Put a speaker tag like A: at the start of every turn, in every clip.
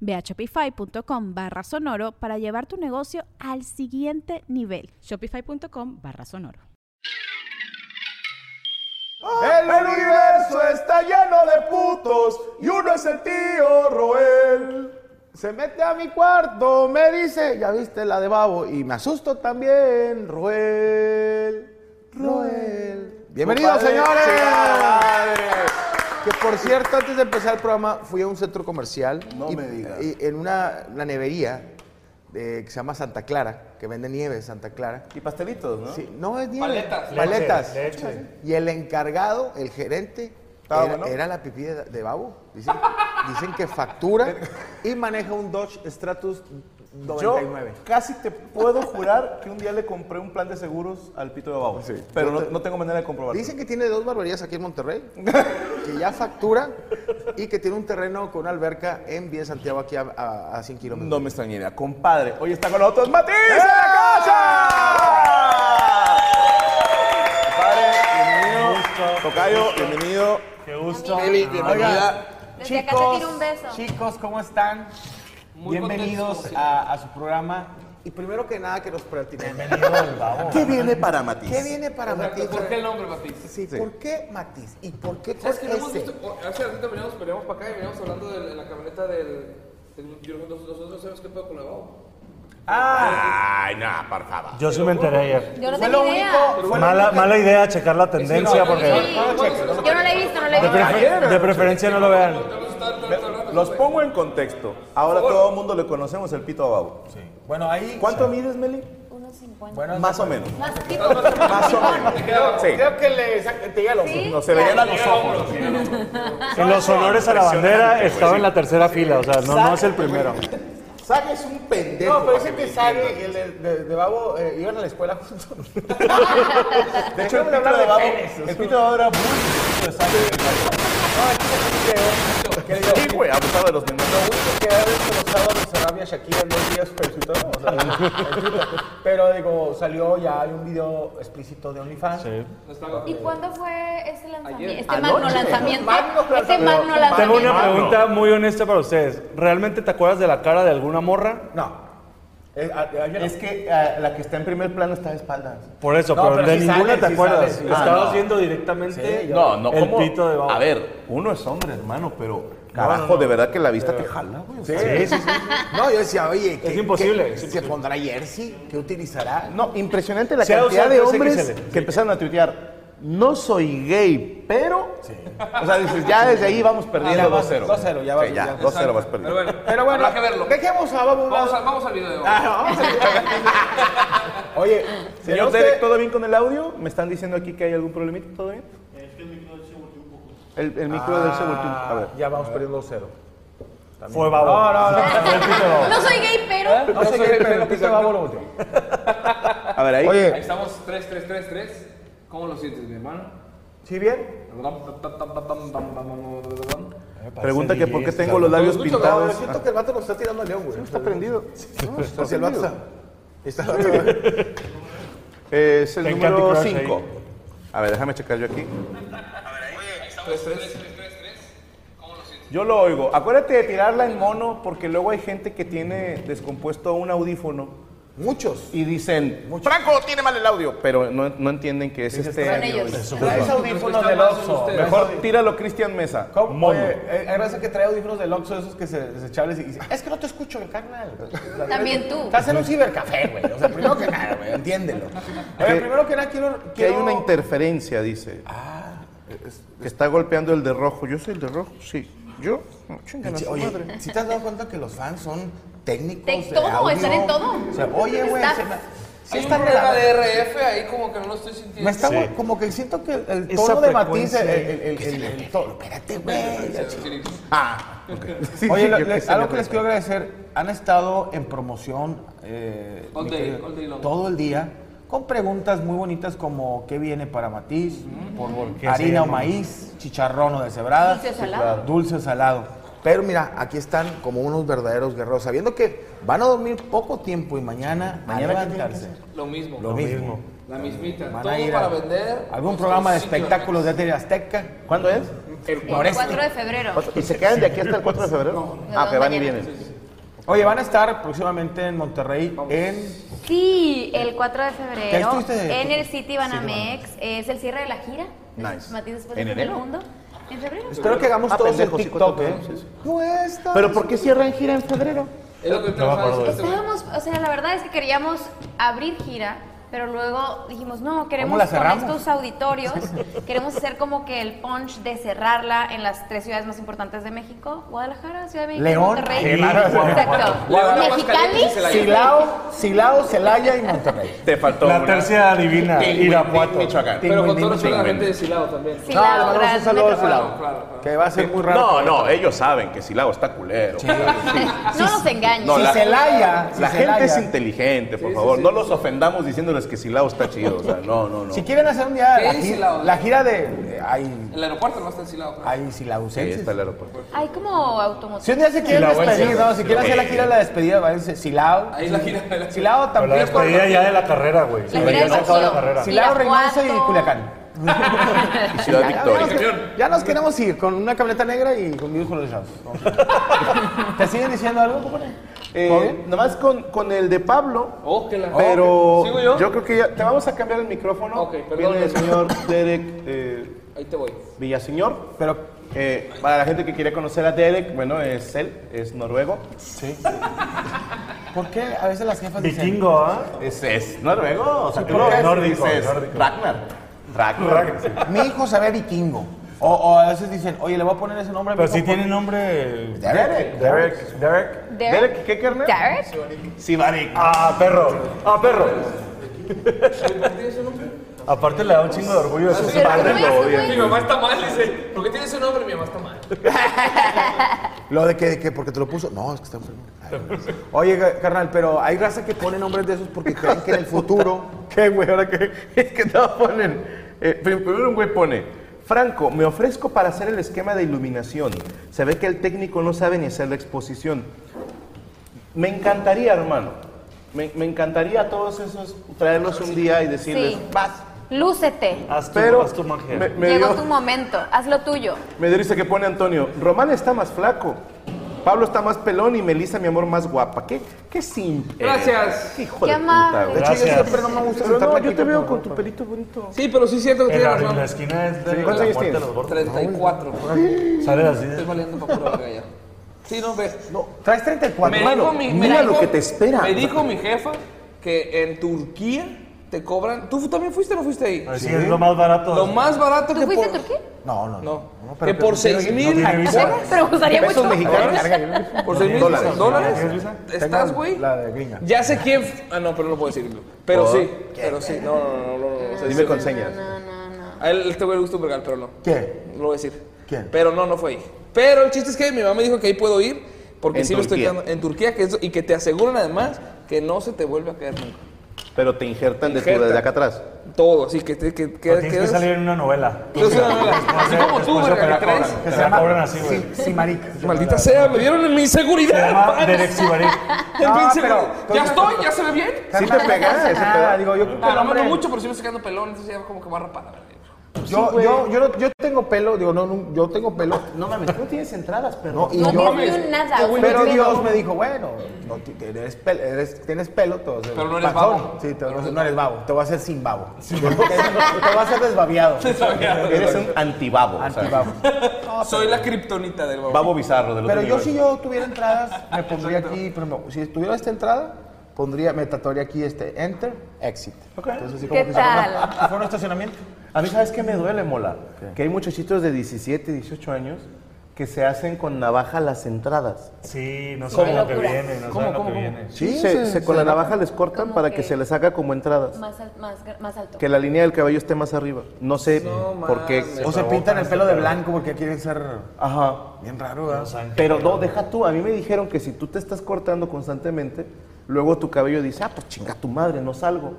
A: Ve a shopify.com barra sonoro para llevar tu negocio al siguiente nivel.
B: Shopify.com barra sonoro.
C: El universo está lleno de putos y uno es el tío Roel. Se mete a mi cuarto, me dice, ya viste la de Babo y me asusto también, Roel. Roel. Bienvenidos,
D: Compadre,
C: señores.
D: señores.
C: Que por cierto, antes de empezar el programa, fui a un centro comercial.
D: No
C: y-
D: me digas.
C: y en una, una nevería eh, que se llama Santa Clara, que vende nieve en Santa Clara.
D: Y pastelitos, ¿no?
C: Sí, no es nieve.
E: Paletas.
C: Paletas.
E: Leche, leche.
C: Y el encargado, el gerente,
D: Estaba
C: era,
D: bueno.
C: era la pipí de, de babo. Dicen, dicen que factura y maneja un Dodge Stratus
D: Yo
C: 99.
D: casi te puedo jurar que un día le compré un plan de seguros al pito de Babo.
C: Sí.
D: Pero
C: Yo
D: no,
C: te-
D: no tengo manera de comprobarlo.
C: Dicen que tiene dos barberías aquí en Monterrey, que ya factura y que tiene un terreno con una alberca en Vía Santiago aquí a, a- a 100 kilómetros.
D: No me extrañaría. Compadre, hoy está con nosotros Matiz en
C: ¡Eh!
D: la casa. ¡Eh! Compadre, bienvenido. Tocayo, bienvenido.
E: Qué gusto.
D: Eli,
F: bienvenida. Desde acá te tiro un beso.
G: Chicos, ¿cómo están?
E: Muy
G: Bienvenidos
E: contentos,
G: a, a su programa.
C: Y primero que nada que nos platiquen.
D: ¿Qué viene para Matiz?
C: ¿Qué viene para Matiz?
E: ¿Por qué el nombre, Matiz?
C: Sí,
D: Sí.
C: ¿Por qué Matiz? ¿Y por qué con este?
E: ¿Sabes que no hemos
C: ese?
E: visto? o- Hace ratito veníamos, veníamos para acá y veníamos hablando de la camioneta del... del- yo- nosotros nosotros no sabemos qué pedo con la BAO.
D: Ay, no, por favor.
H: Yo sí me enteré ayer.
F: Yo no tenía idea.
H: Mala, mala idea checar la tendencia porque
F: Sí. Yo no la he visto, no la he
H: de,
F: visto.
H: prefer- de preferencia no lo vean.
D: Los pongo en contexto. Ahora todo el mundo le conocemos el pito a Babo.
G: Bueno, ahí.
D: ¿Cuánto mides, Meli?
F: 1.50.
G: Bueno,
D: Más o menos.
F: Más poquito.
D: Más o menos. Sí.
G: que le saque- te llega los
F: Sí,
D: No se veían a los ojos.
H: En los honores a la bandera estaba en la tercera fila, o sea, no, no es el primero.
C: Saga es un pendejo.
G: No, pero ese que sale, el de, de- de Babo, eh, iban a la escuela juntos.
D: De hecho, el pito de Babo, el pito de Babo era muy chiquito, ¿sabes? Sí, güey, abusado de los niños.
G: Lo único que ha destrozado a Sarabia Shakira en dos días, pero su todo, o sea, el Twitter. Pero digo, salió ya, hay un video explícito de OnlyFans.
F: ¿Y cuándo fue ese lanzamiento?
E: Ayer.
F: Este magno lanzamiento.
G: Magno
F: Este
G: lanzamiento.
F: magno
G: Tengo
H: Tengo
F: lanzamiento.
H: una pregunta muy honesta para ustedes. ¿Realmente te acuerdas de la cara de alguna morra?
G: No. Eh, a- ayer no.
D: Es que ah, la que está en primer plano está de espaldas.
H: Por eso,
G: No,
H: pero,
G: pero
H: de
G: sí
H: ninguna
G: sale,
H: te
G: sí
H: acuerdas.
G: sale, sí.
H: Estabas
D: Ah, no.
H: viendo directamente
G: Sí,
D: No, no,
H: el
D: como.
H: pito de Babo.
D: A ver, uno es hombre, hermano, pero. Carajo, de verdad que la vista te jala, güey. Sí.
C: No, yo decía, oye, ¿qué-
H: Es imposible,
C: qué-
H: es
C: ¿Se pondrá jersey? ¿Qué utilizará?
D: No, impresionante la
H: Se ha
D: cantidad
H: usado
D: de
H: ese que
D: hombres
H: se
D: que,
H: le-
D: empezaron a tuitear. No soy gay, pero. O sea, dices, ya desde ahí vamos perdiendo
G: Ah, Ya vas-
D: 2-0.
G: 2-0, ya vas-
D: Sí,
G: ya.
D: ya, 2-0 vas
E: Pero
D: perdiendo.
E: bueno,
G: Pero bueno,
E: habrá que verlo.
G: dejemos a Babo a un
E: Vamos,
G: lado.
E: a- vamos al video de BAO.
D: Ah,
G: Oye,
D: Señor
G: ¿vieron que-
D: Derek, ¿todo bien con el audio? Me están diciendo aquí que hay algún problemita, ¿todo bien? Es que el micro del se volteó un poco. El, el micro del se volteó un poco. A ver.
G: Ya vamos perdiendo 0
H: Fue Babo.
F: No soy gay, pero.
G: ¿Eh? No sé qué, pero el pito de Babo lo volteó.
D: A ver, ahí.
G: Oye,
E: Ahí estamos, 3, 3, 3, 3. ¿Cómo lo sientes, mi hermano?
G: ¿sí bien?
D: pregunta que por qué tengo los labios pintados.
G: Yo siento que el vato nos está tirando al león, güey.
D: está prendido.
C: Entonces el vato está-
D: Es el
H: Te encanta
D: número
H: Crush
D: 5. A ver, déjame checar yo aquí. Yo lo oigo. Acuérdate de tirarla en mono porque luego hay gente que tiene descompuesto un audífono
C: Muchos.
D: y dicen,
C: Mucho.
D: Franco tiene mal el audio, pero no, no entienden que es este.
F: Son ellos.
G: Traes audífonos del Oxxo.
D: Mejor tíralo, Cristian Mesa.
G: ¿Cómo?
H: Mono.
G: Oye, eh, hay veces que trae audífonos del Oxxo esos que se desechables y dice, es que no te escucho, carnal.
F: También tú.
G: Estás en un cibercafé, güey. O sea, primero que nada, güey, entiéndelo. Oye,
D: Que-
G: primero que nada quiero...
D: Que hay
G: quiero-
D: una interferencia, dice.
G: Ah,
D: Que está golpeando el de rojo. Yo soy el de rojo, sí. Yo, no, chingan a
I: Sí,
D: su
I: Oye,
D: madre.
I: si te has dado cuenta que los fans son técnicos
F: De
I: de
F: todo,
I: audio?
F: están en todo.
I: O sea, oye, güey,
F: Está-
I: se me- sí
E: Hay un
I: están de la-
E: problema de RF ahí como que no lo estoy sintiendo.
I: me está
H: Sí.
I: güey, como que siento que el, el
H: Esa
I: tono de matiz,
H: frecuencia
I: el,
H: ahí.
I: el, el, el- el tono- espérate, güey. la chica.
D: Ah, ok. Sí,
G: Oye,
D: sí,
G: lo-
D: yo
G: les-
D: sé,
G: algo
D: yo
G: que les
D: sé.
G: quiero agradecer, han estado en promoción eh,
E: All
G: mi
E: day,
G: querido-
E: all day long.
G: todo el día con preguntas muy bonitas como ¿qué viene para Matiz? Por-
H: qué se
G: harina o
H: llama?
G: maíz, chicharrón o de cebrada,
F: Dulce o salado.
G: dulce o salado.
I: Pero mira, aquí están como unos verdaderos guerreros, sabiendo que van a dormir poco tiempo y mañana,
G: Mañana,
I: a
G: ¿qué tienen que
I: levantarse.
E: Lo mismo.
I: Lo mismo.
E: La mismita.
G: Van a
E: Todo
G: ir a
E: para vender.
G: algún programa de
E: nuestros
G: espectáculos de TV Azteca.
D: ¿Cuándo es?
E: El
F: El
G: este.
F: 4 de febrero.
D: ¿Y se quedan de aquí hasta el 4 de febrero?
F: No,
D: ah,
F: no,
D: que van y
F: mañana.
D: vienen.
G: Oye, van a estar próximamente en Monterrey en
F: Sí, el 4 de
G: ¿Qué
F: febrero.
G: estuviste de-
F: En el City Banamex. Es el cierre de la gira.
D: Nice.
F: Matiz después
D: ¿En
F: de
D: enero?
F: mundo. En febrero.
G: Espero que hagamos
D: Ah,
G: todos
D: pendejo,
G: el
D: sí,
G: TikTok,
D: cuatro,
G: ¿eh?
D: sí, sí.
I: No está.
D: ¿Pero por qué cierran gira en febrero?
E: Es lo que te
H: No me
E: vas a
H: acuerdo de
E: decir, güey.
F: Estábamos, o sea, la verdad es que queríamos abrir gira, pero luego dijimos, no,
G: la
F: queremos con
G: cerramos?
F: estos auditorios, queremos hacer como que el punch de cerrarla en las tres ciudades más importantes de México, Guadalajara, Ciudad de México,
G: León.
F: Monterrey.
G: Qué bárbaro.
F: Exacto.
E: León,
F: Mexicali.
E: Aguascalientes y Celaya.
G: Silao, Silao, Celaya y Monterrey.
D: Te faltó
H: La
D: una.
H: tercia divina, Irapuato.
E: Pero con todo
G: Tingüindín,
E: respeto a la gente
D: Tingüindín.
E: de Silao también.
F: Sí,
G: No,
F: la
G: le mandamos un
F: gran
G: saludo a
F: metrópoli.
G: Silao.
E: Claro, claro.
G: Que va a ser muy raro.
D: No,
H: eh.
D: no, ellos saben que Silao está culero.
F: No nos engañes.
D: No,
G: si
D: la-
G: Celaya, si
D: La gente
G: Celaya-
D: es inteligente, por favor. No los ofendamos diciéndoles que Silao está chido. O sea, no, no, no.
G: Si quieren hacer un día
E: ¿Qué
G: la,
E: es
G: gi-
E: Silao?
G: la gira de... Hay,
E: El aeropuerto no está en Silao. claro.
G: hay
D: Ahí
G: silausenses.
D: está el aeropuerto.
F: Hay como
G: Si
F: automoción.
G: un día se quieren
H: Silauenses.
G: despedir, no, si quieren hacer la gira de la despedida, váyanse Silao.
E: Ahí la gira de la-
G: Silao
H: Pero la
G: también.
H: despedida ya de la carrera, güey.
F: La gira del
H: Ya se acabó la
F: Bajío.
H: carrera.
F: Sí.
G: Silao, Reynosa y
F: Irapuato.
G: Culiacán.
D: Y Ciudad
I: Ya nos,
D: Victoria.
I: ya nos queremos ir con una camioneta negra y
G: Y conmigo con los chavos. ¿Te siguen diciendo algo, compadre? ¿Todo
D: Eh,
G: bien?
D: nomás con, con el de Pablo,
E: Oh, que la-
D: pero
E: Ok. ¿Sigo yo?
D: creo que ya. Te vamos a cambiar el micrófono.
E: Ok, perdón.
D: Viene el señor Derek eh,
E: Ahí te voy.
D: Villaseñor.
G: Pero
D: Eh, para la gente que quiere conocer a Derek, bueno, es él, es noruego.
G: ¿Por qué a veces las jefas dicen?
H: Vikingo, ¿ah?
D: Es, es noruego, o sea, tú
H: Sí,
D: lo ves y
H: nórdico,
D: dices,
H: nórdico.
D: Ragnar. Ragnar.
G: Mi hijo se ve vikingo. O, o a veces dicen, oye, le voy a poner ese nombre a mi
H: Pero
G: hijo.
H: si
G: pon-
H: tiene nombre.
G: Derek.
H: Derek. Derek.
D: Derek, ¿qué carnal?
F: Derek.
D: Sibarik.
H: Ah, perro. Ah, perro. Aparte le da un chingo de
E: Ah,
H: orgullo de sus
F: Pero
H: padres.
F: ¿cómo es, güey?
E: Mi mamá está mal, dice. ¿Por qué tiene ese nombre? Mi mamá está mal.
I: lo de que, que porque te lo puso. No, es que está enfermo. Ay, güey.
G: Oye, ca- carnal, pero hay
I: Hay raza que pone nombres de esos porque creen que en el futuro.
D: ¿Qué, güey? Ahora que. Es que no ponen. eh, prim- primero un güey pone. Franco, me ofrezco para hacer el esquema de iluminación. Se ve que el técnico no sabe ni hacer la exposición. Me encantaría, hermano. Me, me encantaría a todos esos traerlos un día y decirles,
F: Sí.
D: vas.
F: Lúcete.
H: Haz tu,
D: Pero
H: haz tu magia.
D: me, me
F: Llegó
D: dio,
F: tu momento. Haz lo tuyo.
D: me dio risa que pone Antonio. Román está más flaco. Pablo está más pelón y Melissa, mi amor, más guapa. ¿Qué, qué simple?
E: Gracias.
D: Qué hijo
F: Qué
D: de puta,
F: amable.
D: güey.
I: De hecho, yo
H: Eh, Gracias.
I: siempre no me gusta
D: Pero
I: sentarme
D: no,
I: aquí
D: yo te veo con tu
I: ropa.
D: pelito bonito.
E: Sí, pero sí es cierto que
H: En
E: tiene
H: la, en la
E: razón.
H: esquina es de
D: ¿Cuántos
H: la
D: años
H: muerte
D: tienes?
H: de los gordos.
E: 34.
H: Sale así.
E: Estoy
H: de-
E: valiendo para pura verga ya. Sí, no, ve.
G: traes 34.
E: Me
D: Hermano,
E: dijo mi, me
D: mira lo
E: dijo-
D: que te espera.
E: Me dijo mi jefa que en Turquía te cobran. ¿Tú también fuiste o no fuiste ahí?
H: Así es lo más barato.
E: Lo más barato
F: ¿Tú
E: que
F: fuiste a
E: por-
F: Turquía?
I: No, no, no.
E: No. que por 6 mil.
H: tiene visa.
F: Pero me gustaría
D: Pesos
F: mucho.
D: mexicanos.
E: Por 6 mil
D: Dólares.
E: dólares.
H: ¿Tienes visa?
E: ¿Estás, güey?
G: La de gringa.
E: Ya sé quién. Ah, no, pero no puedo decirlo. Pero sí. Pero sí. No, no, no, no. no, no, se dice.
D: Dime con señas.
F: No, no, no.
E: A él este güey le gusta un vergal, pero no.
G: ¿Qué?
E: No lo voy a decir.
G: ¿Quién?
E: Pero no, no fue ahí. Pero el chiste es que mi mamá me dijo que ahí puedo ir porque
D: En
E: sí lo estoy
D: Turquía.
E: quedando en Turquía que es- y que te aseguran además que no se te vuelve a caer nunca.
D: Pero te injertan de, tu,
E: Injertan.
D: de acá atrás.
E: Todo, así que te que, que,
H: Pero tienes que
E: quedas-
H: salir en una novela.
E: Yo soy una novela. Así como tú,
H: Después
E: verga,
H: pues, te la
E: que traes.
H: cobran.
G: Que
H: Te
G: se
H: la
G: llama-
H: cobran así, güey.
G: Sí, sí, marica.
E: Maldita sea, me dieron en mi seguridad.
H: Se llama
E: hermano.
H: Derek Sibaric.
E: El
G: No,
E: pinche-
G: pero-
E: ya estoy, ya se ve bien.
D: Sí te pega ese
G: Ah,
D: pedazo.
G: digo, yo creo que
E: Pero
G: el
E: no
G: hombre-
E: mucho, pero sí me estoy quedando pelón, entonces ya como que va rapada. verga.
D: sí,
I: Yo,
D: güey.
I: yo, yo, no- yo tengo pelo, digo, no, no, yo tengo pelo.
D: No mames, tú no tienes entradas,
I: No,
D: pero.
I: y
F: No
I: yo,
F: tienes ni nada, güey,
I: Pero
F: no tienes
I: Dios
F: nada.
I: me dijo, bueno, no, ti- ti- eres pel- eres- tienes pelo, todo.
E: Pero no eres babo.
I: Sí, te- no, eres babo, te voy a hacer sin babo. Porque te voy a hacer desbaviado.
D: Eres un antibabo. o sea,
I: Antibabo.
E: Soy la kriptonita del babo.
D: Babo bizarro del
I: Pero
D: otro
I: yo
D: nivel.
I: si yo tuviera entradas, me pondría aquí, por ejemplo, si tuviera esta entrada, pondría, me tatuaría aquí este Enter, Exit. Entonces, así como
F: ¿Qué
I: que-
F: tal?
G: ¿Fue un estacionamiento?
D: A mí, ¿sabes qué me duele, Mola? Que hay muchachitos de 17, 18 años que se hacen con navaja las entradas.
H: Sí, no
F: Qué
H: saben lo que
F: locura.
H: viene, no saben lo que viene.
D: Sí,
I: Sí,
D: se,
I: se-
D: se- con
I: se
D: la
I: nota.
D: navaja les cortan
F: Como
D: para que
F: que-
D: se les haga como entradas.
F: Más, al- más, gr- más alto.
D: Que la línea del cabello esté más arriba. No sé
E: No
D: por qué.
E: mames.
G: O se pintan el
H: este
G: pelo de blanco porque quieren ser
D: Ajá.
G: bien raro, ¿verdad?
D: Pero no, deja tú. A mí me dijeron que si tú te estás cortando constantemente, luego tu cabello dice, ah, pues chinga tu madre, no salgo.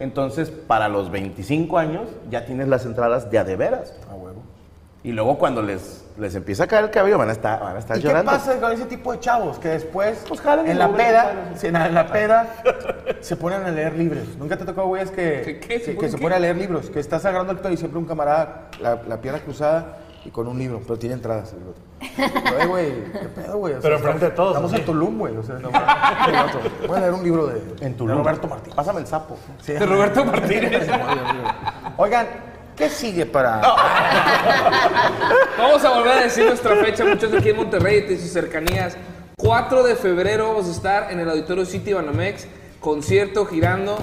D: Entonces, para los 25 años, ya tienes las entradas de a de veras.
E: Ah,
D: A huevo. Y luego cuando les, les empieza a caer el cabello, van a estar, van a estar
G: ¿Y qué
D: llorando.
G: pasa con ese tipo de chavos que después
D: Pues jalan y
G: en la
D: vuelven a
G: peda,
D: jalar.
G: se- en la- en la peda se ponen a leer libros? Nunca te tocó güeyes que,
E: ¿Qué- qué?
G: que-
E: ¿Se
G: que
E: ponen
G: se
E: qué?
G: ponen a leer libros, que estás agarrando el pelo y siempre un camarada
I: La, la pierna cruzada y con un libro, pero tiene entradas el otro.
G: Oye, güey, qué pedo, güey. O sea,
H: Pero enfrente de todos,
G: Estamos
H: ¿o
G: en
H: qué?
G: Tulum, güey. O sea, no, mames. voy a leer un libro de,
D: En tu
G: de
D: luna.
G: Roberto Martínez.
D: Pásame el sapo.
G: Sí.
E: De Roberto Martínez.
G: Oigan, ¿qué sigue
E: Ah,
G: para...?
E: Vamos a volver a decir nuestra fecha, muchos aquí en Monterrey y de sus cercanías. 4 de febrero vamos a estar en el Auditorio City Banamex, concierto girando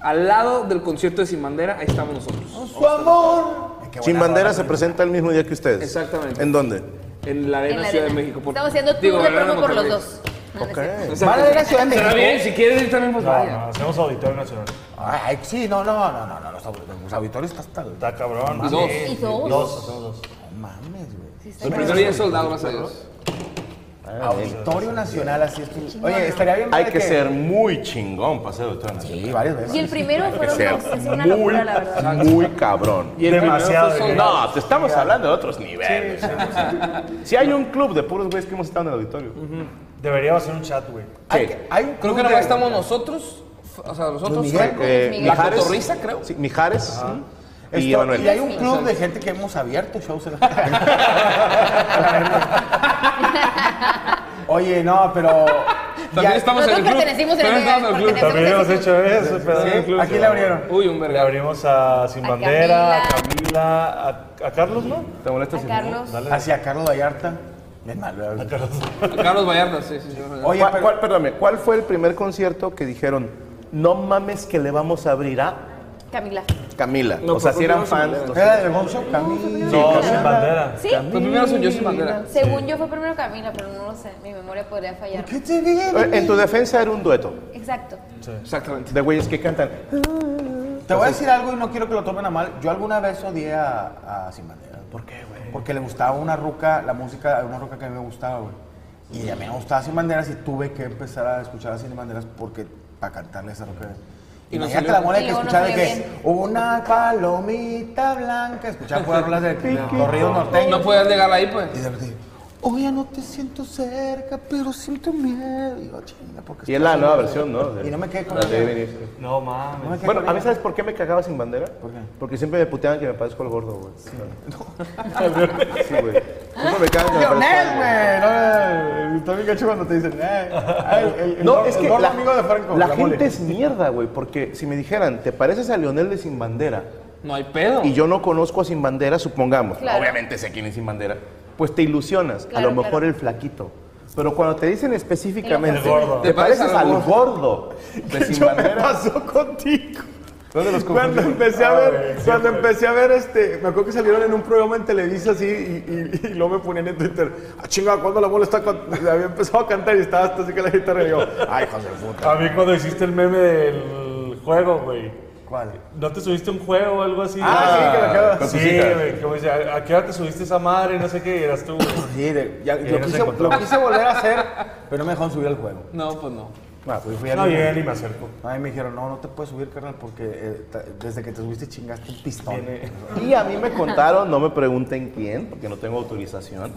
E: al lado del concierto de Sin Bandera. Ahí estamos nosotros.
I: ¡Su amor!
D: Sin bandera se presenta el mismo día que ustedes.
E: Exactamente.
D: ¿En dónde?
E: En la Arena
F: En la
E: Ciudad
F: arena.
E: de México. por-
F: Estamos haciendo
E: digo,
F: tour de
E: en la arena
F: promo por los
E: Monterrey.
F: dos. No, no es cierto.
G: Eh,
D: Ok.
E: O sea,
I: ¿Van a la Ciudad de México?
E: estará bien, si quieren ir también, pues
H: No,
E: vaya.
H: no, hacemos auditorio nacional.
I: Ay, sí, no, no, no, no, no, los, aud- los auditorios están hasta... el-
H: Está cabrón.
E: Y dos.
F: Y dos.
I: No mames, güey.
E: El primero día es soldado, gracias a Dios.
I: Auditorio Nacional, así es. tu-
G: Oye, estaría bien
D: Hay
G: padre
D: que ser muy chingón para ser doctor nacional.
I: Sí, varias veces.
F: Y el primero
D: Hay que
F: fueron
D: ser
F: dos. Es una
D: muy,
F: locura, la verdad.
D: muy cabrón.
E: Y el primero
H: Demasiado
E: fue
H: dinero.
E: soldado.
D: No, te estamos hablando de otros niveles. Si hay un club de puros güeyes que hemos estado en el auditorio.
H: Debería hacer un chat, güey.
D: Sí.
G: Hay un
E: Creo
G: club
E: que
G: de-
E: nomás estamos nosotros, o sea, nosotros,
I: Luis Miguel.
E: Franco,
D: Eh,
F: Miguel.
E: la
D: Mijares.
E: cotorriza, creo.
D: Sí, Mijares
G: Esto-
D: y Emanuel.
G: y hay un club de gente que hemos abierto shows en Oye, no, pero...
E: También estamos en el
F: Nosotros
E: club.
F: pertenecimos en el
E: También estamos en el
F: porque
E: club.
H: También hemos hecho eso, pero
G: Sí, aquí le abrieron.
E: Uy, un
H: Le
E: verga.
H: abrimos a Sin
F: A
H: Bandera, a Camila, a, a Carlos, ¿no?
D: ¿Te molesta si
F: A Carlos.
E: Ah,
G: Hacia Carlos Vallarta. Bien mal, ¿verdad?
E: Carlos Vallarta, sí, sí. sí.
G: Oye,
D: ¿Cuál,
G: pero-
D: cuál- perdóname, ¿cuál fue el primer concierto que dijeron, no mames que le vamos a abrir a
F: Camila.
D: Camila?
E: No,
D: o sea,
G: pues,
E: pero
D: si eran
E: primero
D: fans.
E: Sin
D: no sé.
G: ¿Era de Bon Show? Camilo.
H: No, Sin Bandera.
F: ¿Sí?
E: Pues primero soy yo sin bandera.
F: Según yo fue primero Camila, pero no lo sé. Mi memoria podría fallar.
G: ¿Qué te digo?
D: Eh, En tu defensa era un dueto
F: Exacto.
E: Exactamente.
D: de güeyes que cantan.
G: Te voy a decir algo y no quiero que lo tomen a mal. Yo alguna vez odié a, a Sin Bandera. ¿Por qué, güey? Porque le gustaba una ruca, la música, una ruca que a mí me gustaba, güey. Y a mí me gustaba Sin Banderas y tuve que empezar a escuchar a Sin Banderas porque para cantarle a esa ruca.
E: Y no
G: Imagínate
E: salió.
G: la mola
F: Y
G: que
F: luego no
G: escuchaba de
F: salió
G: que una palomita blanca. Escuchaba puras rolas de corridos
E: No
G: norteños.
E: podías llegar ahí, pues.
G: Y de repente, hoy ya no te siento cerca, pero siento miedo. Y yo, chinga, porque
D: Y es la nueva versión, ¿no?
G: Y Pues, no me quedé con
D: La
G: ella.
D: de venir.
H: No
G: No
H: mames.
G: me quedé
D: Bueno,
G: con
D: a
G: ella.
D: mí, ¿sabes por qué me cagaba sin bandera?
G: ¿Por qué?
D: Porque siempre me puteaban que me parezco al gordo, güey. Sí, güey. Siempre me cagan que me parezco al
G: Leonel,
D: gordo.
G: güey. No, Está bien gacho cuando te dicen, eh. ay, el- el
D: No,
G: gordo-
D: es
G: el
D: que
G: gordo
D: la,
G: amigo de Franco.
D: la
G: mole.
D: gente es mierda, güey, porque si me dijeran, ¿te pareces a Leonel de Sin Bandera?
E: No hay pedo.
D: Y yo no conozco a Sin Bandera, supongamos.
F: Claro.
D: Obviamente sé quién es Sin Bandera. Pues te ilusionas,
F: Claro,
D: a lo mejor
F: claro.
D: el flaquito. Pero cuando te dicen específicamente,
H: El gordo.
D: ¿te pareces al gordo de Sin
I: Yo me
D: Bandera?
I: pasó contigo.
D: ¿Dónde los
I: Cuando
D: confundí?
I: empecé a
H: Ah,
I: ver,
H: güey,
I: cuando
H: siempre.
I: empecé a ver este, me acuerdo que salieron en un programa en Televisa así y, y, y luego me ponían en Twitter, ah chinga, ¿cuándo la bola está can-?" había empezado a cantar y estaba hasta así que la guitarra y yo, ay, José puta.
H: A mí cuando hiciste el meme del juego, güey.
G: ¿Cuál?
H: ¿No te subiste un juego o algo así?
G: Ah, sí, que me quedo-
D: con tus
H: Sí,
D: hijas.
H: güey. Como dice, ¿a a qué hora te subiste esa madre? No sé qué, y eras tú, güey.
G: Sí, de- ya-
H: Y no
G: lo,
H: se
G: quise,
H: encontró.
G: lo quise volver a hacer, pero no me dejaron subir al juego.
E: No, pues no.
G: Ah, fui- fui al-
H: No, yo ni me acerco.
G: A mí me dijeron, no, no te puedes subir, carnal, porque eh, ta- desde que te subiste chingaste un pistón.
D: Y a mí me contaron, no me pregunten quién, porque no tengo autorización,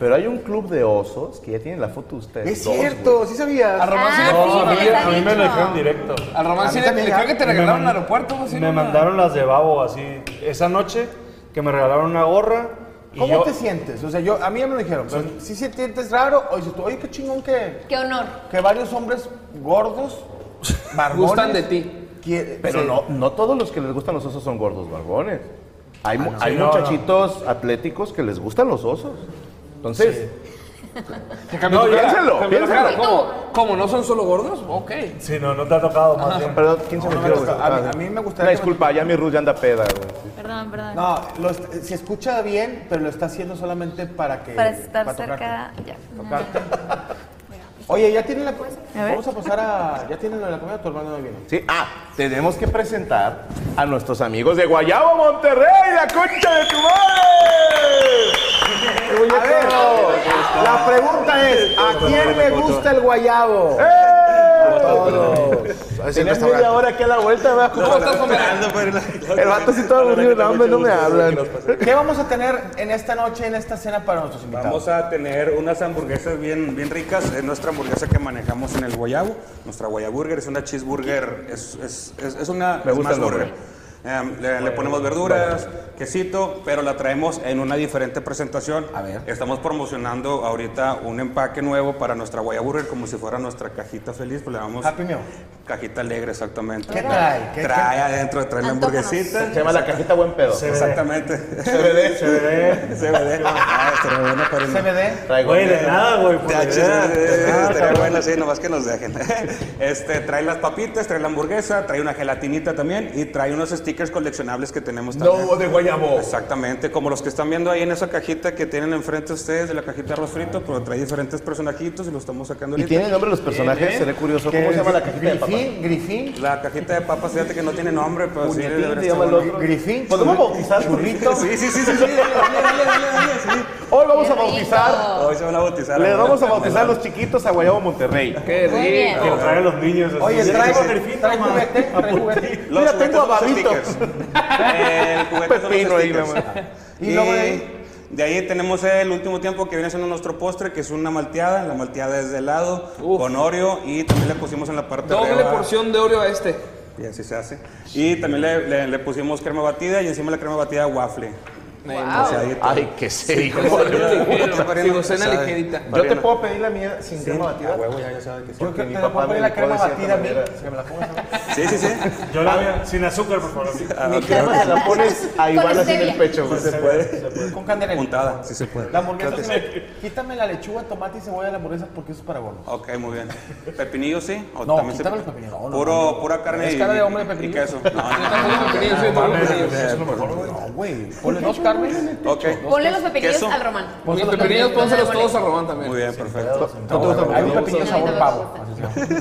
D: pero hay un club de osos que ya tienen la foto de ustedes.
G: Es
D: dos,
G: cierto,
D: güey.
G: Ah, sí sabías.
E: Al Román sí le-
H: No,
F: sí,
H: a
F: me
H: mí, a mí me lo
F: dicho.
H: dejaron directo.
E: Al Román
G: A
E: sí
G: mí
E: le
G: también,
E: creo que te
H: Me
E: regalaron pues,
H: man-
E: en el aeropuerto, güey. sí,
H: Me
E: no, no.
H: mandaron las de babo así. Esa noche que me regalaron una gorra. y
G: ¿Cómo
H: yo-
G: te sientes? O sea, yo, a mí ya me lo dijeron. pero si se sientes raro, o dices tú, oye, qué chingón que,
F: Qué honor.
G: que varios hombres gordos, barbones...
E: Gustan de ti.
G: quie-
D: Pero
G: sí.
D: no, no todos los que les gustan los osos son gordos barbones. Hay,
G: Ah,
D: mu- hay
H: Sí, no,
D: muchachitos atléticos que les gustan los osos. Entonces,
E: Cambió
D: No,
E: tu cara,
D: piénsenlo,
E: cambió la cara.
D: piénsenlo.
E: ¿Cómo? ¿Cómo? ¿No son solo gordos? Ok.
H: Sí, no, no te ha tocado más bien.
D: perdón, ¿quién se
G: No, no
D: metió?
G: me
D: güey?
G: toca. A mí-
D: Ah,
G: a mí me gustaría
D: Una
G: que-
D: disculpa, ya mi Ruth ya anda peda, güey.
F: Perdón, perdón.
G: No, lo est- se escucha bien, pero lo está haciendo solamente para que...
F: Para estar
G: tocarte.
F: cerca. Ya.
G: Tocarte. Oye, ya tienen la...
A: ver.
G: Vamos a pasar a... Ya tienen lo de la comida, tu hermano no viene.
D: Sí, ah, tenemos que presentar a nuestros amigos de Guayabo Monterrey, la concha de tu madre.
G: A ver, la pregunta es, ¿a quién le gusta el guayabo?
C: Tenías Eh, media hora que a la vuelta, me ¿Cómo estás El vato así todo aburrido, no, hombre, no me hablan.
G: ¿Qué vamos a tener en esta noche, en esta cena para nuestros invitados?
J: Vamos a tener unas hamburguesas bien, bien ricas. Es nuestra hamburguesa que manejamos en el Guayabo. Nuestra Guayaburger es una cheeseburger. Es, es, es, es una
D: Me gusta el
J: smash
D: nombre.
J: burger. Em, le, le ponemos verduras, quesito, pero la traemos en una diferente presentación.
G: A ver.
J: Estamos promocionando ahorita un empaque nuevo para nuestra Guayaburger como si fuera nuestra cajita feliz. Pues le llamamos
G: Happy Meal.
J: Cajita alegre, exactamente.
G: ¿Qué trae? ¿Qué-
J: trae adentro, trae la
F: Antojanos.
J: hamburguesita.
D: Se llama la cajita Buen Pedo.
J: Exactamente.
D: CBD.
J: CBD. CBD. Ah, estaría bueno para el-
G: CBD.
D: Traigo-
H: Güey, de nada, güey. por
J: Ya,
H: la
J: che,
H: idea.
J: eh,
H: Ah,
J: Estaría
H: cabrón.
J: bueno, sí, nomás que nos dejen. Este, trae las papitas, trae la hamburguesa, trae una gelatinita también y trae unos stickers coleccionables que tenemos también.
I: de guayabo.
J: Exactamente, como los que están viendo ahí en esa cajita que tienen enfrente de ustedes de la cajita de arroz frito, pero trae diferentes personajitos y lo estamos sacando
D: ¿Y
J: ahorita.
D: tiene el nombre de los personajes? Seré curioso. ¿Cómo se llama la cajita de papá?
G: Grifín, Grifín.
J: La cajita de papas, fíjate que no tiene nombre, pero sí
D: Puñetín,
J: debería
D: se
J: estar
D: llama el
J: bueno.
D: otro.
G: Grifín.
D: ¿Podemos
G: churri-
D: bautizar
G: churrito?
J: Sí, sí, sí, sí, sí, dale, dale, dale, dale, dale, sí.
D: Hoy vamos a
F: Qué rico.
D: bautizar.
J: Hoy se van a bautizar.
D: Le
J: ¿verdad?
D: vamos a bautizar a los chiquitos a Guayabo Monterrey.
E: Qué
F: Muy bien.
E: rico.
H: Que lo traigan los niños. así.
G: Oye,
H: Sí,
G: trae,
H: sí, sí.
G: trae juguete, trae juguete.
J: Los
D: Mira,
J: juguetes
D: tengo a
J: son los
D: Babito.
J: stickers. El juguete son los
D: Pepino ahí,
J: stickers.
D: nada más.
G: Y luego de ahí.
J: de ahí tenemos el último tiempo que viene siendo nuestro postre, que es una malteada. La malteada es de helado,
E: Uf.
J: con Oreo y también le pusimos en la parte de
E: Doble
J: arriba.
E: porción de Oreo a este.
J: Y así se hace. Y también le, le- le pusimos crema batida y encima la crema batida waffle. O sea, ahí todo.
D: Ay, qué serio.
E: Digo, cena
J: Sabe.
E: ligerita.
D: Yo te puedo pedir la mía sin crema batida.
G: Yo que
D: mi
G: te
D: papá
G: la puedo
D: me
G: poner la
D: educó
G: crema
D: de cierta
G: batida a mí.
D: manera.
G: Que me la pongas a mí.
J: Sí, sí, Ah, sí.
H: Yo la voy a- Sin azúcar, por favor.
D: Mi crema se la pones a Iván así en el
F: stevia.
D: pecho. güey.
G: Con candelero.
J: Puntada, sí se puede.
G: La hamburguesa, sí me- quítame la lechuga, tomate y cebolla de la hamburguesa porque eso es para gordos.
J: Ok, muy bien. ¿Pepinillo sí? ¿O
G: No,
J: también se-
G: quítame los pepinillos. No, no,
J: Puro,
G: no.
J: Pura carne
G: Es
J: y,
G: cara de hombre de
J: y
G: pepinillo.
J: queso. No, no, no.
E: Tampoco me quería decir, tampoco me quería decir.
G: No, güey. Ponle dos carnes.
J: Ok.
F: Ponle los pepinillos
J: Queso.
F: al román.
E: Oye, pepinillos, pónselos todos a Román también.
J: Muy bien, perfecto.
G: No te gusta Hay un pepinillo sabor pavo.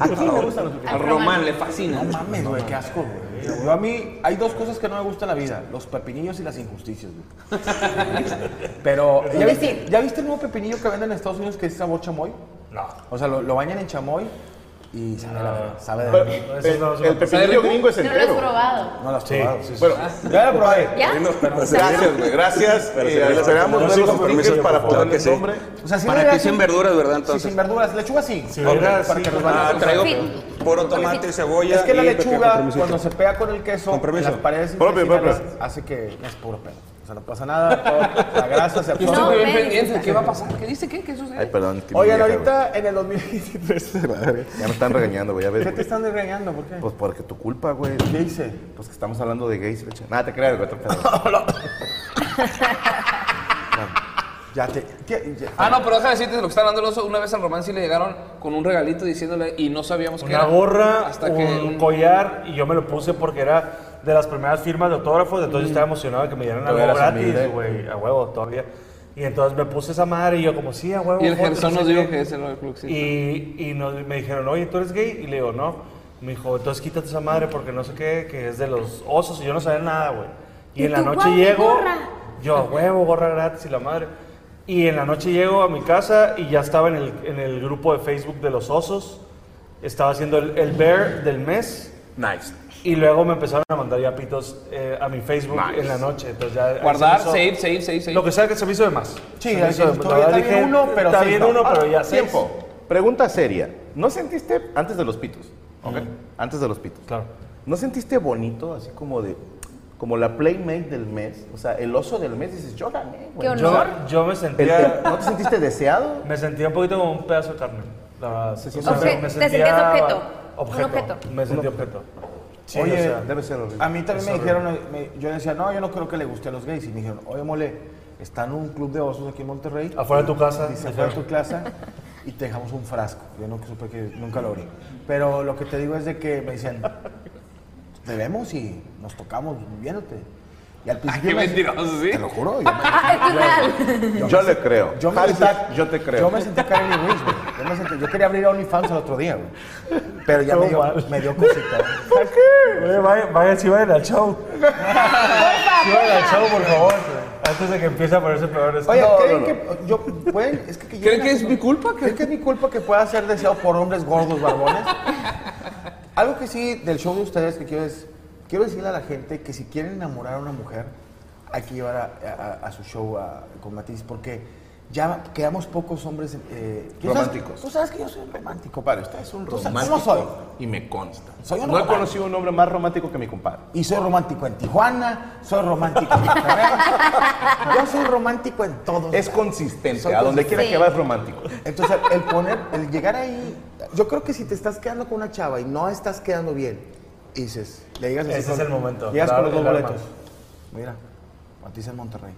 G: ¿A quién le gustan los
E: A Román le fascina.
G: No mames, güey, qué asco, güey. Yo a mí hay dos cosas que no me gustan en la vida, los pepinillos y las injusticias, güey. Pero, ¿ya viste, ¿ya viste el nuevo pepinillo que venden en Estados Unidos que es sabor chamoy? No. O sea, lo, lo bañan en chamoy y sabe, la verdad, sabe de
D: Pero,
G: verdad.
D: El el pepinillo gringo es
F: No lo has
D: entero.
F: probado.
G: No lo has
H: Sí,
G: probado.
H: sí, sí.
D: Bueno,
G: Ya lo probé.
F: ¿Ya?
D: gracias, güey, gracias.
J: Pero
D: Eh,
J: se ve la-
D: esperamos
J: no,
D: ver
J: sí,
D: los
J: con permiso,
D: stickers para
J: por favor,
D: ponerle
J: que
D: el
J: sí.
D: nombre.
G: O sea, sí
J: Para
G: le
J: ti
G: hacen-
J: sin verduras, ¿verdad?
G: Sí,
J: Entonces.
G: sin verduras. Lechuga sí.
H: Sí, verduras,
G: Para que
H: sí.
G: los bañen.
J: Ah, traigo
F: Sí.
J: puro tomate y cebolla.
G: Es que la
J: y pequeño
G: lechuga,
J: permisito.
G: cuando se pega con el queso,
J: Con permiso.
G: las paredes
D: Propio,
G: intestinales
D: propio.
G: hace que es puro pedo. O sea, no pasa nada, todo- la grasa se
E: Yo
G: absorbe.
E: estoy bien
F: me
E: pendiente.
F: disgusta.
E: ¿Qué va a pasar? ¿Qué dice? ¿Qué? ¿Qué
D: Ay,
E: sucede?
D: perdón. que
G: Oigan,
D: mi vieja, güey.
G: ahorita en el 2023.
D: Ya me están regañando, güey, a
G: ¿Qué te
D: ver.
G: están regañando? ¿Por qué?
D: Pues porque tu culpa, güey.
G: ¿Qué hice?
D: Pues que estamos hablando de gays, fecha. Nada, te creas, güey. otro pedo.
G: Ya te. ¿qué? Ya-
E: Ah, no, pero déjame decirte lo que está hablando el oso. Una vez al Román sí le llegaron con un regalito diciéndole y no sabíamos qué
H: Una
E: era.
H: gorra,
E: Hasta
H: un
E: que un-
H: collar, y yo me lo puse porque era de las primeras firmas de autógrafos, entonces yo
E: Mm.
H: estaba emocionado de que me dieran algo
D: Todavía eras
J: ¿eh?
D: humilde.
H: gratis, güey, a huevo, todavía. Y entonces me puse esa madre y yo como, sí, a huevo.
E: Y el
H: fotos,
E: Gerson
H: no
E: nos
H: sé
E: dijo
H: qué.
E: que es el club. sí.
H: Y, y nos- me dijeron, oye, ¿tú eres gay? Y le digo, no. Me dijo, entonces quítate esa madre porque no sé qué, que es de los osos. Y yo no sabía nada, güey. Y,
F: ¿Y
H: en la
F: tú,
H: noche
F: guau, qué
H: llego.
F: gorra?
H: Yo, "A huevo, gorra gratis y la madre. Y en la noche llego a mi casa y ya estaba en el, en el grupo de Facebook de los osos. Estaba haciendo el, el bear del mes.
D: Nice.
H: Y luego me empezaron a mandar ya pitos eh, a mi Facebook en la noche. Entonces ya. ahí se
E: Guardar,
H: hizo-
E: save, save, save, save.
H: Lo que sea que se me hizo de más.
G: Sí,
H: Se me hizo de-
G: está
H: la verdad
G: bien
H: dije,
G: uno, pero
H: Está
G: seis
H: bien
G: no".
H: uno, pero ya seis.
D: Tiempo. Pregunta seria. ¿No sentiste antes de los pitos? ¿Ok? Antes de los pitos.
H: Mm. Claro.
D: ¿No sentiste bonito, así como de, como la Playmate del mes, o sea, el oso del mes, dices, yo gané, güey.
F: Qué
H: Yo,
F: honor.
H: yo me
D: El-
H: sentía,
D: el- ¿No te sentiste deseado?
H: me sentía un poquito como un pedazo de carne. La verdad, se siente-
F: Obje- te sentías objeto, un
H: Objeto.
F: objeto.
H: Me sentí objeto.
G: Oye,
H: o sea,
D: Debe ser horrible.
G: A mí también me dijeron, me- yo decía, no, yo no creo que le guste a los gays. Y me dijeron, oye, mole, está en un club de osos aquí en Monterrey.
H: Afuera de tu casa,
G: Dice,
H: me
G: afuera de
H: dijeron.
G: tu casa. Y te dejamos un frasco. Yo no supe que nunca lo abrí. Pero lo que te digo es de que me dicen, te vemos y nos tocamos viéndote. Y al principio.
E: Qué
G: me-
E: mentiroso, ¿sí?
G: Te lo juro. Yo me,
F: Al final.
D: Yo le creo.
G: yo me
D: Hashtag,
G: sentí-
D: yo te creo.
G: Yo me sentí Karen Lewis, güey. Yo, me sentí- yo quería abrir OnlyFans el otro día, güey. Pero ya me dio, me dio cosita. güey.
H: Oye, vayan, vayan, sí vayan al show. Sí vayan al show, por favor. Antes de que empiece a ponerse peor esto.
G: Oye,
D: Pues, No,
G: ¿creen
D: no,
G: que yo pueden, es que, que yo
E: ¿Creen que es mi culpa?
G: ¿Creen que es mi culpa que pueda ser deseado por hombres gordos barbones? Algo que sí del show de ustedes que quiero es quiero decirle a la gente que si quieren enamorar a una mujer hay que llevar a, a- a su show a- con Matiz porque ya quedamos pocos hombres eh, tú sabes-
D: Románticos.
G: Tú sabes que yo soy un romántico, padre. Usted es un
H: Pues,
G: romántico.
D: Romántico,
G: ¿Cómo soy?
D: Y me consta.
G: Soy un
D: no he
G: romántico.
D: conocido un hombre más romántico que mi compadre.
G: Y soy romántico en Tijuana, soy romántico en Monterrey. Yo soy romántico en todos.
D: Es consistente.
G: Soy
D: A donde quiera
F: consistente.
D: que vas, romántico.
G: Entonces, el poner, el llegar ahí, yo creo que si te estás quedando con una chava y no estás quedando bien, y dices, le digas así
H: Ese
G: con-
H: es el momento,
G: Llegas
H: la-
G: con los dos
H: el arma.
G: boletos. Mira, Matiz en Monterrey.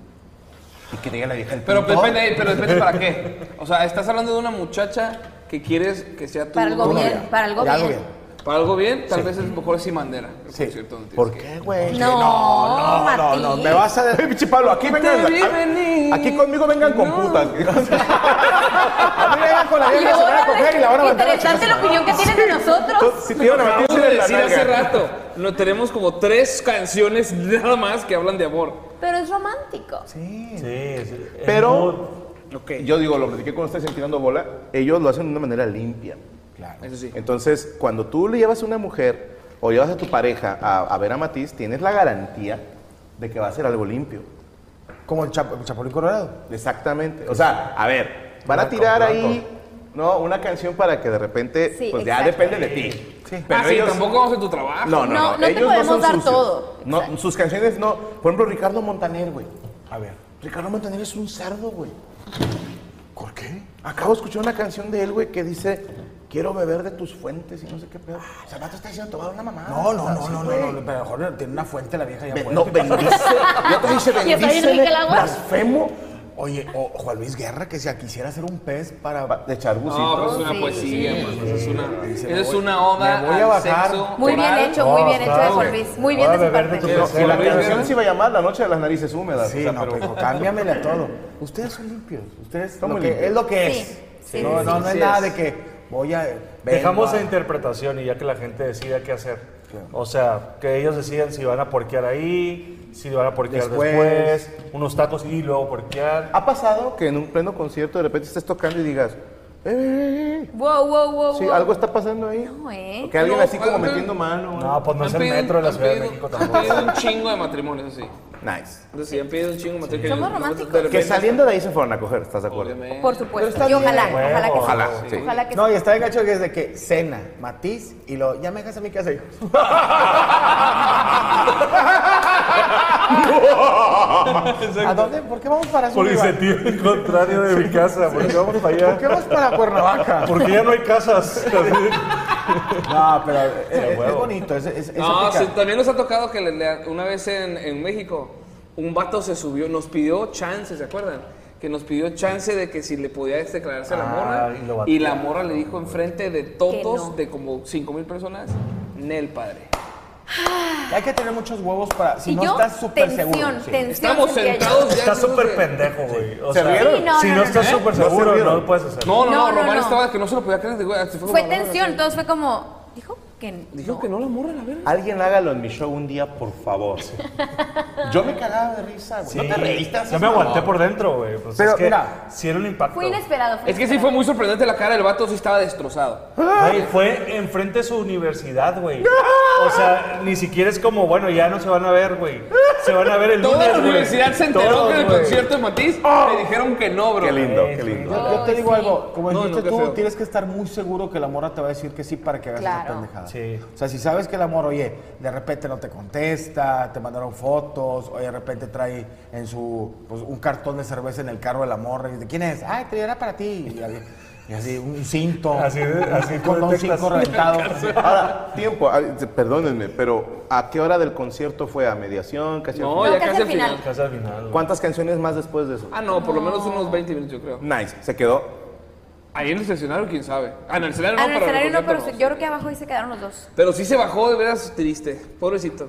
D: Y que te diga la vieja el
E: Pero
D: punto.
E: depende, pero depende para qué. O sea, estás hablando de una muchacha que quieres que sea tu
F: Para algo
E: novia.
F: bien, para algo
G: Y algo
F: bien.
E: Para algo bien, tal vez es mejor sin bandera. el concierto donde
G: ¿Por
E: tienes
G: qué, Eh, güey?
F: No, no, no,
G: Me vas a.
D: Ey, pinche Pablo, aquí vengan.
E: vi
D: a-
E: venir.
D: Aquí conmigo vengan con
E: No.
D: putas.
G: A mí me van con la vieja, se van a coger y la van a mandar a la
F: Interesante la opinión que tienen de nosotros.
D: Si te iban a meter
E: Acabamos
D: en
E: de
D: la
E: decir hace
D: nalga.
E: rato, no tenemos como tres canciones nada más que hablan de amor.
F: Pero es romántico.
H: Sí, sí. es
D: Pero
E: Ok.
D: yo digo, lo platiqué con ustedes en Tirando Bola, ellos lo hacen de una manera limpia.
E: Eso sí.
D: Entonces, cuando tú le llevas a una mujer o llevas a tu pareja a, a ver a Matiz, tienes la garantía de que va a ser algo limpio.
G: Como el, Chapo- el Chapulín Colorado.
D: Exactamente. O sea, a ver, van a tirar ahí no una canción para que de repente,
F: Sí,
D: pues ya
F: exacto.
D: depende de ti.
E: Ah, sí,
D: ellos-
E: tampoco vamos a tu trabajo.
D: No,
F: No,
D: no, no.
F: no te
D: ellos
F: podemos
D: son
F: dar
D: sucios.
F: todo.
D: No, sus canciones no. Por ejemplo, Ricardo Montaner, güey.
G: A ver.
D: Ricardo Montaner es un cerdo, güey. ¿Por qué? Acabo de escuchar una canción de él, güey, que dice, quiero beber de tus fuentes y no sé qué pedo. O sea, el vato está diciendo, tomar una mamada.
G: Ah, No, no, no,
D: Sí,
G: no, no,
D: güey.
G: no, no, pero mejor tiene una fuente la vieja ya
D: Ve-
G: afuera.
D: no, bendice. Yo te
F: Y
D: dice,
F: está bien
D: bendice,
F: rica el agua.
D: blasfemo.
G: Oye, o Juan Luis Guerra, que si quisiera hacer un pez para.
D: De echar
E: No, pero es
D: bucitos.
E: una
F: Sí,
E: poesía,
F: sí.
E: man. Eso es una,
G: Dice,
E: eso
G: me
E: es
G: voy-
E: una oda
G: me voy a
E: al
G: bajar.
E: sexo
F: Muy bien
E: oral.
F: hecho, muy bien
H: No,
F: hecho de
H: claro.
F: Juan Luis. Muy bien
H: Ahora
F: de su
H: beber de
F: parte.
H: tu
D: No, y la
H: Pero-
D: canción se iba a llamar La Noche de las Narices Húmedas.
G: Sí,
D: o sea,
G: no,
D: pero-
G: pero cámbiamele a todo. Ustedes son limpios. Ustedes
D: Son
G: lo
D: muy
G: que-
D: limpios.
G: Es lo que
F: Sí,
G: es.
F: sí,
G: no,
F: sí,
G: no,
E: sí,
G: no es
E: sí
G: nada
E: es.
G: de que voy a. vengo
H: Dejamos
G: a-
H: la interpretación y ya que la gente decida qué hacer. O sea, que ellos decidan si van a porquear ahí, si van a porquear
G: Después.
H: después, unos tacos y luego porquear.
D: ¿Ha pasado que en un pleno concierto de repente estés tocando y digas, "Eh, eh, eh,
F: Wow, wow, wow.
D: eh, sí,
F: wow.
D: algo está pasando ahí?
F: No, eh.
D: O que alguien
E: No,
D: así como
E: algo-
D: metiendo mano.
H: No, pues no
E: Han
H: es el
E: pedido-
H: metro de la
E: han
H: Ciudad de
E: pedido-
H: México
E: Han
H: tampoco.
E: pedido un chingo de matrimonios, eso sí.
D: Nice.
E: Entonces, sí, han pedido un chingo de matrimonios.
F: Somos
E: De repente-
F: románticos.
D: Que saliendo de ahí se fueron a coger, ¿estás de acuerdo?
E: Obviamente.
F: Por supuesto. Y ojalá,
H: bien,
F: ojalá que sí.
D: Ojalá, sí.
F: Ojalá que
G: No,
F: sí.
G: y está bien gacho que es de que cena, matiz y lo. Ya me dejas a mi casa, hijo. ¿A dónde? ¿Por qué vamos para
H: Por
G: Zúñiga?
H: incentivo contrario de mi casa, porque vamos para
G: ¿Por qué
H: allá.
G: vamos para Cuernavaca?
H: Porque ya no hay casas.
G: No, pero eh, eh, es,
H: huevo.
G: bonito. Es, es, eso
E: No,
G: pica.
E: sí, también nos ha tocado que le- le- una vez en, en México, un vato se subió, nos pidió chance, ¿se acuerdan? Que nos pidió chance de que si le podía declararse a la
H: Ah,
E: morra.
H: y lo
E: Y,
H: batearon,
E: la morra le dijo enfrente de todos,
F: no.
E: de como 5 mil personas, Nel padre.
G: Hay que tener muchos huevos para. Si
F: Y
G: no
F: yo,
G: estás súper
F: tensión,
G: seguro. sí.
F: tensión.
E: Estamos
F: sentía yo.
E: sentados ya.
H: Está
E: así como
H: súper
E: que-
H: pendejo, güey. O
D: ¿Se
H: sea,
D: rieron?
F: Sí, no,
H: si
F: no,
H: no,
F: no,
H: estás
F: no.
H: súper
D: No se
H: seguro, no
D: rieron.
H: lo puedes hacer.
E: No,
F: No,
E: no, no,
F: no,
E: Román
F: no.
E: estaba que no se lo podía creer. digo, así
F: Fue
E: como, "No, no, no,
F: tensión,
E: no".
F: todos fue como. Dijo que no.
E: Dijo que no la morra, la verga.
D: Alguien hágalo en mi show un día, por favor. Yo me cagaba de risa, güey. No te reíste.
H: Yo me aguanté por dentro, güey. Pues
G: Pero
H: es que
G: mira.
H: sí era un impacto.
F: Fue inesperado.
E: Es que sí fue muy sorprendente la cara del vato, sí estaba destrozado.
H: Güey, fue enfrente de su universidad, güey. O sea, ni siquiera es como, bueno, ya no se van a ver, güey. se van a ver el
E: Toda la
H: lunes, güey.
E: universidad se enteró
H: Todos,
E: que en el
H: güey. ¡Oh!
E: concierto de Matiz me dijeron que no, bro.
D: Qué lindo, qué lindo.
G: Yo, yo te digo algo, como
E: No,
G: dijiste
E: no, qué
G: tú,
E: feo.
G: tienes que estar muy seguro que la morra te va a decir que sí para que hagas esa
F: Claro.
G: pendejada.
H: Sí.
G: O sea, si sabes que la morra, oye, de repente no te contesta, te mandaron fotos, o de repente trae en su, pues, un cartón de cerveza en el carro de la morra, y dice, ¿quién es? Ay, te era para ti. Y así, y así, un cinto,
H: Así de- así
G: un
H: tú
G: condón
H: detectas.
G: cinco reventado.
D: Ahora, tiempo, ah, perdónenme, pero ¿a qué hora del concierto fue? ¿A mediación? ¿Casi al
E: No,
D: final?
E: ya casi al final.
H: Casi al final. güey.
D: ¿Cuántas canciones más después de eso?
E: Ah, no, por lo menos unos 20 minutos, yo creo.
D: Nice, se quedó.
E: Ahí en el estacionario, quién sabe. Ah, en el escenario no,
F: Ah, en el
E: pero en el
F: escenario no, pero
E: concierto
F: se- yo creo que abajo ahí se quedaron los dos.
E: Pero sí se bajó, de veras triste. Pobrecito.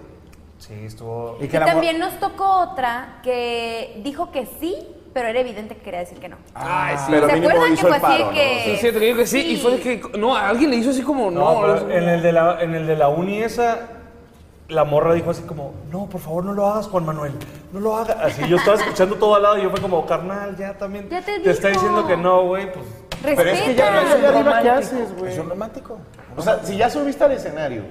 H: Sí, estuvo.
G: Y
F: Y
G: que la
F: también nos tocó otra que dijo que sí, pero era evidente que quería decir que no.
E: Ay, sí.
D: Pero
F: ¿Se
D: mínimo
F: acuerdan que
D: hizo
F: fue así
D: el paro, ¿no?
F: que-
E: Sí, es cierto que dijo que sí, y fue de que. No, ah, a alguien le hizo así como
H: No,
E: no.
H: pero en el, de la, en el de la uni esa, la morra dijo así como, no, por favor, no lo hagas, Juan Manuel, no lo hagas. Así, yo estaba escuchando todo al lado y yo fue como, carnal, ya también.
F: Ya te
H: está
F: dijo.
H: diciendo que no, güey, pues.
F: Respeta.
D: Pero es que ya no es el arriba que haces, güey.
G: Es un romántico.
D: O sea, si ya subiste al escenario,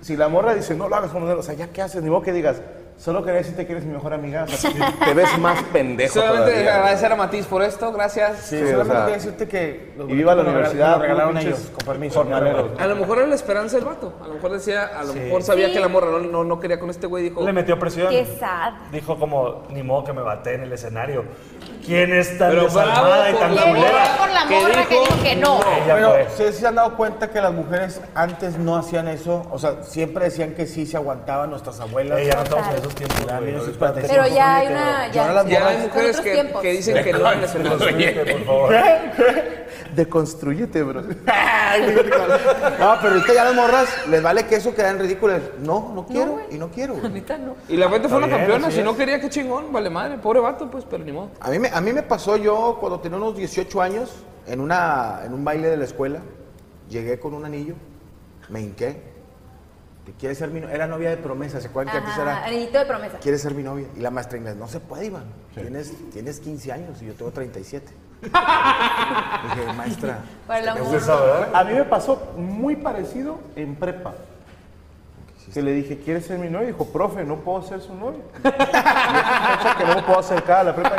D: si la morra dice, no lo hagas como o sea, ¿ya qué haces? Ni modo que digas, solo quería decirte que eres mi mejor amiga. O sea, te ves más pendejo
E: Solamente
D: todavía.
E: agradecer a Matiz por esto, gracias.
D: Sí, o
G: Solamente
D: sea,
G: quería decirte que... los
D: y viva la
G: boletos me lo
D: universidad,
G: regal- me lo regalaron
D: pinches
G: ellos, con permiso. jornaleros.
E: A lo mejor era la esperanza del vato. A lo mejor decía, a lo mejor sabía que la morra no, no, no quería con este güey. Dijo,
H: Le metió presión.
F: Qué sad.
H: Dijo como, ni modo que me bate en el escenario. ¿Quién es tan
E: Pero
H: desalmada
E: bravo
H: y tan
E: por la
H: culera?
E: morra.
F: por la
E: que
F: morra que
E: dijo-
F: dijo que no.
H: Ella
G: Pero
H: fue.
G: ¿ustedes se han dado cuenta que las mujeres antes no hacían eso? O sea, siempre decían que sí se aguantaban nuestras abuelas.
H: Ella no estamos en esos tiempos,
G: Ya,
H: güey.
G: 1945,
F: Pero ya hay
G: pero
F: una-
G: yo
F: ya-
G: ahora las
E: ya hay
G: morras-
E: mujeres
F: otros
E: que,
F: tiempos.
E: que dicen que no en el escenario.
H: Por favor.
D: Deconstruyete, bro.
G: No, Ah, pero ahorita ya las morras les vale que eso quedan ridículas. No, no quiero y no quiero. güey.
E: Y la gente fue una
H: Está bien,
E: campeona.
H: así
E: Si
H: es.
E: no quería, qué chingón. Vale madre, pobre vato, pues, pero ni modo.
G: A mí, me, a mí me pasó yo cuando tenía unos 18 años, en, una, en un baile de la escuela, llegué con un anillo, me hinqué. ¿Te quieres ser mi novia? Era novia de promesa, ¿se acuerdan que antes
F: Ajá,
G: era?
F: anillito de promesa.
G: ¿Quieres ser mi novia? Y la maestra inglés, no se puede, Iván. Tienes, tienes 15 años y yo tengo 37. Dije, maestra.
F: Por el amor.
D: A mí me pasó muy parecido en prepa. Que le dije, ¿quieres ser mi novia? Dijo, profe, no puedo ser su novia. Y es una fecha que no me puedo acercar a la prepa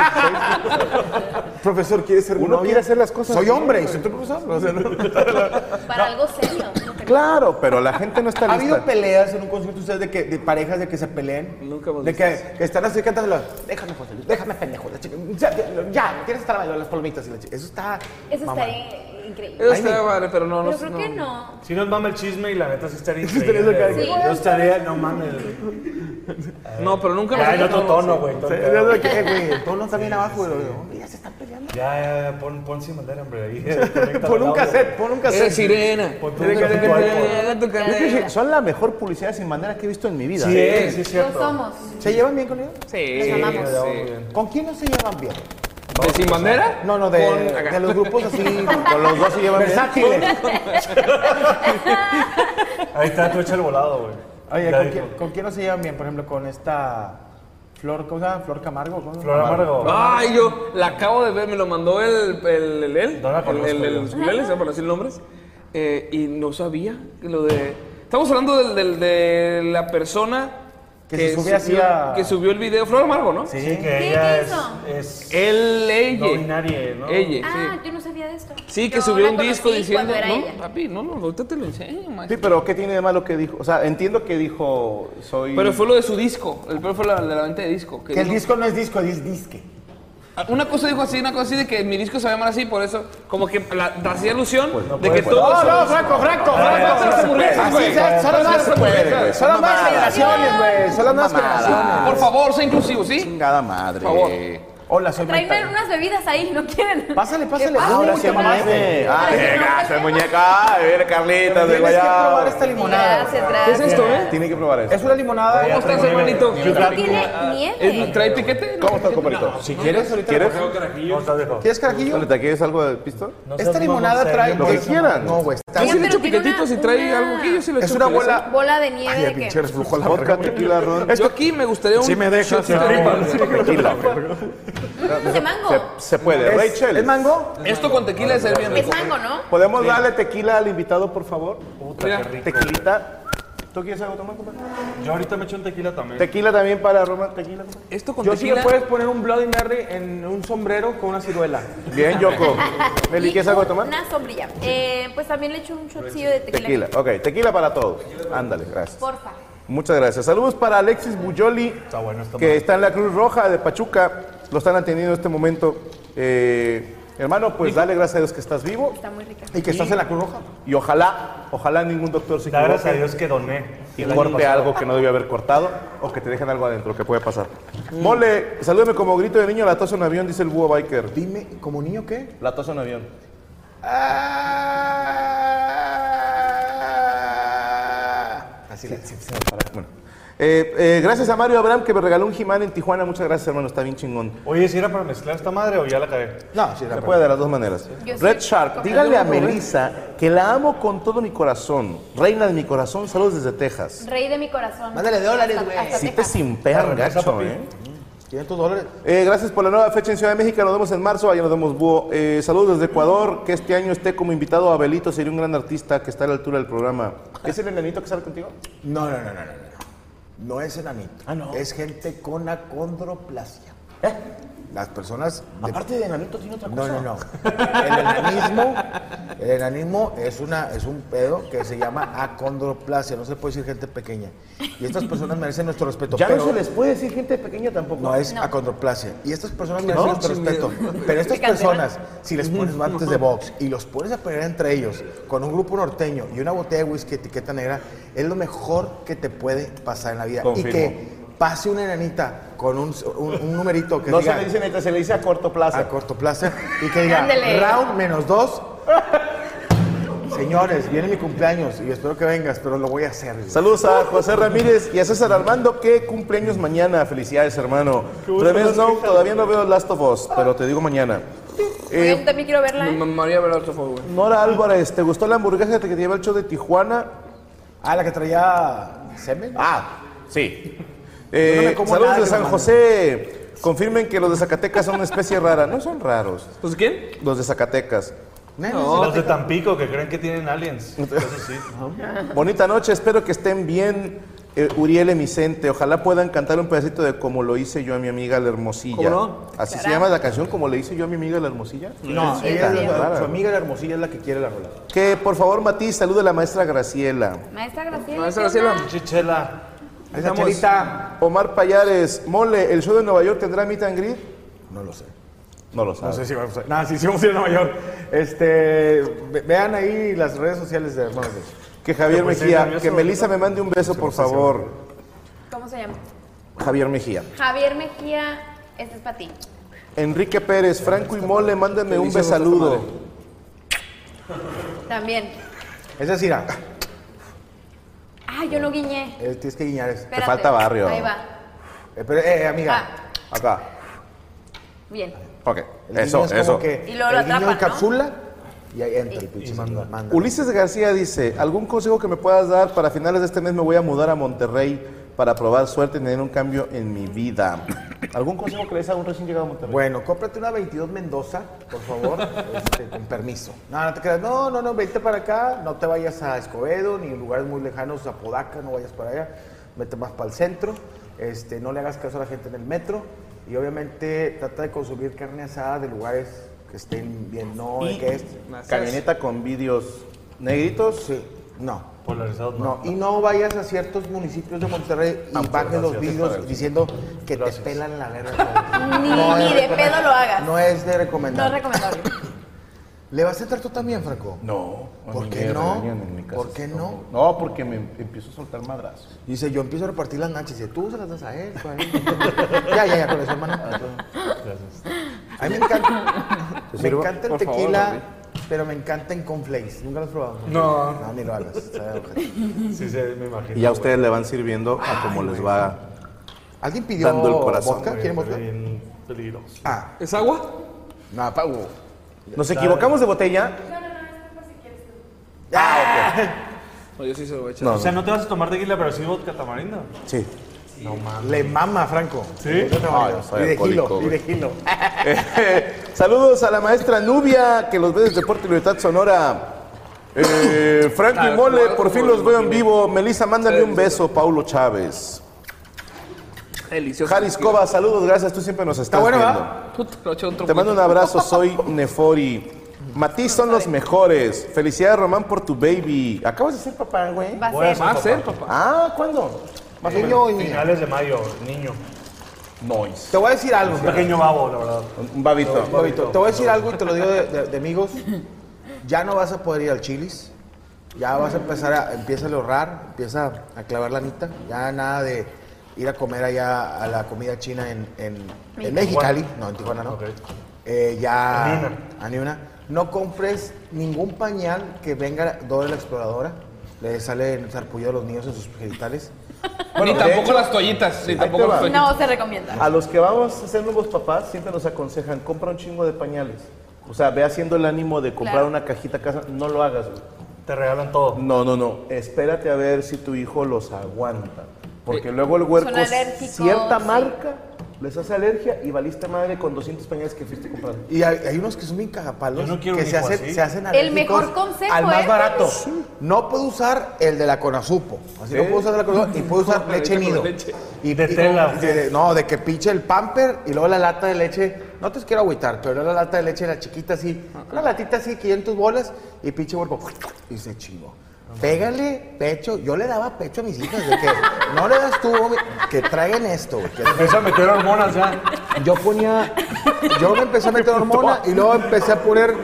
D: 16.
G: Profesor, ¿quieres ser mi
D: Uno
G: novia?
D: quiere hacer las cosas
G: Soy
D: bien,
G: hombre y
D: güey.
G: soy tu profesor. o sea, no.
F: Para algo serio.
D: Claro, pero la gente no está
G: ¿Ha
D: lista.
G: habido peleas en un concierto ustedes de, que, de parejas de que se peleen?
E: Nunca hemos
G: De
E: visto
G: que, que están así cantando, déjame José Luis, déjame pendejo, la chica, ya, ya, tienes que estar bailando las palomitas y la chica. Eso está...
F: Eso
G: mamá.
F: estaría increíble.
E: Eso está madre, pero no, no
F: Pero creo que no.
H: Si nos mama el chisme y la neta sí estaría increíble. güey.
F: Sí.
H: Yo estaría, no mames.
E: No, pero nunca
H: Ya, en
E: hemos-
H: otro tono, güey. todo el pedo.
G: Pero, ¿qué, eh, güey? El tono está bien abajo, güey. Hombre, ya se están peleando.
H: Ya, ya, ya, pon, pon sin bandera, hombre. Ahí, eh,
G: Pon un cassette, pon un
E: Eres
G: cassette.
E: sirena.
H: Pon tu-
E: Tiene que-
H: tu
E: tiene que-
H: iPhone.
E: tu
D: Yo creo
E: cadera.
D: que Son la mejor publicidad sin bandera que he visto en mi vida.
H: Sí,
D: ¿eh?
H: es, sí, es
F: Lo
H: cierto.
F: somos.
G: ¿Se llevan bien con ellos?
E: Sí,
F: Nos
E: sí.
F: amamos.
G: ¿Con quién no se llevan bien?
E: ¿De sin bandera?
G: No, no, de,
E: Con- acá.
G: de los grupos así, con los dos se llevan Versátiles.
H: Ahí está, tú echa el volado, güey.
G: Oye,
H: Ya
G: ¿con
H: dijo.
G: quién, ¿con quién no se llevan bien? Por ejemplo, con esta Flor, ¿cómo se llama? Flor Camargo. ¿cómo se llama?
H: Flor Amargo.
E: Ay, yo la acabo de ver, me lo mandó el. el, el, el
H: No la
E: el-
H: conozco
E: El, el,
H: yo.
E: el culele, se llama, para decir nombres. Eh, y no sabía que lo de. Estamos hablando del, del- de la persona.
G: Que se sube así a-
E: Que subió el video. Flor Amargo, ¿no?
H: Sí, que
F: ¿Qué
H: ella es,
F: hizo?
H: es
E: Él, ella.
H: no
E: Eh,
H: binaria, ¿no?
E: Ella,
F: Ah,
E: sí.
F: yo no sabía de esto.
E: Sí, que
F: Yo
E: subió
F: la
E: un disco
F: conocí
E: diciendo.
F: cuando era
E: No,
F: ella.
E: papi, no, no, ahorita te lo enseño, maestro.
D: Sí, pero ¿qué tiene de malo que dijo? O sea, entiendo que dijo, soy...
E: Pero fue lo de su disco. El peor fue la, de la venta de disco. que
G: Que el
E: dijo-
G: disco no es disco, es disque.
E: Una cosa dijo así, una cosa así de que mi disco se va a llamar así, por eso, como que la, la hacía ilusión
D: Pues
E: de que Ah, todo
G: No,
E: eso.
G: no, Franco, Franco,
E: Franco,
G: Franco.
E: las hamburguesas,
G: Así
E: güey.
G: se- Son las
E: Las
G: nuevas
E: hamburguesas, güey.
G: generaciones, Son las nuevas generaciones, güey. Son las nuevas generaciones.
E: Por favor, sea inclusivo, ¿sí?
D: Chingada madre.
E: Por favor.
G: Hola, soy
F: Traen
G: Maitán.
F: unas bebidas ahí, ¿no quieren?
G: Pásale, pásale.
F: Que pase.
G: Ahora sí,
F: Uy,
G: mamá.
F: gracias.
G: eh. Ah,
F: Ay, no,
D: Gracias,
F: no.
D: muñeca. Viene Carlitas de
G: Tienes que probar
D: Guayab.
G: esta limonada.
F: Gracias,
G: güey.
E: ¿Qué es
F: gracias.
E: esto, eh?
D: Tiene que probar eso.
G: Es una limonada.
E: ¿Cómo estás, hermanito?
F: No tiene
E: Eh,
F: nieve.
E: ¿Trae piquete?
D: ¿Cómo estás, compadrito?
G: Si quieres, ahorita.
D: ¿Quieres?
H: ¿Cómo estás, viejo?
G: ¿Quieres carajillo?
D: Ahorita, ¿Quieres algo de pisto?
H: No seas
G: Esta limonada
H: mamón,
G: trae.
H: serio,
D: Lo que
H: güey.
D: quieran.
G: No, güey. está-
E: Yo sí le echo
F: pero tiene
E: piquetitos y
F: una-
E: trae
F: una-
E: algo que yo sí le echo.
G: Es una
E: piquete.
G: bola.
F: Bola de nieve
G: Ay,
F: de
G: el
F: que-
G: pinche reflujo a la
D: Vodka,
G: verga.
D: tequila, ron.
E: Yo aquí me gustaría un.
J: Sí me dejas,
E: shotcito
J: sí.
E: de limón.
D: Tequila.
F: Mm, de mango.
D: Se, se puede.
G: ¿Es-
D: Rachel.
G: ¿Es mango?
E: Esto con tequila es el bien
F: Es
E: rico.
F: mango, ¿no?
D: ¿Podemos darle tequila al invitado, por favor?
H: Puta, qué rico.
D: Tequilita. ¿Tú quieres algo tomar, compadre?
H: Yo ahorita me echo un tequila también.
D: Tequila también para Roma, tequila. compadre.
E: Esto con
I: Yo sí
E: tequila.
I: le puedes poner un Bloody Mary en un sombrero con una ciruela.
D: Bien, Yoko. Meli,
F: Y
D: ¿quieres algo de tomar?
F: Una sombrilla. Eh, pues también le echo un shotcillo de tequila.
D: Tequila, ok, tequila para todos. Ándale, gracias.
F: Porfa.
D: Muchas gracias. Saludos para Alexis Buyoli, que está en la Cruz Roja de Pachuca. Lo están atendiendo en este momento. Eh, hermano, pues dale gracias a Dios que estás vivo.
F: Está muy rica.
D: Y que estás en la Cruz Roja. Y ojalá, ojalá ningún doctor se
H: Da gracias a
D: equivoque
H: Dios que doné.
D: y
H: El año
D: corte
H: pasado.
D: algo que no debió haber cortado o que te dejen algo adentro que puede pasar. Mole, salúdame como grito de niño, la tos en avión, dice el búho biker.
G: Dime, ¿como niño qué?
D: La tos en avión. Así la- sí, se me para. Bueno. Eh, eh, gracias a Mario Abraham que me regaló un Jimán en Tijuana. Muchas gracias, hermano. Está bien chingón.
H: Oye, si era para mezclar esta madre o ya la cagué.
G: No, sí,
D: Se puede de las dos maneras.
F: Yo
D: Red
F: sí,
D: Shark,
F: porque
D: dígale
F: yo
D: a
F: me borré.
D: Melissa que la amo con todo mi corazón. Reina de mi corazón, saludos desde Texas.
F: Rey de mi corazón.
G: Mándale dólares,
F: Hasta-
G: güey.
F: hasta
D: Sí te
F: Texas.
D: simpean,
H: regresa,
D: gacho,
H: papi.
D: ¿eh?
G: 500 dólares.
D: Eh, Gracias por la nueva fecha en Ciudad de México. Nos vemos en marzo. Allá nos vemos, Búho. Eh, saludos desde Ecuador. Que este año esté como invitado a Abelito. Sería un gran artista que está a la altura del programa. ¿Es el enanito que sale contigo? Ah,
G: No, no, no, no, no. no. No es enanito. Es gente con acondroplasia. Las personas. de-
D: ¿Eh? Aparte de enanito, tiene otra
G: No,
D: cosa.
G: no, no. El enanismo, el enanismo es, una, es un pedo que se llama acondroplasia. No se puede decir gente pequeña. Y estas personas merecen nuestro respeto.
D: Ya
G: pero
D: no se les puede decir gente pequeña tampoco.
G: No es acondroplasia. Y estas personas merecen nuestro respeto. Pero estas personas, si les pones guantes de box y los pones a pelear entre ellos con un grupo norteño y una botella de whisky etiqueta negra, es lo mejor que te puede pasar en la vida. Y
D: Confirmo.
G: que pase una enanita con un, un- un numerito que
D: No se
G: diga
D: le dice neta, se le dice a corto plazo.
G: a corto plazo y que diga
F: Ándele.
G: round menos dos. Señores, viene mi cumpleaños y espero que vengas, pero lo voy a hacer.
D: Saludos a José Ramírez y a César Armando, que cumpleaños mañana. Felicidades, hermano. Revés no, todavía no veo Last of Us, pero te digo mañana.
F: Oye,
D: Eh,
F: yo también quiero verla.
E: Me
F: ¿eh?
E: mamaría ver otro fuego, güey.
D: Nora Álvarez, ¿te gustó la hamburguesa que te lleva el show de Tijuana?
G: Ah, la que traía semen.
D: Ah, sí. Eh,
G: Yo no me como
D: saludos
G: nada
D: de
G: que
D: San
G: me
D: José. Confirmen que los de Zacatecas son una especie rara. No son raros,
E: ¿Pues quién?
D: los de Zacatecas.
H: No, los de Tampico que creen que tienen aliens. Eso sí.
D: Bonita noche, espero que estén bien. eh, Uriel Emicente, ojalá puedan cantar un pedacito de como lo hice yo a mi amiga la hermosilla.
E: ¿Cómo no?
D: Así se llama la canción, como le hice yo a mi amiga la hermosilla.
G: No,
D: Sí,
G: ella es
D: está
G: la-
D: rara.
G: su amiga la hermosilla es la que quiere la rola.
D: Que por favor, Matiz, salude a la maestra Graciela.
F: Maestra Graciela.
E: Maestra
F: ¿qué onda?
E: Graciela.
H: Chichela.
G: Ahí está Chelita.
D: Omar Payares, mole, ¿el show de Nueva York tendrá meet and greet?
G: No lo sé.
D: No lo sabe.
I: No sé si vamos a. Nada, sí, sí vamos a ir a Nueva York. Este. ve- Vean ahí las redes sociales de hermanos. Besos.
D: Que Javier
H: Pero, pues, sí,
D: Mejía,
H: nervioso,
D: que Melissa me mande un beso, por favor.
F: ¿Cómo se llama?
D: Javier Mejía.
F: Javier Mejía, este es para ti.
D: Enrique Pérez, Franco y Mole, mándenme un
E: Delicioso está
D: besaludo.
F: También.
G: Esa es Ira.
F: Ah, yo no guiñé.
G: Eh, tienes que guiñar eso.
F: Espérate.
D: falta barrio.
F: Ahí va.
G: Eh, pero, eh, amiga.
F: Ah,
D: Acá.
F: bien.
D: Ok.
G: el guiño
D: Eso,
G: es como
D: eso.
G: que
F: Y luego lo
G: el guiño
F: atrapan, ¿no?
G: encapsula y ahí entra el pinche. manda.
D: Ulises García dice, ¿algún consejo que me puedas dar? Para finales de este mes me voy a mudar a Monterrey para probar suerte y tener un cambio en mi vida. ¿Algún consejo que le des a un recién llegado a Monterrey?
G: Bueno, cómprate una 22 Mendoza, por favor, este, con permiso. No, no te creas, no, no, no, vete para acá, no te vayas a Escobedo, ni lugares muy lejanos, a Podaca, no vayas para allá, vete más para el centro, este, no le hagas caso a la gente en el metro y obviamente trata de consumir carne asada de lugares que estén bien, no, de
D: Y
G: que es...
D: camioneta con vídeos negritos.
G: Sí, no.
H: Polarizados no.
G: No, y no vayas a ciertos municipios de Monterrey
D: Ah,
G: y bajes los vídeos diciendo que te pelan la verga.
F: Ni,
G: No es
F: ni de pedo lo hagas. No,
G: No es de recomendar.
F: es recomendable.
G: ¿Le vas a entrar tú también, Franco?
D: No.
G: ¿Por
D: a mí
G: qué
D: me
G: no?
D: regañan en mi casa.
G: ¿Por qué no?
D: No, porque me empiezo a soltar madrazos.
G: Dice, yo empiezo a repartir las nachas. Dice, tú se las das a él. tú a él. ya, ya, ya, con eso, hermano.
H: Ah,
G: A mí me encanta, me
D: sirvo?
G: encanta el
E: Por favor,
G: tequila,
E: Barbie.
G: pero me encanta en conflays. ¿Nunca lo has probado?
H: No.
G: No, ni lo hagas. sabe, ojete.
H: Sí, sí, me imagino.
D: Y ya
H: güey.
D: ustedes le van sirviendo a como les va.
G: ¿Alguien pidió
D: Dando el corazón,
G: vodka?
D: güey,
G: ¿Quieren vodka?
H: Bien peligroso.
G: Ah,
E: ¿Es agua?
G: no, pa, uh.
D: ¿Nos equivocamos de botella?
E: No, yo sí se lo voy a echar.
D: No,
H: O sea, no te vas a tomar tequila, pero sí vodka tamarindo.
D: Sí.
G: Le mama, Franco.
H: ¿Sí?
D: No, yo soy
G: y de
D: alcohólico,
G: kilo, y
D: güey.
G: de kilo.
D: Saludos a la maestra Nubia, que los ve desde Puerto Libertad Sonora. Eh, Frankie
E: Ah,
D: Mole,
E: como-
D: por fin
E: como
D: los
E: el
D: veo en
E: motivo.
D: vivo. Melissa, mándale
E: Sí,
D: un beso, Paulo Chávez.
E: Delicioso.
D: Jaris Cova, saludos, gracias, tú siempre nos estás
G: bueno,
D: viendo.
E: Puta, lo eché otro
D: Te mando un
E: poquito.
D: abrazo, soy Nefori. Matiz son los mejores. Felicidades, Román, por tu baby. Acabas de ser papá, güey.
F: Va a ser.
E: Va a ser, papá.
D: Ah, ¿cuándo?
G: Más niño hoy, niña.
H: Finales de mayo, niño.
D: Noise.
G: Te voy a decir algo.
H: Pequeño babo, la verdad.
D: Un babito.
G: Bobito, te voy a decir algo y te lo digo de, de- de amigos. Ya no vas a poder ir al chilis. Ya vas a empezar a. Empieza a ahorrar, empieza a clavar la anita. Ya nada de ir a comer allá a la comida china en, en, en Mexicali. No, en Tijuana no.
H: Ok.
G: Eh,
H: A
G: ya.
H: Nina.
G: A Nina. No compres ningún pañal que venga Dora la exploradora. Le sale el sarpullido a los niños en sus genitales.
E: ni tampoco las toallitas. Ni tampoco
D: te
E: las
D: va. Ah.
E: toallitas.
F: No se recomienda.
D: A los que vamos a ser nuevos papás, siempre nos aconsejan, compra un chingo de pañales. O sea, ve haciendo el ánimo de comprar
F: Claro.
D: una cajita a casa. No lo hagas, güey.
H: Te regalan todo.
D: No, no, no. Espérate a ver si tu hijo los aguanta. Porque luego el huerco,
F: Eh, Son alérgicos,
D: cierta
F: sí.
D: marca, les hace alergia y valiste madre con 200 pañales que fuiste a comprar.
G: Y hay, hay unos que son bien cagapalos
H: Yo no quiero
G: que
H: un
G: se
H: hijo
G: hacen,
H: así.
G: se hacen
F: El mejor
G: alérgicos
F: consejo,
G: al
F: ¿eh?
G: más barato.
F: Sí.
G: No puedo usar el de la Conasupo. Así no
D: Sí.
G: puedo usar el de la Conasupo y puedo usar
E: Con
G: leche
E: leche, con
G: nido.
E: leche.
G: Y,
H: De
G: y-
H: tela.
G: de- de- no, de que pinche el pamper y luego la lata de leche. No te quiero agüitar, pero la lata de leche, la chiquita así, una latita así, 500 bolas y pinche huerco. Y se chingó. Pégale pecho. Yo le daba pecho a mis hijas de que no le das tú, hombre, que traigan esto. güey, que
I: Empieza a meter hormonas ya.
G: yo ponía, yo me empecé a meter hormona y luego empecé a poner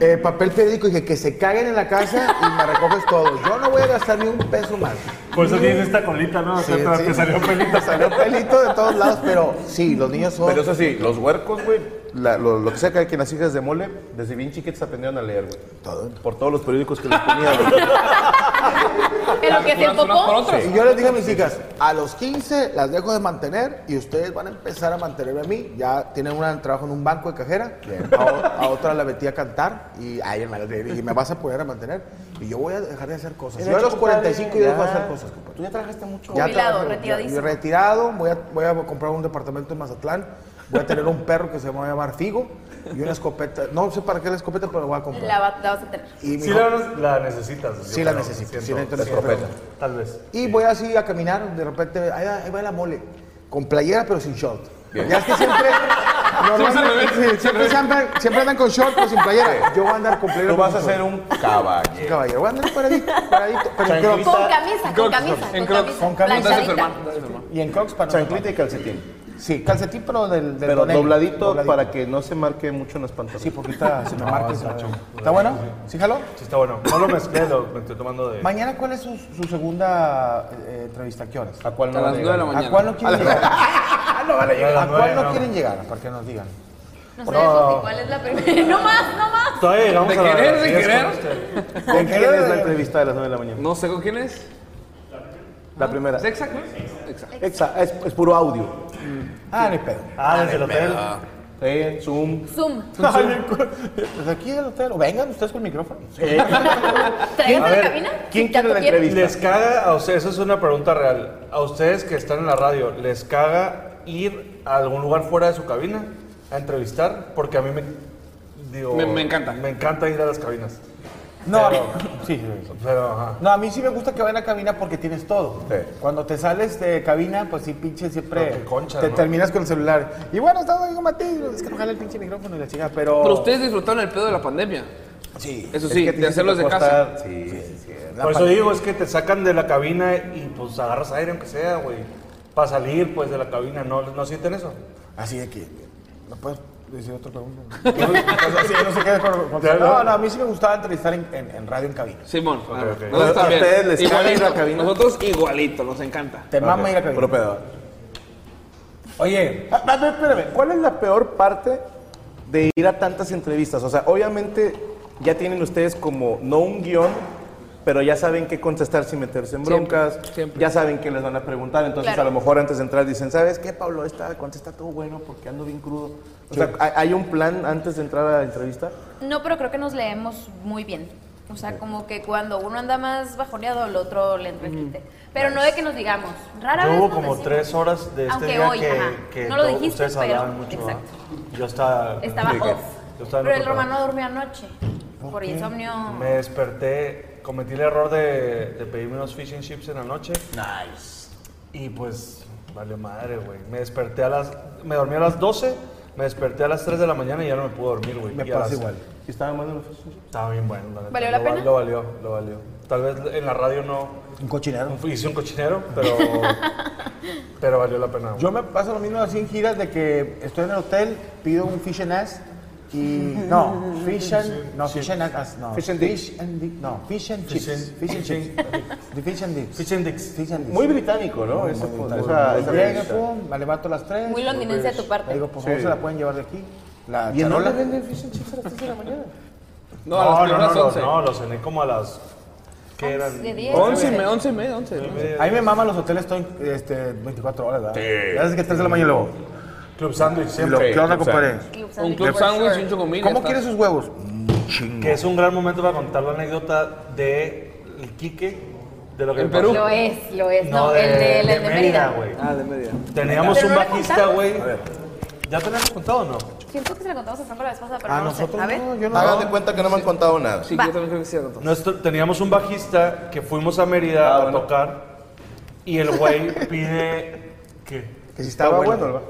G: eh, papel periódico y dije que se caguen en la casa y me recoges todo. Yo no voy a gastar ni un peso más.
H: Por eso tienes esta colita, ¿no? O sea, te- te salió pelita.
G: Salió pelito de todos lados, pero sí, los niños son.
D: Pero eso sí, los huercos, güey, la- lo, lo que sea que hay que en las hijas de mole, desde bien chiquitas aprendieron a leer, güey.
G: Todo.
D: Por todos los periódicos que les ponía, güey.
F: En lo que se
E: Unas- unas por
F: popó.
E: otras.
G: Y yo les dije a mis hijas, a los 15 las dejo de mantener y ustedes van a empezar a mantenerme a mí. Ya tienen una trabajo en un banco de cajera, a, o- a otra la metí a cantar y, ay, hermano, y me vas a poner a mantener. Y yo voy a dejar de hacer cosas. Yo a los 45 yo dejo de hacer cosas, compadre.
D: Tú ya trabajaste mucho.
G: Ya
F: Jubilado,
G: trabajé, ya-
F: retiradísimo.
G: yo retirado, voy a, voy a comprar un departamento en Mazatlán, voy a tener un perro que se va a llamar Figo y una escopeta. No sé para qué la escopeta, pero la voy a comprar.
F: La va- la vas a tener.
G: Y mi
H: Sí
G: hijo-
H: la, la necesitas. yo
G: Sí la
H: creo,
G: necesito,
H: siento.
G: sí necesito la
H: Siento.
G: escopeta.
H: Tal vez.
G: Y voy así a caminar, de repente, ahí, va- ahí va la mole, con playera pero sin short. Ya es que siempre, normalmente,
E: Siempre
G: sí, siempre, siempre- siempre andan con short pero sin playera. Yo voy a andar con playera
D: Tú
G: pero
D: vas a
G: sin short.
D: ser un caballero.
G: Sí, caballero, voy a andar paradito, paradito, pero en
D: Tranquilo.
G: crocs.
F: Con camisa, con camisa. Con
E: En Crocs.
F: camisa.
G: Con camisa.
E: No te haces
F: planchadita.
E: enfermar, no te haces enfermar.
G: Y en crocs para
D: Chanclita y calcetín.
G: Sí, calcetín pero del, del
D: Pero
G: tonel.
D: dobladito,
G: Dobladito.
D: para que no se marque mucho en las pantalones.
G: Sí, porque ahorita se me marca y se me chonga. ¿Está bueno? ¿Sí, jaló?
H: Sí, está bueno. No lo mezclé, lo, me estoy tomando de.
G: Mañana, ¿cuál es su, su segunda eh, entrevista? ¿A qué horas?
D: ¿A cuál
E: A
D: no
E: las
D: le
E: 9 de la
D: ganas?
E: mañana.
G: ¿A cuál no quieren llegar?
H: llegar.
G: ¿A cuál
H: No.
G: no quieren llegar? Para que nos digan.
F: No sabemos ni cuál es la primera. No más, no más.
H: Todavía llegamos
E: ¿De
H: a la.
E: querer, de
H: diez con
E: querer?
H: usted.
D: ¿Con quién es la entrevista de las 9 de la mañana?
E: No sé con quién es.
D: La primera.
E: ¿Sexa? ¿no? Sexa.
D: Exa, es, es puro audio.
E: Mm.
G: Ah, ni pedo.
H: Ah, desde el hotel.
D: Sí, Zoom.
F: Zoom.
G: Desde aquí del hotel. o Vengan ustedes con micrófono.
F: ¿Traigan
H: A
F: la
H: ver,
F: cabina?
D: ¿quién
F: Si tanto
D: quiere la
F: quieren.
D: entrevista?
H: Les caga, a ustedes, eso es una pregunta real. A ustedes que están en la radio, ¿les caga ir a algún lugar fuera de su cabina a entrevistar? Porque a mí me. Digo,
E: Me- me encanta.
H: Me encanta ir a las cabinas.
G: No,
H: Pero-
G: sí, sí, sí.
H: Pero, ajá.
G: No, a mí sí me gusta que vayan a cabina porque tienes todo.
D: Sí.
G: Cuando te sales de cabina, pues sí, pinche, siempre
H: No, qué concha,
G: te
H: ¿no?
G: terminas con el celular. Y bueno, estaba ahí con Matiz, es que no jala el pinche micrófono y la chica, pero...
E: Pero ustedes disfrutaron el pedo de la pandemia.
G: Sí.
E: Eso
D: Es
E: sí,
D: que
E: de
D: tienes que
E: hacerlos de casa.
D: acostar. Sí, sí, sí.
H: Por eso digo, es que te sacan de la cabina y pues agarras aire aunque sea, güey. Para salir pues de la cabina, ¿no, no sienten eso?
G: Así de que... ¿No puedes decir otra pregunta? pues,
H: pues,
G: Así, no sé qué... con- con- No, no, a mí sí me gustaba entrevistar en, en- en radio en cabina.
E: Simón, claro.
H: ok.
E: nosotros
D: A
E: también.
D: ustedes les caga ir a
E: Igualito.
D: la cabina.
E: Nosotros igualito, nos encanta.
G: Te mama
D: Ok,
G: ir a cabina.
D: Puro pedo.
G: Oye,
D: Ah, ah, espérame, ¿cuál es la peor parte de ir a tantas entrevistas? O sea, obviamente ya tienen ustedes como, no un guión, pero ya saben qué contestar sin meterse en
E: Siempre,
D: broncas,
E: siempre.
D: ya saben qué les van a preguntar, entonces
F: Claro.
D: a lo mejor antes de entrar dicen, ¿sabes qué, Pablo? Esta contesta todo bueno porque ando bien crudo. O sea, ¿hay- ¿hay un plan antes de entrar a la entrevista?
F: No, pero creo que nos leemos muy bien. O sea, como que cuando uno anda más bajoneado, el otro le enriquece. Pero no de que nos digamos. Rara
H: Yo
F: vez.
H: hubo
F: nos
H: como
F: decimos.
H: tres horas de este
F: Aunque
H: día
F: hoy,
H: que,
F: ajá.
H: que
F: No lo
H: to-
F: dijiste,
H: ustedes
F: pero-
H: hablaban mucho, ¿verdad?
F: exacto.
H: Yo estaba...
F: Estaba
H: Sí,
F: off.
H: Yo estaba en
F: pero
H: otro
F: el romano durmió anoche. Por insomnio.
H: Me desperté, cometí el error de, de pedirme unos fish and chips en la noche.
G: Nice.
H: Y pues, valió madre, güey. Me desperté a las. Me dormí a las 12, me desperté a las 3 de la mañana y ya no me pude dormir, güey.
G: Me
H: Y a
G: pasa
H: las-
G: igual.
D: ¿Y estaba mal en los ojos?
H: Estaba bien bueno, la neta.
F: ¿Valió la
H: Lo
F: pena?
H: Lo valió, lo valió. Tal vez en la radio no
G: Un cochinero.
H: hice un cochinero, pero. pero valió la pena. güey.
G: Yo me pasa lo mismo así en giras de que estoy en el hotel, pido un fish and ass y no, fish and no fish and ass, no.
D: Fish and
G: fish and dip, no, fish and
H: Fish
G: chips,
H: and-
G: fish and chips, The fish and dips.
H: Fish and Dicks.
G: Fish and dips.
D: Muy británico, ¿no? Ese- esa- esa
G: Llega,
D: revista.
G: pum, me levanto a las tres. pues,
F: Muy londinense de tu parte.
G: Le digo, por favor,
D: Sí.
G: se la pueden llevar de aquí. La
D: ¿Y en dónde
G: charola.
D: venden fish and chips a las 3 de la mañana?
E: No, a las primeras
H: no,
E: 11.
H: no, lo cené como a las. ¿Qué eran?
F: De 10.
E: 11 y media, 11 y media, 11.
G: A mí me maman los hoteles, estoy este, 24 horas, ¿verdad? Ya sabes que 3 de la mañana y luego.
H: Club Sandwich
G: y luego,
H: siempre.
G: ¿Qué onda, compadre?
F: Club
E: Un
F: Sandwich
E: club
F: for
E: sándwich y
F: sure.
E: un chocomil.
G: ¿Cómo
E: ya
G: quieres
E: está.
G: sus huevos? Mm, Chingo.
H: Que es un gran momento para contar la anécdota de el Quique, de lo que
E: En
H: le
E: Perú.
H: pasó.
F: Lo es, lo es. No,
H: de-
F: el de, el de Mérida.
H: güey.
E: Ah, de media.
H: Teníamos
F: Pero
H: un
F: no lo
H: bajista,
F: contamos.
H: güey. ¿Ya te lo hemos contado o no?
F: Siento que se lo contamos a Franco la vez pasada, pero
G: A
F: no lo sé.
G: nosotros
F: A ver.
G: no, yo no.
D: Hagan de cuenta que no me han contado nada.
E: Sí, yo también creo que sí, Roto.
H: Nuestro- teníamos un bajista que fuimos a Mérida
D: Ah,
H: a
D: bueno.
H: tocar y el güey pide que
G: Que si estaba bueno, el ba-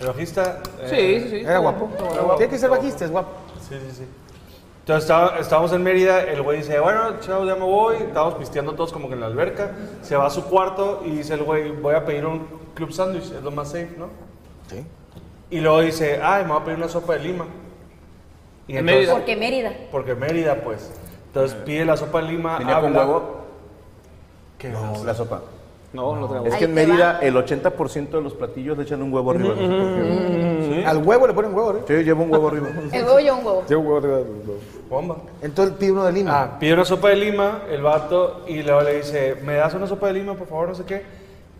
H: el bajista eh,
E: Sí, sí, sí.
G: Era guapo. Tiene que ser bajista, es guapo.
H: Sí, sí, sí. Entonces estaba- estábamos en Mérida, el güey dice, bueno, chavos, ya me voy. Estábamos pisteando todos como que en la alberca. Se va a su cuarto y dice el güey, voy a pedir un club sándwich, es lo más safe, ¿no?
G: Sí.
H: Y luego dice, ay, me voy a pedir una sopa de lima. Y
E: En
H: entonces-
E: Mérida. Eh.
F: Porque Mérida.
H: Porque Mérida, pues. Entonces pide la sopa de lima.
D: ¿Venía con
H: habla-
D: huevo?
H: ¿Qué
D: No,
H: grasa.
D: la sopa.
E: No, no
D: Es
E: traemos.
D: que en
F: Ahí te
D: Mérida el 80% de los platillos le echan un huevo arriba.
E: Mm.
G: Al huevo le ponen huevo, ¿eh?
D: Sí, lleva un huevo arriba.
F: El huevo y un huevo.
I: Yo huevo arriba del huevo.
H: Bomba.
G: Entonces pide uno de lima.
H: Ah, pide una sopa de lima, el vato, y luego le dice, ¿me das una sopa de lima, por favor, no sé qué?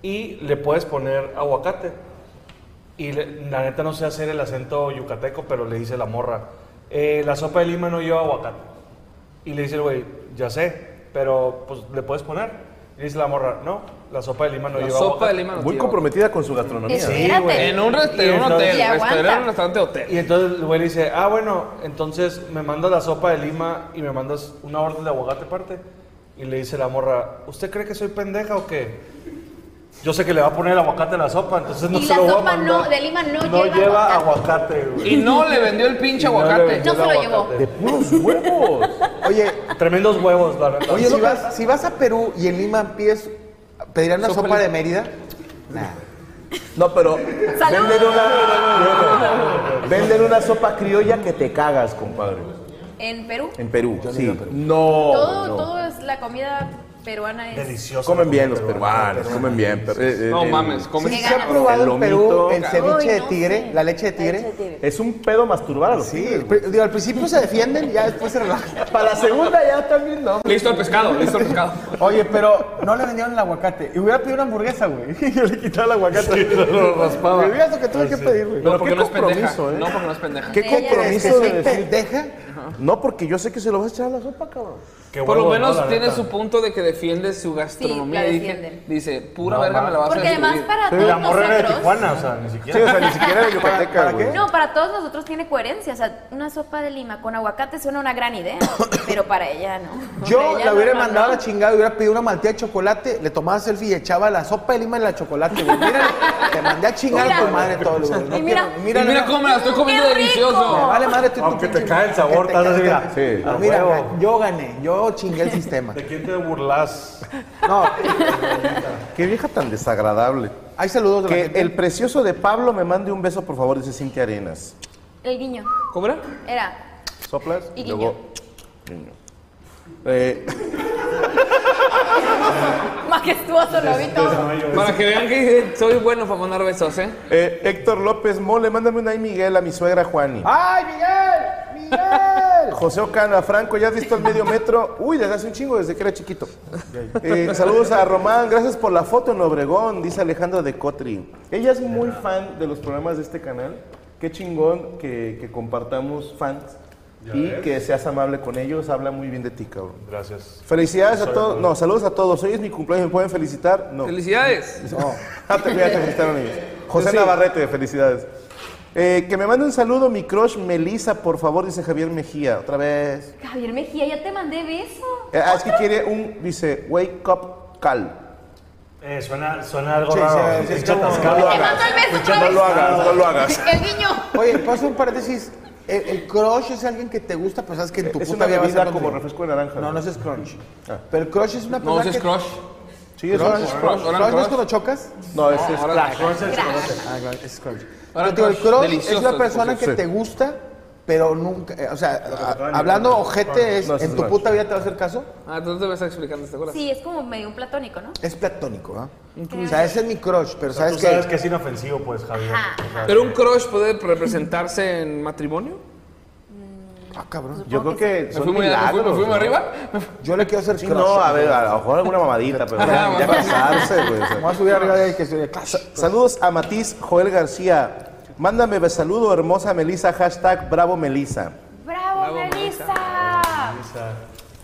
H: Y le puedes poner aguacate. Y le- la neta no sé hacer el acento yucateco, pero le dice la morra, "Eh, la sopa de lima no lleva aguacate. Y le dice el güey, ya sé, pero pues le puedes poner. Y dice la morra, no, la sopa de lima no
E: La
H: lleva
E: sopa de
H: aguacate".
E: lima no
D: Muy
E: lleva.
D: comprometida con su gastronomía.
F: Sí.
H: güey.
E: En un restaurante, en un
H: Y
E: hotel,
F: aguanta.
E: restaurante, en un restaurante
H: Y
E: hotel.
H: entonces el güey le dice, ah, bueno, entonces me mandas la sopa de lima y me mandas una orden de aguacate aparte. Y le dice la morra, ¿usted cree que soy pendeja o qué? Yo sé que le va a poner aguacate a la sopa, entonces no
F: Y
H: se
F: la
H: lo voy a
F: sopa no-
H: mandar".
F: de lima no lleva
H: lleva aguacate, güey.
E: Y no le vendió el pinche
H: Y no le
E: aguacate.
H: vendió
F: No
H: el
F: se lo llevó.
H: aguacate.
D: De puros huevos.
G: Oye,
H: Tremendos huevos, la verdad.
G: oye si, vas, si vas a Perú y en Lima pides, ¿pedirán una
E: Sopa
G: sopa,
E: lima.
G: de Mérida? Nah.
D: No, pero venden una, venden una sopa criolla que te cagas, compadre.
F: En Perú.
D: En Perú, sí. No,
F: Todo,
D: no.
F: todo es la comida peruana es.
H: Delicioso.
D: Comen bien los peruanos, comen bien. pero- eh, eh,
E: No
D: el-
E: mames, come
G: Sí,
F: Qué
G: se ha
F: ganas.
G: probado en
D: El
G: Perú
D: lomito.
G: el ceviche
F: Uy,
G: de
F: no
G: tigre,
F: sé.
G: la leche de tigre.
D: Es un pedo masturbar a los
G: Sí,
D: tigres.
G: pri- digo, al principio se defienden, ya después se relajan.
D: Para la segunda ya también no.
E: Listo el pescado, listo el pescado.
G: Oye, pero no le vendieron el aguacate. Y hubiera pedido una hamburguesa, güey. Y yo le quitaba el aguacate.
D: Lo raspaba.
G: Me digas lo que tuve que pedir, güey.
E: No,
D: Pero
E: porque
D: qué
E: no es pendeja.
D: compromiso, ¿eh?
E: No, porque no es pendeja.
D: ¿Qué
F: Sí, ya
G: ¿Crees que
D: compromiso
G: soy
D: de decir?
G: pendeja?
D: No, porque yo sé que se lo vas a echar a la sopa, cabrón.
H: Qué
E: Por lo
H: huevos, ¿no?
E: menos
H: La
E: tiene
H: neta.
E: su punto de que defiende su gastronomía.
F: la
E: Dije-
F: defiende.
E: dice, pura
H: No,
E: verga
H: ma.
E: me la vas
F: Porque
E: a destruir.
F: además para todos
H: La morra era de
F: nosotros.
H: Tijuana, o sea, ni
D: Sí, o
H: siquiera.
D: sea, ni siquiera era yucateca, güey.
F: No, para todos nosotros tiene coherencia. O sea, una sopa de lima con aguacate suena una gran idea, pero para ella no.
G: Yo
F: Para ella
G: la
F: no,
G: hubiera
F: no,
G: mandado
F: no.
G: a la chingada, hubiera pedido una malteada de chocolate, le tomaba selfie y echaba la sopa de lima en la chocolate, güey. Mírale, te mandé a chingar a tu
F: Mira.
G: madre todo, güey. No
F: Y mira,
G: quiero-
E: Y mira cómo me la estoy comiendo
F: ¡Qué rico!
G: Me
E: delicioso.
G: vale madre tú y tu
H: Aunque te
G: pinche-
H: cae el sabor,
G: que te
H: estás así,
G: cae-
H: mira.
D: Sí.
G: Ah,
H: A
G: mira,
H: huevo.
G: yo gané, yo chingué el sistema.
H: ¿De quién te burlas?
G: No,
D: Qué vieja tan desagradable.
G: hay saludos de la
D: Que
G: gente.
D: el precioso de Pablo me mande un beso, por favor, dice Cintia Arenas.
F: El guiño.
E: ¿Cómo era?
F: Era.
D: Soplas
F: Y
D: y
F: guiño.
D: luego. Guiño. Eh,
F: Majestuoso, lo
D: Este,
F: vi todo.
E: Para que vean que soy bueno para mandar besos, ¿eh?
D: eh, Héctor López Mole, mándame una y Miguel a mi suegra Juani.
G: ¡Ay, Miguel! ¡Miguel!
D: José Ocana, Franco, ¿ya has visto el medio metro? Uy, desde hace un chingo, desde que era chiquito. Eh, saludos a Román, gracias por la foto en Obregón, dice Alejandra de Cotri. Ella es muy fan de los programas de este canal. Qué chingón que, que compartamos fans y que seas amable con ellos. Habla muy bien de ti, cabrón.
H: Gracias.
D: Felicidades a todos. No, saludos a todos. Hoy es mi cumpleaños, ¿me pueden felicitar? No.
E: Felicidades.
D: No. Ah, te, ya te felicitaron ellos. José Navarrete, felicidades. Eh, que me mande un saludo mi crush Melissa, por favor, dice Javier Mejía. Otra vez.
F: Javier Mejía, ya te mandé beso.
D: Eh, ah, es que quiere un, dice, wake up call.
H: Eh, suena, suena algo
G: Sí, sí,
H: raro.
G: sí, es
H: Pinche
G: como-
H: atascado.
G: no lo
F: Te mando el beso
I: Escucha,
F: otra
I: no
F: vez.
I: lo hagas, no lo hagas.
F: El niño.
G: Oye, paso un paréntesis. El, el crush es alguien que te gusta, pero sabes que en tu
D: Es
G: puta
D: una
G: vida vas a
D: bebida
G: encontrar-
D: como refresco de naranja. Ah.
G: No, no es crunch. Pero el crush es una
E: No,
G: persona
E: ese es
G: que...
E: crush.
D: Sí, es
G: Crush,
D: un-
G: crush,
E: crush,
G: crush
E: ahora
G: no es
E: crush.
G: cuando chocas.
D: No, es, es
E: Ahora la crush.
G: Ah, claro, es crush.
E: Ahora
G: Pero
E: crush,
G: digo, el crush es
E: delicioso,
G: una persona
D: sí.
G: que te gusta, pero nunca, eh, o sea, a- hablando ojete es,
D: No, ese
G: en
D: es
G: tu
D: crush.
G: puta vida te va a hacer caso,
E: Ah, tú te vas explicando esta cosa.
D: Pues
F: Sí, es como medio un platónico, ¿no?
G: es platónico, ¿ah? O sea, ese es mi crush, pero
H: Tú
G: sabes que
H: sabes que es inofensivo, pues, Javier. O sea,
E: ¿Pero un crush puede representarse en matrimonio?
G: ah, cabrón,
D: Yo creo que
E: ¿Me
D: son
E: fui muy, me fui-
D: milagros.
E: me fui muy
D: ¿no?
E: arriba?
G: yo le quiero hacer
D: Sí,
G: crush.
D: no, a ver, a lo mejor alguna mamadita, pero
E: Ah,
D: ya, ya casarse, güey. o sea.
G: Me voy a subir arriba de ahí que soy de crush.
D: Saludos a Matiz Joel García. Mándame saludo, hermosa Melissa, hashtag bravo Melissa.
F: ¡Bravo, Melissa!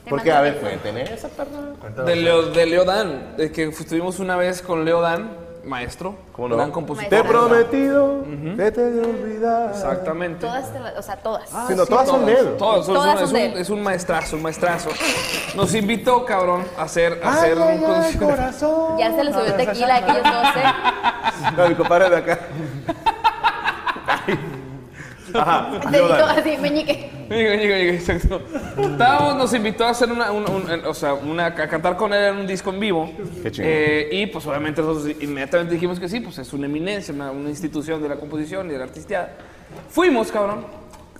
F: Te
D: Porque,
F: mandé
D: a ver,
F: beso.
D: cuénteme esa persona.
E: De Leo, de Leo Dan, de que estuvimos una vez con Leo Dan, maestro,
D: ¿Cómo no?
E: gran compositor.
D: Te he
F: Maestro.
D: prometido que te he olvidado.
E: Exactamente.
F: Todas, te la- o sea, todas.
G: Ah,
D: Si no, todas son de él.
E: Todos, son-
F: Todas
E: es,
F: son de
E: un,
F: él.
E: es un maestrazo, un maestrazo. Nos invitó, cabrón, a hacer, a
G: Ay,
E: hacer un
G: ay, ay,
E: concierto.
G: corazón.
F: Ya se le subió tequila a aquellos dos, ¿eh?
D: No, mi compadre de acá. Ajá,
F: Dedito
D: Jordan.
F: así, meñique.
E: Llega, llega, llega, exacto. Estábamos, nos invitó a hacer una, una- un- o sea, una- a cantar con él en un disco en vivo.
D: Qué chingón.
E: Eh, y pues obviamente nosotros inmediatamente dijimos que sí, pues es una eminencia, una, una institución de la composición y de la artisteada. Fuimos, cabrón.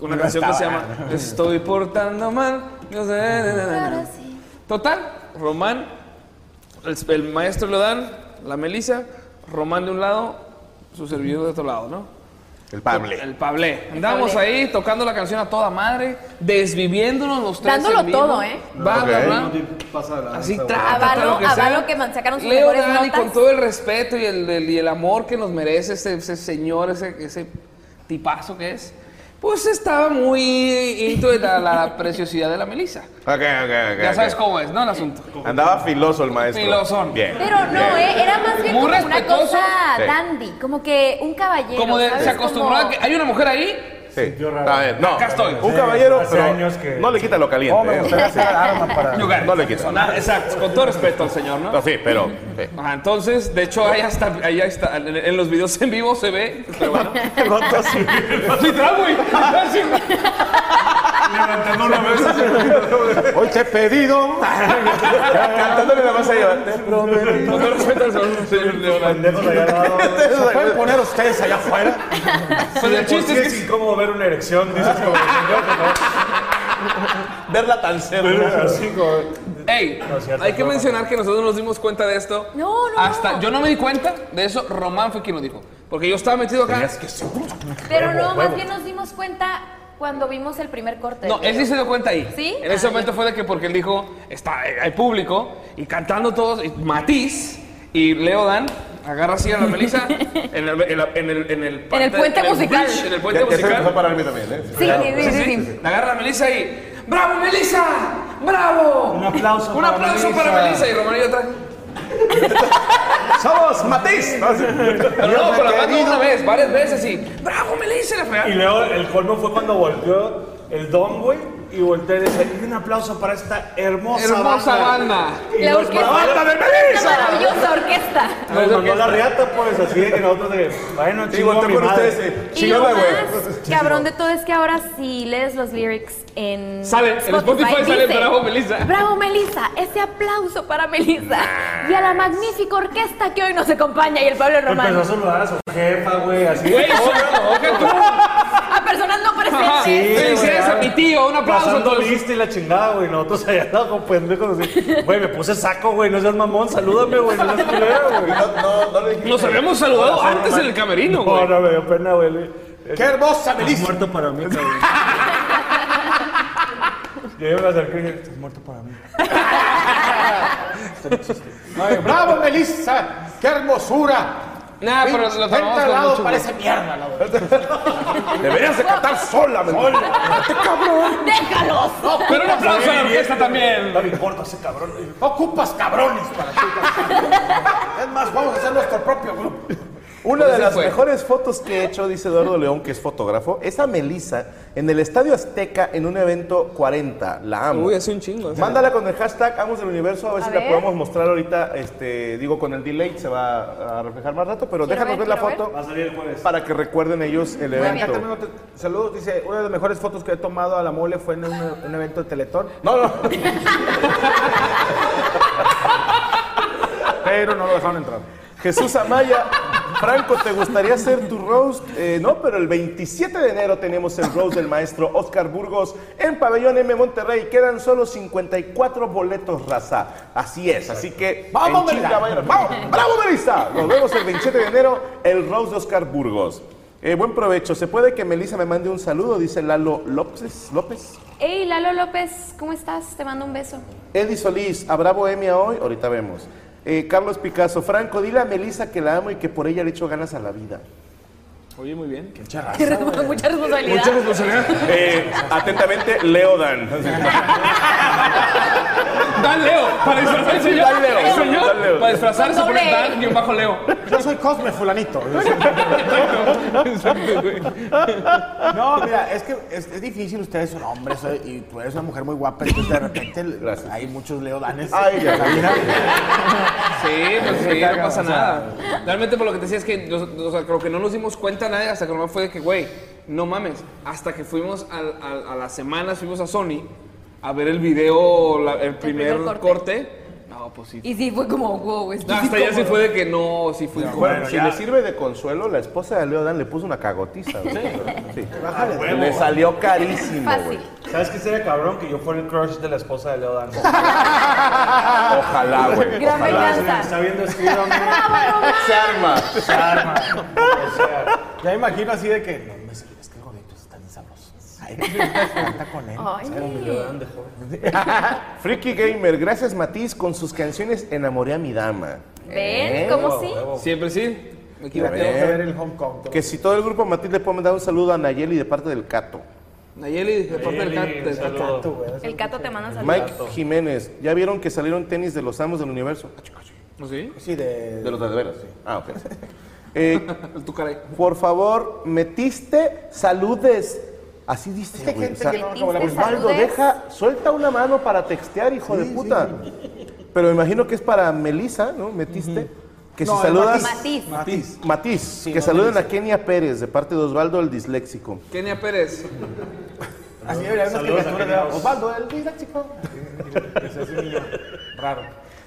E: Una canción que se llama Estoy portando mal. no sé, na, na, na, na.
F: Ahora sí.
E: Total, Román, el, el maestro lo dan, la Melissa, Román de un lado, su servidor de otro lado, ¿no?
D: El Pable.
E: El Pablé. Andábamos ahí tocando la canción a toda madre, desviviéndonos los tres.
F: Dándolo
E: en vivo.
F: todo, ¿eh?
E: Va,
D: Ok.
E: va, va. Así trata,
F: Avalo-
E: lo Ah, que sea.
F: avalo que man- sacaron sus
E: Leo
F: mejores
E: Dani,
F: notas.
E: con todo el respeto y el, el- y el amor que nos merece ese, ese señor, ese, ese tipazo que es, pues estaba muy into de la, la preciosidad de la Melissa.
D: Ok, ok, ok.
E: Ya sabes
D: ok.
E: cómo es, ¿no? El asunto.
D: Andaba filoso el maestro.
E: Filosón.
D: Bien.
F: Pero no, ¿eh? Era más bien
E: Muy
F: como una
E: respetuoso.
F: cosa
D: Sí.
F: dandy. Como que un caballero,
E: Como de-
F: ¿sabes?
E: se acostumbró
F: Como-
E: a que hay una mujer ahí.
D: Sí. A ver, no.
E: Acá estoy.
D: Un caballero,
H: hace
D: pero
H: años que-
D: no le quita lo caliente.
G: Oh, me
E: pues,
D: eh.
G: gustaría hacer arma para...
E: Yugar.
D: No le quita.
E: Sonar- Exacto, con todo respeto al señor, ¿no?
D: No, sí, pero... sí.
E: Ajá, entonces, de hecho, ahí hasta, ahí está, en, en los videos en vivo se ve, pues, pero bueno. Literal, güey. Así,
H: Levantando la mesa.
G: Hoy te he pedido.
D: Cantándole la más allá. Te prometí.
E: Con todo respeto al señor- señor Leonardo.
H: pendejos allá al lado.
G: ¿Se pueden poner ustedes allá afuera?
E: Pues el
H: Pues sí
E: chiste es que
H: es incómodo ver una erección, dices como
D: Verla tan cerca.
H: verla así como...
E: Ey,
H: No es cierto,
E: hay que
H: no.
E: mencionar que nosotros nos dimos cuenta de esto.
F: No, no,
E: Hasta
F: no.
E: yo no me di cuenta de eso, Román fue quien lo dijo. Porque yo estaba metido acá.
F: Pero no, más bien nos dimos cuenta cuando vimos el primer corte.
E: No, él sí se dio cuenta ahí.
F: ¿Sí?
E: En ese
F: Ah,
E: momento fue de que porque él dijo, está, eh, hay público, y cantando todos, y Matiz y Leo Dan, agarra así a la Melissa en el, en la- en el, en el, parte-
F: puente musical.
E: bridge, en el
D: Ya,
E: puente
D: ya se empezó a
E: musical.
D: parar a mí también, ¿eh?
F: Sí, sí, sí, sí, sí.
E: La agarra a Melissa y, ¡Bravo, Melissa! ¡Bravo!
H: Un aplauso
E: Un
H: para
E: aplauso
H: Melissa.
E: para Melissa. Y Román y otra.
D: ¡Somos Matiz!
E: Pero no, pero la mando una vez, varias veces y, ¡Bravo, Melissa! Y la fregada.
H: Y luego el colmo fue cuando volteó el don, güey, y volteó y dice, "Y un aplauso para esta hermosa,
E: Hermosa banda.
H: Y
F: La
H: nos
F: orquesta.
H: mandó-
D: ¡Banda de
F: Una
D: Melissa!
F: maravillosa orquesta.
H: Nos mandó la riata, pues, así de que nosotros de, bueno,
D: Sí,
H: chingo a
D: volteo
H: mi
D: con
H: madre.
D: ustedes. eh.
F: Y lo
D: Chingona, güey.
F: más cabrón de todo es que ahora si lees los lyrics en
E: Sale, en Spotify sale Bravo, Melissa.
F: Bravo Melissa, ese aplauso para Melissa y a la magnífica orquesta que hoy nos acompaña y el Pablo
H: Empezó a
F: Román.
H: saludar a su jefa, güey, así.
E: Güey, eso, oiga, tú.
F: A personas no presentes.
E: Sí,
H: güey,
E: sí, es a mi tío, un aplauso,
H: Pasando
E: entonces.
H: lista y la chingada, güey. Nosotros allá abajo, pendejos, así. Güey, me puse saco, güey. No seas mamón, salúdame, güey. No seas culero, güey.
E: Nos habíamos saludado antes en el camerino, güey.
H: No, no, me dio pena, güey.
G: ¡Qué hermosa,
H: Estás
G: Melissa!
H: muerto para mí, cabrón. Yo me acerqué y dije, estás muerto para mí.
G: Este Ay, ¡Bravo, Melissa! ¡Qué hermosura!
E: Nah, pero lo tomamos
G: Vente al
E: con
G: lado,
E: mucho gusto.
G: parece mierda, la verdad.
D: Deberías de cantar sola, Melissa.
F: Déjalos.
E: Pero un aplauso a la orquesta también.
H: No me importa ese cabrón.
G: Ocupas cabrones para ti. Es más, vamos a hacer nuestro propio grupo.
D: Una
E: Pues
D: de
E: sí
D: las
E: fue.
D: mejores fotos que he hecho, dice Eduardo León, que es fotógrafo, es a Melissa en el Estadio Azteca en un evento 40. La amo.
E: Uy, hace un chingo. ¿eh?
D: Mándala con el hashtag Amos del Universo, a ver
F: A
D: si la
F: ver.
D: podemos mostrar ahorita. Este, digo, con el delay se va a reflejar más rato, pero
F: Quiero
D: déjanos
F: ver,
D: ver, la
F: quiero
D: foto
J: Va a salir el jueves.
D: para que recuerden ellos el
F: bien.
D: evento.
G: También otro- Saludos, dice, una de las mejores fotos que he tomado a la mole fue en un, un evento de Teletón.
D: No, no,
G: Pero no lo dejaron entrar.
D: Jesús Amaya, Franco, ¿te gustaría hacer tu roast? Eh, no, pero el 27 de enero tenemos el roast del maestro Oscar Burgos en Pabellón M Monterrey. Quedan solo 54 boletos raza. Así es, así que
G: ¡Vamos,
D: en
G: Melissa!
D: chinga, vayan. ¡Vamos! ¡Bravo, Melissa! Nos vemos el 27 de enero, el roast de Oscar Burgos. Eh, buen provecho. ¿Se puede que Melissa me mande un saludo? Dice Lalo López. López.
F: Hey, Lalo López, ¿cómo estás? Te mando un beso.
D: Eddie Solís, ¿habrá bohemia hoy? Ahorita vemos. Eh, Carlos Picasso, Franco, dile a Melissa que la amo y que por ella le echo ganas a la vida.
E: Oye, muy bien.
F: Mucha responsabilidad.
J: Mucha responsabilidad.
D: Eh, atentamente, Leodan.
E: Dan Leo, para disfrazar el señor.
D: Dan Leo,
E: El señor,
D: Dan Leo.
E: para disfrazarse,
F: Con
E: poner
F: doble E.
E: Dan guión bajo Leo.
G: Yo soy Cosme Fulanito.
E: Exacto, exacto, güey.
G: No, mira, es que es, es difícil, ustedes son hombres eh, y tú eres una mujer muy guapa, entonces de repente el-
D: Gracias.
G: hay muchos leodanes.
D: Ay, ya.
G: en la vida.
E: Sí, pues sí, no
G: caga,
E: pasa
G: o sea.
E: nada. Realmente por lo que te decía es que los- o sea, creo que no nos dimos cuenta nadie hasta que nomás fue de que, güey, no mames. Hasta que fuimos al- al- a, las semanas, fuimos a Sony a ver el video, la- el primer
F: primer
E: corte.
F: corte.
E: No, pues sí.
F: Y sí, fue como, wow, es
E: No, hasta ya sí fue de que no, sí fue incómodo.
D: Bueno, si le sirve de consuelo, la esposa de Leodan le puso una cagotiza. güey. Sí.
E: Ah,
H: huevo.
D: Le salió carísimo, güey.
F: Fácil.
H: ¿Sabes qué sería cabrón? Que yo fuera el crush de la esposa de Leo Dan.
D: Ojalá, güey.
F: Gran
D: Ojalá.
F: venganza.
H: Está viendo escribirme.
D: Se arma.
H: Se arma. O sea,
G: Ya me imagino así de que, no, me es que el gordito está bien sabroso. Ay, canta con él.
F: Ay,
D: Freaky Gamer, gracias Matiz, con sus canciones Enamoré a mi dama.
F: ¿ven? ¿Cómo sí?
E: Siempre sí. Me
D: Ya
E: equivoqué.
G: Tengo que ver
D: ven.
G: el Hong Kong.
D: Que si todo el grupo Matiz le puede mandar un saludo a Nayeli de parte del Cato.
E: Nayeli, de parte del cat- del cat.
H: saludo.
F: El gato te manda saludos.
D: Mike Jiménez, ¿ya vieron que salieron tenis de los amos del universo? ¿Ah,
E: ¿No sí?
G: Sí, de...
D: De los de veras, sí. Ah, ok. Eh,
E: Tu caray.
D: por favor, metiste saludes. Así dice,
G: Hay
D: güey.
G: gente
D: O sea,
G: que no
F: acabó la Metiste
D: Osvaldo,
F: saludes.
D: deja, suelta una mano para textear, hijo de puta. Pero me imagino que es para Melissa, ¿no? Metiste. Que si
G: No, es
D: saludas.
F: Matiz.
G: Matiz.
D: Matiz, que saluden a Kenia Pérez de parte de Osvaldo el disléxico.
E: Kenia Pérez.
G: Así debería haber unas
H: Saludos a
G: caricaturas de
H: aquellos-
G: Osvaldo, el disléxico. Raro.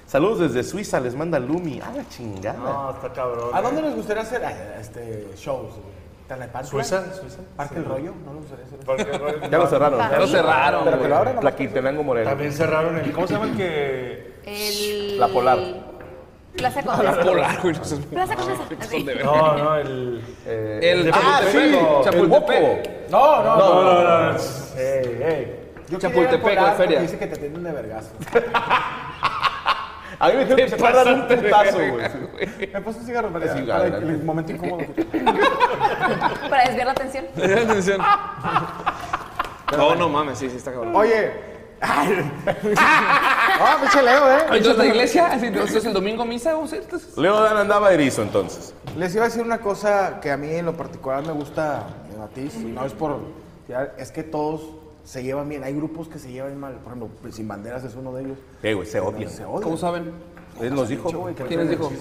D: Saludos desde Suiza, les manda Lumi. A la chingada.
H: No, está cabrón.
D: eh.
G: ¿A dónde les gustaría hacer ay, este, shows? güey? ¿Tlalnepantla?
H: Suiza, Suiza.
G: ¿Parque el Rollo? ¿No les gustaría hacer?
H: Porque-
D: Ya lo cerraron.
F: Ya lo
E: cerraron,
D: Pero que
E: güey.
D: lo abran. La Quintenango Moreno.
H: También cerraron el. ¿Cómo se llama el que.?
F: El...
D: La Polar.
F: Plaza Condesa.
E: Polar, güey. no seas-
F: Plaza Condesa. así.
E: Son de ver-
H: No, no, el.
E: El
D: Ah, sí,
E: Chapultepec.
D: el
H: Eh,
D: Boco.
E: Chapultepec.
G: No, no,
H: No,
G: Eh,
H: no, no. no. Ey, ey.
G: Yo
E: Chapultepec,
G: quería ir al
E: la
G: Polar porque
E: feria.
G: Dice que te tienen de vergazo.
D: A mí me dijeron que se puede dar un putazo, güey.
G: Me puse un cigarro para,
D: Sí,
G: para
D: adelante.
G: el momento incómodo.
F: Para desviar la atención.
E: Atención. No, no mames, sí, sí, está cabrón.
G: Oye. Ay. Ah, pinche Leo, ¿eh?
E: Entonces, la iglesia, así, entonces el domingo misa, vamos a ir, entonces.
D: Leo Dan andaba erizo entonces.
G: Les iba a decir una cosa que a mí en lo particular me gusta de Matiz. y No es por. tirar, Es que todos se llevan bien. Hay grupos que se llevan mal. Por ejemplo, pues, Sin Banderas es uno de ellos.
D: Eh, güey, se odian.
G: Se odian.
E: ¿Cómo saben?
D: Él nos dijo,
G: Pinche,
D: güey.
G: güey, que
E: ¿Quién les dijo?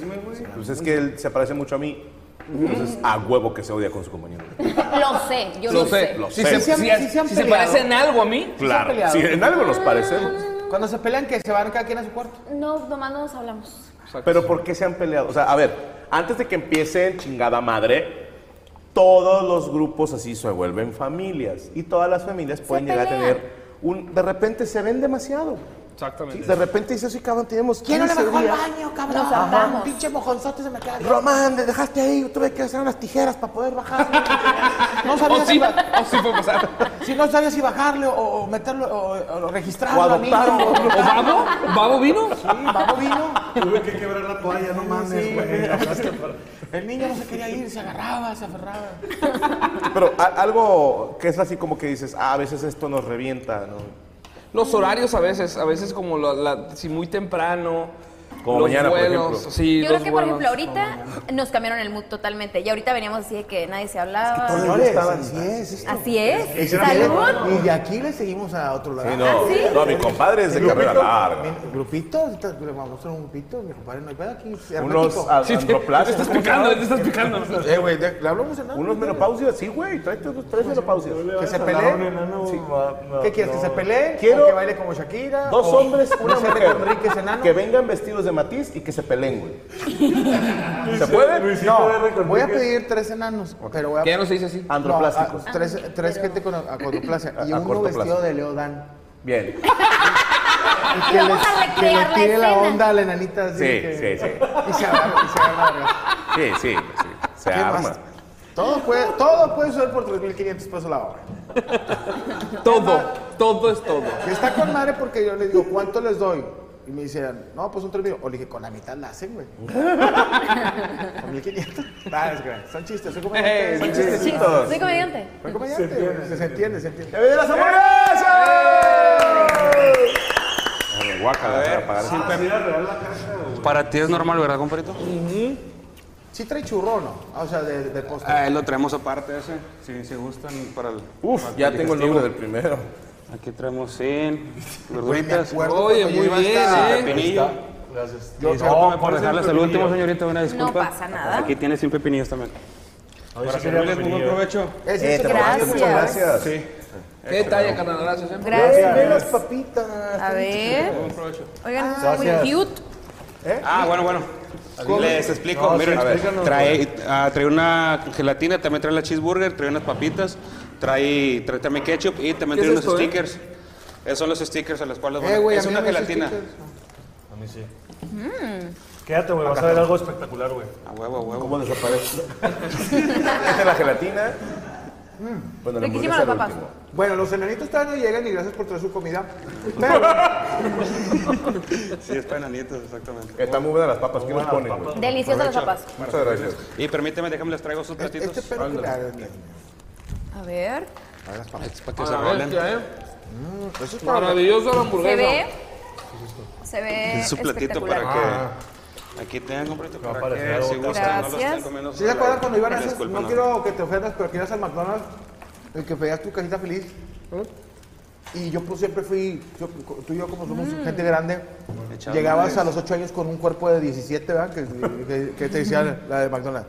D: Pues es que él se parece mucho a mí. Entonces, a huevo que se odia con su compañero.
F: Lo sé, yo lo, sé.
D: lo
E: Si
D: sé.
E: se,
G: Sí se han-
E: si-
G: sí se han
E: si se
G: peleado.
E: parecen algo a mí,
D: Claro.
G: peleado.
D: Si en algo nos parecemos.
G: Cuando se pelean, que se van cada quien a su cuarto.
F: No, nomás no nos hablamos.
D: Pero ¿por qué se han peleado? O sea, a ver, antes de que empiecen chingada madre, todos los grupos así se vuelven familias. Y todas las familias pueden llegar a
F: pelean.
D: tener un. De repente se ven demasiado.
E: Exactamente.
D: Sí, De repente dices, sí, cabrón, tenemos.
G: ¿Quién no le
D: 15
G: bajó al
D: días".
G: baño, cabrón?
F: Nos saltamos.
G: Pinche mojonzote se me queda. bien.
D: Román, me dejaste ahí, yo tuve que hacer unas tijeras para poder bajar.
G: No
E: O
G: sabía
E: sí,
G: si, ba-
E: o sí puede pasar.
G: si no sabía si bajarle o, o meterlo o, o registrarlo.
D: O adoptarlo.
G: a mí.
E: ¿O babo? ¿Babo vino?
G: Sí, babo vino.
J: Tuve que quebrar la toalla, no mames, güey.
G: El niño no se quería ir, se agarraba, se aferraba.
D: Pero a- algo que es así como que dices, ah, a veces esto nos revienta, ¿no?
E: Los horarios a veces, a veces como la, la- si muy temprano,
D: Como
E: los
D: mañana, por
E: buenos,
D: ejemplo.
E: sí,
F: Yo creo
E: los
F: que, por
E: buenos.
F: ejemplo, ahorita nos cambiaron el mood totalmente. Y ahorita veníamos así de que nadie se hablaba.
G: así es, esto.
F: Así es.
G: Y de-
F: Salud.
G: Y de aquí le seguimos a otro lado. Ah,
D: Sí, no, no, mi compadre es de carrera larga.
G: Mi- Grupito, ahorita le vamos a un grupito, mi compadre no hay pedo aquí.
D: Unos
G: hermético.
D: a- androplacias.
E: Estás picando, te estás picando.
G: Eh, güey, de- le hablamos en nada.
D: Unos menopausias, sí, güey. Tráete unos tres menopausias.
G: Que se
H: Hablar a un
G: peleen.
H: enano,
D: Sí.
H: va- no,
G: ¿Qué quieres?
H: no.
G: ¿Que se peleen?
D: Quiero
G: ¿O que baile como Shakira?
D: Dos
G: ¿O
D: hombres, una
G: Vicente
D: mujer.
G: Enríquez enano?
D: Que vengan vestidos de matiz y que se peleen, güey. ¿Se puede?
G: No, voy a pedir tres enanos, pero voy a
E: Que ya no se dice así.
D: Androplásticos.
G: No, a- tres, tres gente con acordoplasia
D: A-
G: y
D: a
G: uno
D: cortoplasia.
G: vestido de Leodán.
D: Bien.
G: Y
F: Y vamos a
G: que le
F: recrear la
G: tire la
F: escena.
G: onda a la enanita. Así
D: Sí,
G: que-
D: sí, sí.
G: Y se agarra, y se agarra.
D: Sí, sí, sí. Se
G: ¿Qué
D: arma.
G: más? Todo puede, todo puede ser por 3.500 pesos la hora.
E: Todo, todo es todo.
G: Y está con madre porque yo le digo, ¿cuánto les doy? Y me dicen, no, pues son 3.000. O le dije, con la mitad la hacen, güey. Con 1.500. Ah, es que son chistes, soy comediante.
D: Son
F: Sí,
D: chistecitos.
F: soy comediante.
G: Soy comediante, güey. se, se entiende, se entiende.
D: ¡Que vienen las hamburguesas! Déjame, guácala, para apagar esto.
J: Para ti es normal, ¿verdad, compadrito?
G: Sí trae churro, ¿no? Ah, O sea, de, de costo.
J: Ah, lo traemos aparte ese, si se gustan para el...
D: Uf, ya tengo el nombre del primero.
J: Aquí traemos, sí,
G: Güey, me
J: verduritas.
G: acuerdo
E: Oye,
G: cuando yo
E: muy
G: iba
E: bien,
G: hasta-
E: ¿eh?
J: Pepinillo.
H: Gracias.
J: Discúlpame por dejarles el último, señorita, una disculpa.
F: pasa nada.
J: Aquí tienes 100 pepinillos también.
H: Ahora
J: Para
H: sí
J: servirles con buen provecho.
G: Es
D: Eh,
G: eso
D: te
G: que-
D: mamaste, muchas
F: Gracias.
D: gracias.
E: ¿Qué talla, carnal? Gracias. ¿eh?
F: Gracias.
G: Ve las papitas.
F: A ver. Oigan, eso está muy cute.
G: ¿Eh?
J: Ah, bueno, bueno. Les explico, miren,
D: sí,
J: trae, ah, trae una gelatina, también trae la cheeseburger, trae unas papitas, trae, trae también ketchup y también trae
E: ¿Qué es
J: unos
E: esto, eh?
J: stickers. Esos son los stickers a los cuales
G: Eh, güey,
J: es
G: a mí
J: una
G: no me
J: gelatina.
G: hiciste- Mm.
H: A mí sí. Quédate, güey, vas a ver algo espectacular, güey.
J: A huevo, a huevo.
D: ¿Cómo desaparece? Esta es la gelatina. Bueno, la
F: Riquísima
D: hamburguesa
F: la
D: al
F: papa.
D: último.
G: Bueno, los enanitos todavía no llegan y gracias por traer su comida.
E: Ah,
G: Pero,
J: Sí, es para nietos, exactamente.
D: Están muy buenas las papas. ¿Qué nos ponen? güey?
F: Deliciosas las papas.
D: Muchas gracias.
J: Y permíteme, déjame les traigo sus platitos
G: este perro que la-
F: A ver.
J: es para
D: Pues,
J: que se
E: Ah,
J: rolen.
E: bestia, ¿eh? Maravillosa la
F: Se
E: hamburguesa.
F: ve. Se ve.
J: Es su platito
F: espectacular.
J: para que... Aquí tengan, compadrito, para
H: parecer
J: que
H: algo
J: si
H: tan-
J: gustan, no lo
F: Gracias.
J: estén comiendo.
G: ¿Sí se acuerdan cuando iban a esas?
J: Disculpen,
G: No quiero que te ofendas, pero que ibas al McDonald's y que pedías tu cajita feliz. Y yo pues, siempre fui, yo- tú y yo como somos gente grande,
J: Echaba
G: llegabas a los 8 años con un cuerpo de 17, ¿verdad? Que, que- que te decía la de McDonald's.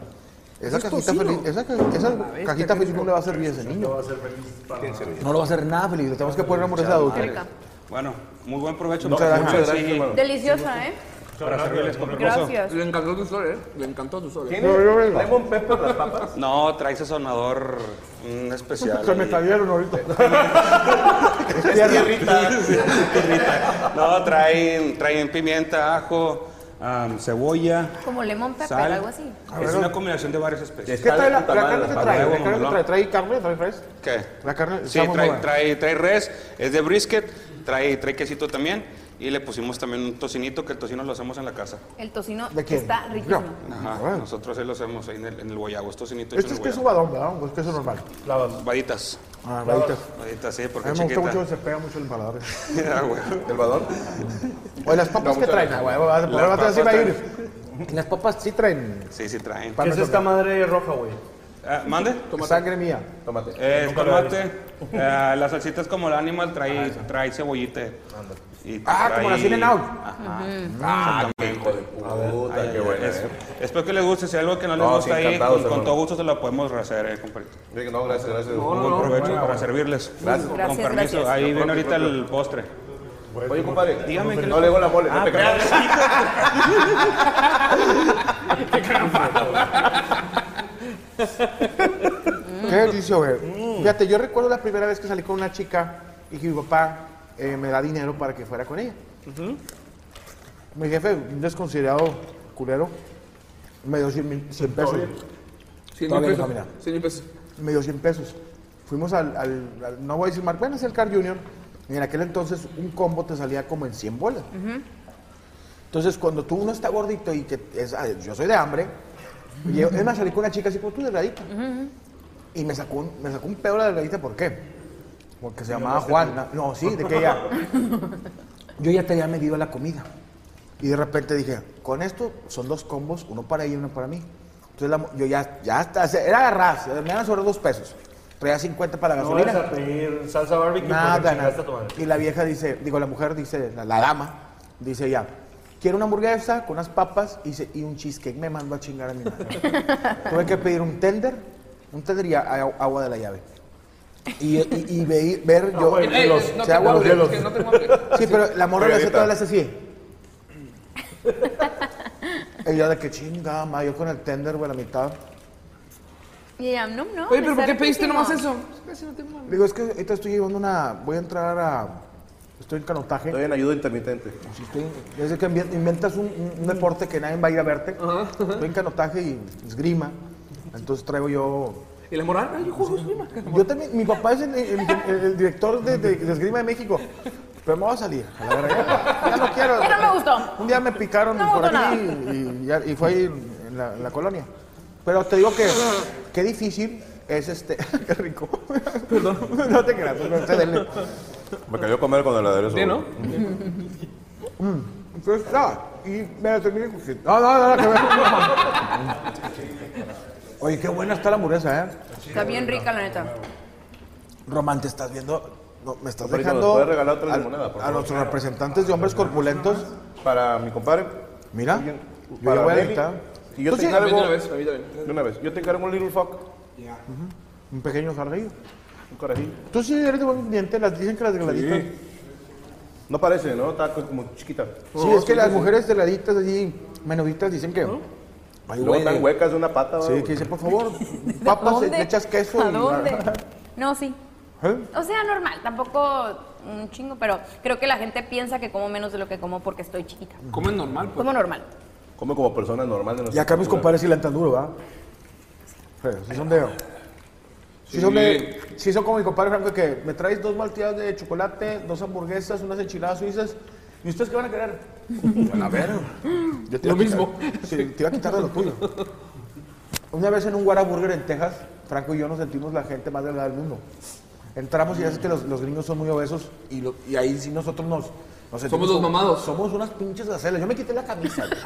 G: Esa cajita feliz, esa, ca- esa cajita feliz no le va a servir a ese niño. No va a ser feliz. No lo va a hacer nada feliz, le tenemos que poner una hamburguesa adulta.
F: Rica.
J: Bueno, muy buen provecho.
D: No,
J: muchas
D: muchas
J: gracias.
D: gracias, hermano.
F: Deliciosa, ¿eh?
J: Para servirles con permiso.
F: Gracias.
E: Le encantó tu sol, ¿eh? Le encantó tu sol. ¿eh?
D: ¿Tiene lemon pepper las papas?
J: No, trae sazonador mm, especial.
G: Se me
J: ahí.
G: salieron ahorita.
J: Es tierrita. Sí, tierrita. No, traen, traen pimienta, ajo, am, cebolla,
F: Como lemon pepper,
J: sal.
F: algo así.
J: Es una combinación de varias especies.
G: ¿Qué trae la, la
D: Está de puta madre
G: carne que
D: las
G: trae?
J: papas.
G: ¿La carne que trae? ¿Trae carne? ¿Trae res?
J: ¿Qué?
G: La carne
J: Sí,
G: está muy
J: trae,
G: buena.
J: trae, trae res, es de brisket, trae, trae quesito también y le pusimos también un tocinito, que el tocino lo hacemos en la casa.
F: El tocino
G: ¿De quién?
F: está riquísimo.
J: Ajá, nosotros ahí lo hacemos ahí en el, en el guayabo, es tocinito hecho
G: Ah, Este es
J: en el
G: queso
J: guayabo.
G: badón, ¿verdad? Es queso normal.
J: Vaditas,
G: Ah, vaditas.
J: vaditas, sí, porque
G: A
J: es
G: mí me gusta
J: chiquita.
G: mucho, se pega mucho el paladar.
J: Ah, güey.
D: ¿El badón?
G: Oye, las papas que traen, Ah, güey. Ahora te
J: papas
G: vas a
J: traen-
G: ir. Las papas sí traen
J: Sí, sí traen.
G: Pa-
H: ¿Qué es esta madre roja, güey?
J: Ah, ¿Mande?
G: sangre mía.
D: Tómate.
J: Eh, tomate, eh, las salsitas como el animal
H: Ah,
J: trae, trae cebollita. Y
G: Ah, como las
J: trae-
G: In and Out.
J: Ajá.
D: Ah, qué hijo de puta, qué buena.
J: Es-
D: eh.
J: Espero que les guste, si hay algo que no les
D: No, sí,
J: gusta ahí,
D: encantados,
J: con, con
D: hermano.
J: todo gusto se la podemos rehacer, eh, compadre.
D: Rico, No, gracias, gracias.
J: Muy buen provecho para servirles.
D: Gracias.
J: Con
F: Gracias,
J: permiso,
F: gracias.
J: ahí viene ahorita el postre.
D: Oye, compadre,
J: Dígame que
D: no le hago la
G: Ah,
D: mole, no te creas.
G: Qué delicio,
J: Mm.
G: güey. Fíjate, yo recuerdo la primera vez que salí con una chica y que mi papá eh, me da dinero para que fuera con ella. Mi jefe, un desconsiderado culero, me dio 100 mil 100 pesos.
E: Cien
G: Todavía
E: mil
G: no
E: pesos.
G: camina.
E: Cien mil pesos.
G: me dio 100 pesos. Fuimos al, al- al- no voy a decir mar, bueno, es el Car Junior. Y en aquel entonces un combo te salía como en 100 bolas. Entonces, cuando tú uno está gordito y que es- ah, yo soy de hambre, y yo- es más, salí con una chica así como tú, delgadita. Y me sacó, un, me sacó un pedo la delgadita, ¿por qué? Porque se llamaba Juan. No, sí, de que ella. Yo ya te había medido la comida. Y Y de repente dije, con esto son dos combos, uno para ella y uno para mí. Entonces la mu- yo ya, ya hasta, o sea, era agarrarse, me iban a sobrar dos pesos. Traía 50 para la
H: No
G: gasolina.
H: vas a pedir salsa barbecue porque
G: Nada,
H: chingaste a tu
G: nada.
H: madre.
G: Y la vieja dice, digo, la mujer dice, la, la dama, dice ya, quiero una hamburguesa con unas papas y, se- y un cheesecake. Me mandó a chingar a mi madre. Tuve que pedir un tender, un tender y a- a- agua de la llave. Y, y- y ve- ver yo... eh,
H: bueno,
E: Ey,
H: los-
E: no
G: se
E: tengo
G: agua
E: hambre,
G: hielos.
E: es que no tengo hambre.
G: Sí, pero la morra le hace
I: Margarita.
G: todas las así. Ella de que chinga, ma, yo con el tender, güey, la mitad.
F: Y ella, no, no.
E: Oye, pero
F: está
E: ¿por qué pediste
F: riquísimo.
E: nomás eso? Casi no tengo hambre.
G: Le digo, es que ahorita estoy llevando una... Voy a entrar a... Estoy en canotaje.
D: Estoy en ayuda intermitente.
G: Sí, estoy- Desde que invien- inventas un, un- un deporte que nadie va a ir a verte, estoy en canotaje y esgrima. Entonces traigo yo.
E: Y la moral, ay, yo juego esgrima.
G: Yo también, mi papá es el, el- el- el director de, de- de esgrima de México. Pero me voy a salir, a la verga. Ya no quiero.
F: Ya no me gustó.
G: Un día me picaron
F: No me
G: por
F: gustó
G: aquí y, y ya- y fue ahí en, en la, en la colonia. Pero te digo que qué difícil es este. qué rico. Perdón. No te creas, pero usted denle.
I: Me cayó comer con el aderezo.
E: Sí, ¿no?
G: Mm. Entonces, ah, y me la terminé cogiendo. No, no, no, que me- Oye, qué buena está la hamburguesa, ¿eh?
F: Está bien rica, la neta.
G: Román, te estás viendo. No, me estás
D: Roberto, ¿nos
G: dejando.
D: puedes regalar otra
G: a-
D: limonada, por
G: a,
D: favor?
G: nuestros representantes de hombres corpulentos.
D: Para mi compadre.
G: Mira,
D: Alguien-
G: yo ya
D: para
G: voy a
D: Nelly.
G: dictar.
D: Y yo
G: Tú sí,
D: te
E: También de una
D: encargo.
E: vez, a mí también.
D: De una vez. Yo te encargo un little fuck.
G: Un pequeño jarrillo.
D: Un corajillo.
G: Tú sí eres de buen diente, las dicen que las delgaditas. Sí,
D: No parece, ¿no? Está co- como chiquita.
G: es que las mujeres delgaditas allí, menuditas, dicen que. Ay,
D: Luego
G: güey,
D: están
G: de-
D: huecas de una pata.
G: Sí,
D: güey.
G: que dice, por favor, papas, le echas queso.
F: ¿A
G: y-
F: dónde? No, sí.
G: ¿Eh?
F: O sea, normal, tampoco un chingo, pero creo que la gente piensa que como menos de lo que como porque estoy chiquita.
E: Come normal, pues.
F: Como normal.
D: Come como persona normal. de
G: Y
D: nuestra
G: acá mis
D: cultura.
G: compadres sí le andan duro, ¿va? Sí, sí son de... Sí son, de, sí son como mi compadre Franco que me traes dos malteadas de chocolate, dos hamburguesas, unas enchiladas suizas. ¿Y ustedes qué van a querer? Van a ver. Yo te
E: Lo
G: iba a quitar-
E: mismo.
G: Sí, te iba a quitar de lo tuyo. Una vez en un Whataburger en Texas, Franco y yo nos sentimos la gente más delgada del mundo. Entramos y ya sé que los, los gringos son muy obesos y, lo- y ahí sí nosotros nos, nos sentimos
E: los
G: como-
E: mamados.
G: Somos unas pinches gacelas. Yo me quité la camisa. güey.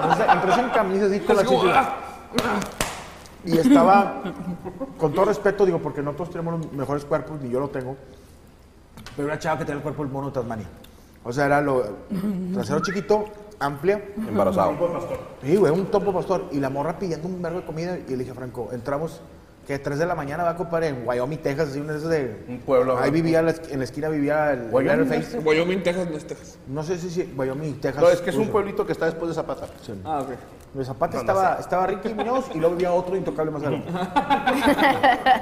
G: Entonces, entré sin camisa así con la
E: Así como,
G: chichi.
E: ah,
G: Y estaba, con todo respeto, digo, porque no todos tenemos los mejores cuerpos, ni yo lo tengo, pero una chava que tenía el cuerpo del mono de Tasmania. O sea, era lo trasero chiquito, amplia,
D: Embarazado.
G: y güey, un topo pastor. Y la morra pidiendo un verbo de comida, y le dije, Franco, entramos, que a 3 de la mañana va a comprar en Wyoming, Texas, así una de esas de...
D: Un pueblo,
G: Ahí
D: ¿no?
G: vivía, la esqu- en la esquina vivía el...
D: ¿Wyoming?
G: Leatherface.
E: Wyoming, Texas, no es Texas.
G: No sé si, si Wyoming, Texas.
D: No, es que es un
G: ruso.
D: pueblito que está después de Zapata.
E: Ah, ok.
G: De Zapata estaba, estaba Ricky Muñoz y luego había otro intocable más adelante.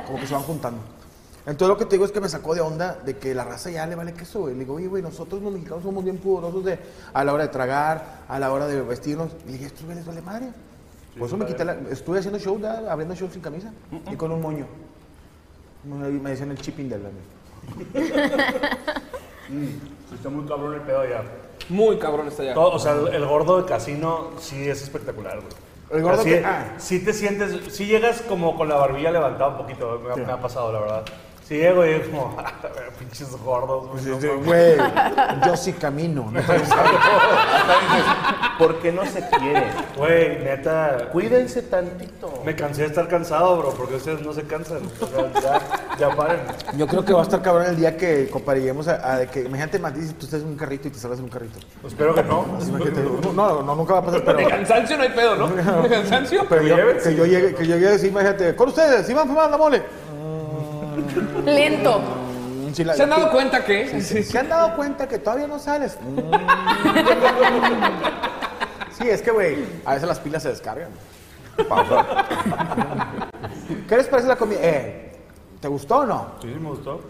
G: Como que se van juntando. Entonces lo que te digo es que me sacó de onda de que la raza ya le vale queso, güey. Le digo, oye, güey, nosotros los mexicanos somos bien pudorosos de, a la hora de tragar, a la hora de vestirnos. Y le dije, estos güeyes les vale madre. Por eso me quité la... Estuve haciendo show, da- abriendo show sin camisa y con un moño. Me, me decían el chipping del Mm.
H: Está muy cabrón el pedo allá.
E: Muy cabrón está allá.
H: Todo, o sea, el, el gordo de casino sí es espectacular, güey.
G: El gordo
H: O sea, sí,
G: que- ah.
H: sí te sientes, sí llegas como con la barbilla levantada un poquito, me, ha- me ha pasado, la verdad. Sí llego y es como, pinches gordos, güey. no mames.
G: Pues Güey, yo sí camino. ¿no?
D: Acá dices, ¿por qué no se quiere?
H: Güey, neta,
D: Cuídense tantito.
H: me cansé de estar cansado, bro, porque ustedes no se cansan. O sea, ya, ya paren.
G: Yo creo que va a estar cabrón el día que compariguemos a, a de que imagínate Matiz si tú estás en un carrito y te salgas en un carrito.
H: Pues Espero que no.
G: Así imagínate, no, no, no, nunca va a pasar, pero,
E: De cansancio no hay pedo, ¿no? De cansancio.
G: pero yo-
H: lleves,
G: que yo llegue, que yo llegue a decir, imagínate, con ustedes, si van fumando mole.
F: Lento.
G: Mm, si la-
E: ¿Se han dado cuenta que?
G: ¿Se han dado cuenta que todavía no sales? Mm. Sí, es que, güey, a veces las pilas se descargan.
D: Pausa.
G: ¿Qué les parece la comida? Eh, ¿te gustó o no?
H: Sí, me gustó.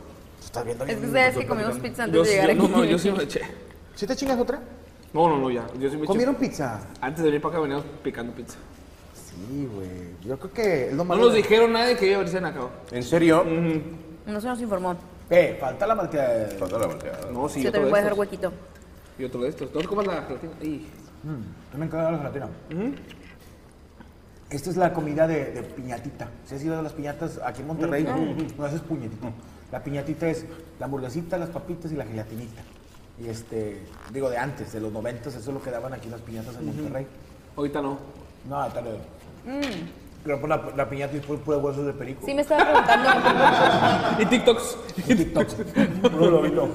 G: Estás viendo
F: Es que
G: bien. Pues,
F: ustedes que comimos pizza antes
E: Yo,
F: de llegar
E: yo-
F: aquí.
E: no, no, yo sí me eché.
G: ¿Sí te chingas otra?
E: No, no, no, ya. Yo sí me eché.
G: ¿Comieron pizza?
E: Antes de venir para acá veníamos picando pizza.
G: Sí, güey. Yo creo que es lo
E: No
G: malo.
E: nos
G: de-
E: dijeron nadie que iba a verse en acá.
D: ¿En serio?
F: No se nos informó.
G: Mm. Eh, falta la malteada de...
D: Falta la volteada.
E: No, sí,
F: Yo también
E: otro de
F: voy a dejar
E: estos.
F: huequito.
E: Y otro de estos. No te comas la gelatina. Ay.
K: Mm,
G: Me encanta la gelatina. Esta es la comida de, de piñatita. Si has ido a las piñatas aquí en Monterrey, no haces puñetito. La piñatita es la hamburguesita, las papitas y la gelatinita.
K: Y este, digo, de antes, de los noventas, eso es lo que daban aquí las piñatas en Monterrey.
E: Ahorita no.
K: No, tal vez.
G: Mm.
K: Pero pues, la, la piñata es pura pura huesos de perico.
F: Sí, me estaba preguntando.
E: Y TikToks.
K: TikTok. Puro lobito.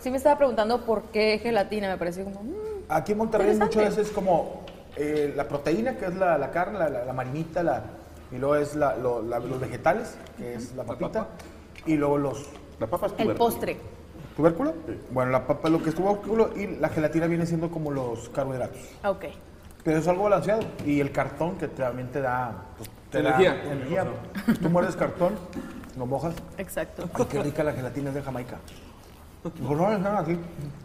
F: sí, me estaba preguntando por qué gelatina. Me pareció como. mm,
K: Aquí en Monterrey muchas veces como eh, la proteína, que es la, la carne, la, la- la marinita, la, y luego es la, lo- la- los vegetales, que es la papita, y luego los
D: La papa es
F: el
D: tubérculo.
F: postre.
K: tubérculo. Bueno, la papa es lo que es tubérculo y la gelatina viene siendo como los carbohidratos.
F: Ah, Ok.
K: Pero es algo balanceado. Y el cartón que también te da... pues, te da
E: Energía.
K: energía. Tú muerdes cartón, lo mojas.
F: Exacto.
K: Ay, qué rica la gelatina es de Jamaica. Por favor, no, aquí.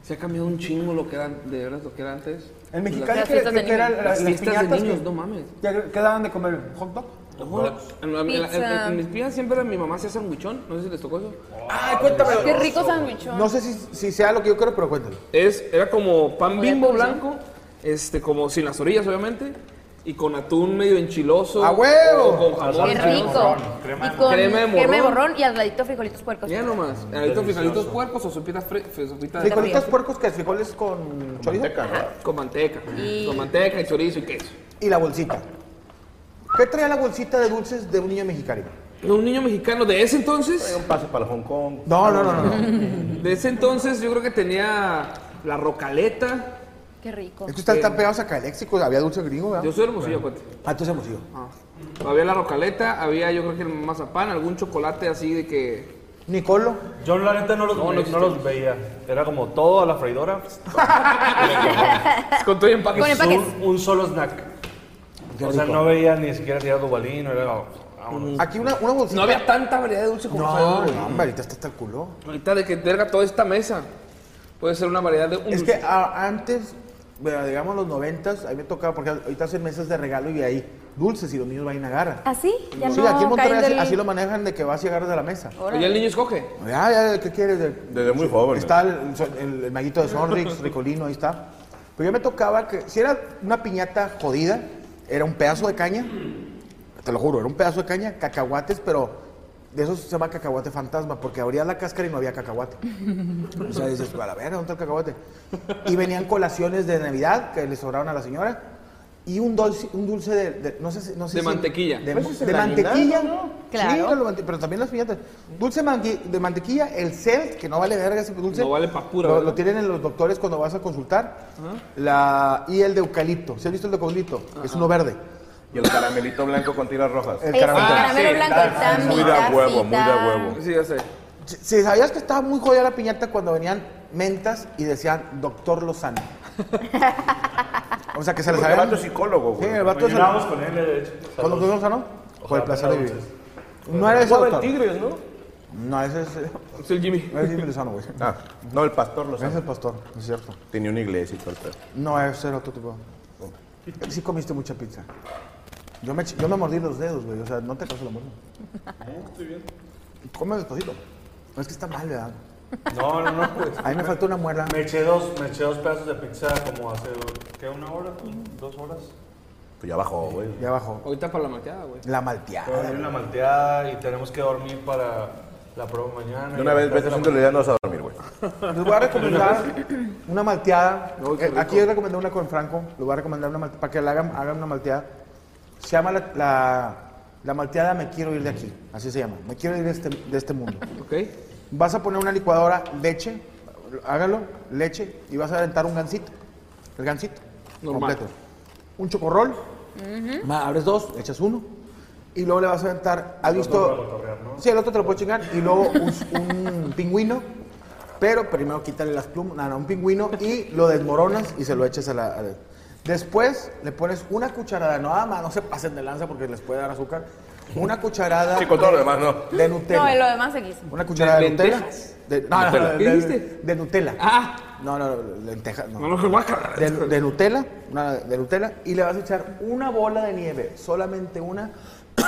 E: Se ha cambiado un chingo lo que eran, de veras, lo que era antes.
K: En Mexicali,
F: Las
K: que,
F: fiestas
K: que-
F: de
K: que eran
F: niños.
K: la-
E: Las fiestas de
K: piñatas
E: niños,
K: que-
E: no mames.
K: que- que daban de comer? ¿Hot dog?
E: En, en- en- en-
F: Pizza.
E: en mis pidas siempre mi mamá hacía sandwichón, no sé si les tocó eso.
K: Ay, cuéntame.
F: Qué rico sándwichón.
G: No sé si, si sea lo que yo creo, pero cuéntalo.
E: Es, era como pan
F: Oye,
E: bimbo
F: ¿cómo se
E: blanco, este, como sin las orillas obviamente, y con atún medio enchiloso.
G: ¡A huevo!
E: o con jamón.
F: Qué rico.
L: crema
F: y con
E: Ah, Crema de
F: crema de
E: morrón.
F: borrón y al ladito frijolitos puercos.
E: Ya nomás, ahorita frijolitos puercos o sopitas fri- fri- sopitas
G: Frijolitos puercos que frijoles con chorizo
E: con manteca. Con manteca y chorizo y queso.
G: y la bolsita. ¿Qué traía la bolsita de dulces de un niño mexicano?
E: Un niño mexicano de ese entonces,
D: Un paso para Hong Kong.
G: No, no, no, no. no.
E: de ese entonces yo creo que tenía la rocaleta.
F: Qué rico.
G: Es que ustedes están pegados acá, léxico. Había dulce gringo, ¿verdad?
E: Yo soy hermosillo, cuate.
K: Ah, entonces hemos ido.
E: Ah. Había la rocaleta, había yo creo que el mazapán, algún chocolate así de que
G: Nicolo.
H: Yo la neta no los,
E: No, no
H: no,
E: existe.
H: los veía. Era como todo a la freidora.
E: con todo y empaque.
F: Con empaques.
H: Un, un solo snack.
K: Qué
H: o sea,
K: rico.
H: no veía ni siquiera si era Dubalín o era...
D: Ah,
H: vámonos.
G: Aquí una, una bolsita.
E: No había tanta variedad de dulce como
G: No,
E: hay ahora.
G: no, hombre, ahorita está hasta el culo.
E: Ahorita de que verga toda esta mesa puede ser una variedad de un
G: Es que
E: dulce.
G: a- antes, bueno, digamos los noventas, a mí me tocaba, porque ahorita hacen mesas de regalo y ahí dulces y los niños van y agarran.
F: ¿Así? ¿Ah, Ya
G: sí,
F: no
G: aquí en Monterrey
F: caen
G: así,
F: del-
G: así lo manejan de que vas y agarras de la mesa.
E: Pero ya el niño escoge.
G: Ya, Ah, ya, ¿qué quieres? De-
D: Desde muy joven.
G: Está el, el- el maguito de Sonrix, Ricolino, ahí está. Pero yo me tocaba que, si era una piñata jodida, era un pedazo de caña, te lo juro, era un pedazo de caña, cacahuates, pero de esos se llama cacahuate fantasma, porque abrías la cáscara y no había cacahuate. O sea, dices, a la verga, ¿dónde está el cacahuate? Y venían colaciones de Navidad que le sobraron a la señora. Y un dulce, un dulce de, de- no sé, si- no sé
E: De
G: si-
E: mantequilla.
G: De,
D: Pues es
G: de
D: el aguinaldo,
G: mantequilla.
D: ¿no?
F: Claro.
G: Sí, era lo mante- pero también las piñatas. Dulce manqui- de mantequilla, el cel, que no vale verga ese dulce.
E: No vale pa' pura,
G: Lo,
E: ¿verdad?
G: lo tienen en los doctores cuando vas a consultar. La, y el de eucalipto. ¿Se ha visto el de eucalipto? Es uno verde.
D: Y el caramelito blanco con tiras rojas.
F: Es
G: El
F: el
G: caramelo.
E: Ah,
F: caramelo blanco está
D: Muy de a huevo, muy de a huevo.
E: Sí, ya sé.
G: Si si sabías que estaba muy jodida la piñata cuando venían mentas y decían Doctor Lozano. o sea, que se les
D: Porque el
G: habían...
D: vato es psicólogo,
G: Sí,
D: güey.
G: el vato es el...
H: Mañana vamos con él, de hecho.
G: ¿Con Doctor Lozano? Por el placer de vivir.
H: entonces.
D: pues,
G: No era ese
D: Juega en
G: doctor.
D: Tigres, ¿no?
G: No, ese es...
E: Es el Jimmy.
G: No es Jimmy Lozano, güey.
D: Ah, no, el pastor lo
G: Ese es
D: sabe.
G: el pastor, es cierto.
D: Tenía una iglesia y todo el pedo.
G: No, ese era otro tipo. Sí comiste mucha pizza. Yo me, ch- yo me mordí los dedos, güey. O sea, no te caso la mano. Estoy bien. Come despacito. No, Es que está mal, ¿verdad?
H: No, no, no. pues.
G: A mí me faltó una muela.
H: Me eché dos, me eché dos pedazos de pizza como hace, ¿qué? ¿Una hora? ¿Dos horas?
D: Pues ya bajó, güey.
G: Ya abajo.
E: Ahorita para la mateada, güey.
G: La
H: Pero
G: malteada.
H: viene la malteada y tenemos que dormir para la prueba mañana.
D: De una vez, vete haciendo la idea, no vas a dormir, güey.
G: Les voy a recomendar una malteada.
E: No, qué
G: Eh,
E: rico.
G: Aquí he recomendado una con Franco. Les voy a recomendar una malteada para que la hagan, hagan una malteada. Se llama la, la, la malteada Me Quiero Ir de Aquí. Así se llama. Me Quiero Ir de este, de este mundo.
E: Ok.
G: Vas a poner una licuadora leche, hágalo, leche, y vas a aventar un gansito. El gansito.
E: Normal.
G: Completo. Un chocorrol, ma- abres dos, echas uno, y luego le vas a aventar. ¿Has visto? Sí, el otro te lo puedo chingar, y luego un, un pingüino, pero primero quítale las plumas, nada, un pingüino, y lo desmoronas y se lo echas a la. a la- Después le pones una cucharada, no, más, no se pasen de lanza porque les puede dar azúcar. Una cucharada.
D: Sí, con todo lo
G: de-
D: demás, no.
G: De Nutella.
F: No, lo demás aquí.
G: Una cucharada de,
E: ¿De
G: Nutella.
E: lentejas? Ah,
G: De, no, no,
D: Nutella.
G: de-
E: ¿Qué
G: de-
E: dijiste?
G: De Nutella.
E: Ah.
G: No, no, no, lentejas, no.
E: No lo que guácala.
G: De, de Nutella, una de Nutella, y le vas a echar una bola de nieve, solamente una,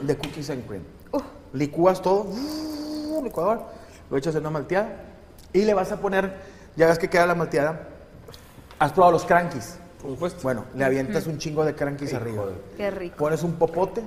G: de cookies and cream. Licúas todo, licuador, lo echas en una malteada, y le vas a poner, ya ves que queda la malteada, has probado los crankies.
E: Por supuesto.
G: Bueno, le avientas un chingo de crankies arriba.
F: Qué rico.
G: Pones un popote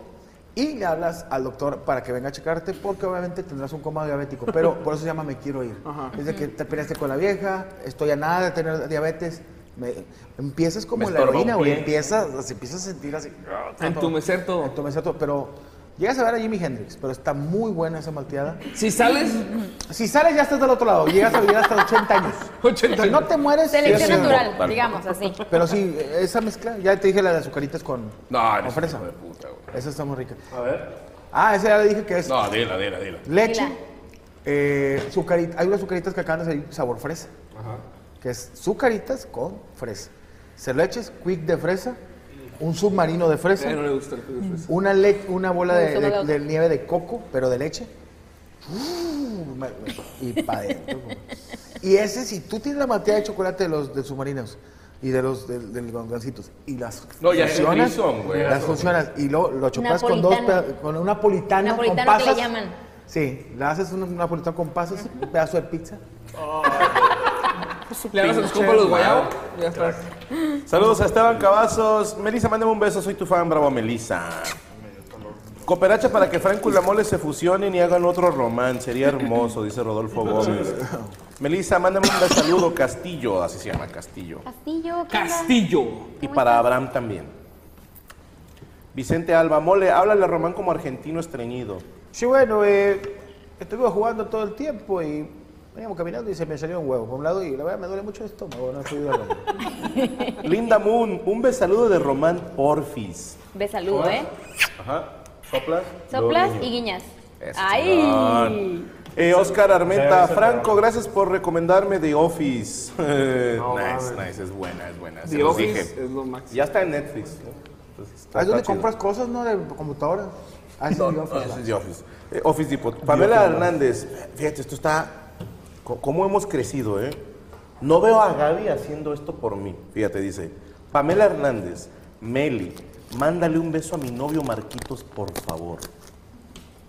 G: y le hablas al doctor para que venga a checarte porque obviamente tendrás un coma diabético, pero por eso se llama me quiero ir. Es de que te peleaste con la vieja, estoy a nada de tener diabetes. Me- empiezas como
D: Me
G: la
D: estorba un
G: heroína, güey.
D: pie.
G: Empiezas, las empiezas a sentir así. Ah,
E: A entumecer todo.
G: A entumecer todo, Pero llegas a ver a Jimi Hendrix, pero está muy buena esa malteada.
E: Si sales,
G: Si sales ya estás del otro lado, llegas a vivir hasta 80 años.
E: 80
G: Si no te mueres,
F: Selección
G: sí, sí.
F: natural, digamos así.
G: Pero sí, esa mezcla, ya te dije la de azucaritas con,
D: No,
G: con
D: eres un
G: Ah, fresa.
D: hijo de puta, güey.
G: Esa está muy rica. A ver. Ah, esa ya le dije que es
D: No, dila, dila, dila.
G: leche,
F: Dila.
G: eh, azucarita- Hay unas azucaritas que acaban de salir sabor fresa. Que es azucaritas con fresa. Se leches, quick de fresa, un submarino de fresa.
E: a él Eh, no le gusta el jugo de fresa.
F: Mm.
G: Una, le- una bola
F: Me
G: de,
F: gustó, me
G: de-
F: gustó.
G: de nieve de coco, pero de leche. Uh, me- me- y pa' dentro. como. y ese, si tú tienes la materia de chocolate de los de submarinos y de los de, de los gangancitos, y las
D: No, ya es el Grissom, güey.
G: las funcionas y luego lo chocas con dos
F: Napolitano.
G: peda- con un napolitano, con
F: Napolitano que
G: pasas.
F: le llaman.
G: Sí, le haces un, un napolitano con pasas, un pedazo de pizza.
F: Pues
E: le hagas los compas los guayabos, ya estás.
D: Saludos a Esteban Cavazos. Melissa, mándame un beso, soy tu fan, bravo Melissa. Cooperacha para que Franco y la Mole se fusionen y hagan otro romance. Sería hermoso, dice Rodolfo Gómez. Melissa, mándame un saludo, Castillo, así se llama Castillo.
F: Castillo. ¿qué onda?
E: Castillo.
D: Y para Abraham también. Vicente Alba, Mole, háblale a Román como argentino estreñido.
G: Sí, bueno, eh, estuve jugando todo el tiempo y veníamos caminando y se me salió un huevo por un lado y la verdad me duele mucho el estómago, no he podido hablar.
D: Linda Moon, un besaludo de Román Porfis.
F: Ve salud, ¿eh?
D: Ajá. ¿Soplas?
F: Soplas y guiñas.
D: Eso,
F: ¡Ay!
D: Eh, Oscar Armenta, Franco, gracias por recomendarme The Office. nice, nice, es buena, es buena. se
E: The
D: los
E: Office
D: dije.
E: es lo máximo.
D: Ya está en Netflix. ¿no? Entonces, está-
G: Ahí es donde
D: está chido.
G: compras cosas, ¿no? De computadora. Ahí Ah, es
D: No,
G: mi
D: no,
G: office,
D: no,
G: ¿verdad?
D: es The Office. Eh, Office Depot. Pamela Hernández, fíjate, esto está. co- ¿Cómo hemos crecido, eh? No veo a Gaby haciendo esto por mí. Fíjate, dice. Pamela Hernández, Meli, mándale un beso a mi novio Marquitos, por favor.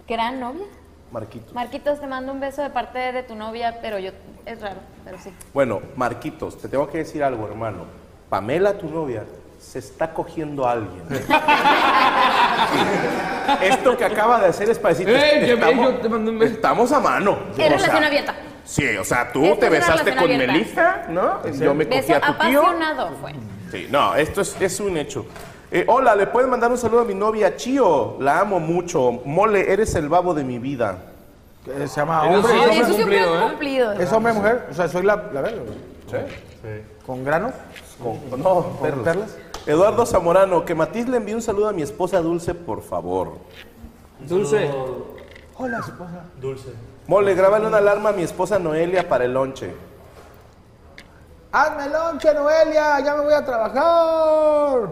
F: Gran novia.
D: Marquitos.
F: Marquitos, te mando un beso de parte de tu novia, pero yo. Es raro, pero sí.
D: Bueno, Marquitos, te tengo que decir algo, hermano. Pamela, tu novia, se está cogiendo a alguien. Esto que acaba de hacer es para decirte,
E: Ey, yo-
D: estamos,
E: yo te mandé un beso.
D: estamos a mano.
F: Es
D: O
F: relación
D: sea,
F: abierta.
D: Sí, o sea, tú
F: Esto
D: te
F: es una
D: besaste con
F: relación abierta.
D: Melissa, ¿no? Yo me cogí
F: Beso
D: a tu tío.
F: apasionado fue.
D: Sí, no, esto es, es un hecho. Eh, hola, ¿le pueden mandar un saludo a mi novia Chio? La amo mucho. Mole, eres el babo de mi vida.
G: Que Se llama
E: Eso
G: hombre.
E: sí,
G: y
E: hombre
G: hombre.
F: Eso siempre
E: cumplido,
F: es
E: ¿eh?
F: cumplido.
G: ¿Es hombre mujer? O sea, soy la, la verga, güey. ¿Con granos?
D: Con- no, perros.
G: perlas?
D: Eduardo Zamorano, que Matiz le envíe un saludo a mi esposa Dulce, por favor.
E: Dulce.
G: Hola, esposa.
D: Mole, grábale una alarma a mi esposa Noelia para el lonche.
G: ¡Hazme lonche, Noelia! ¡Ya me voy a trabajar!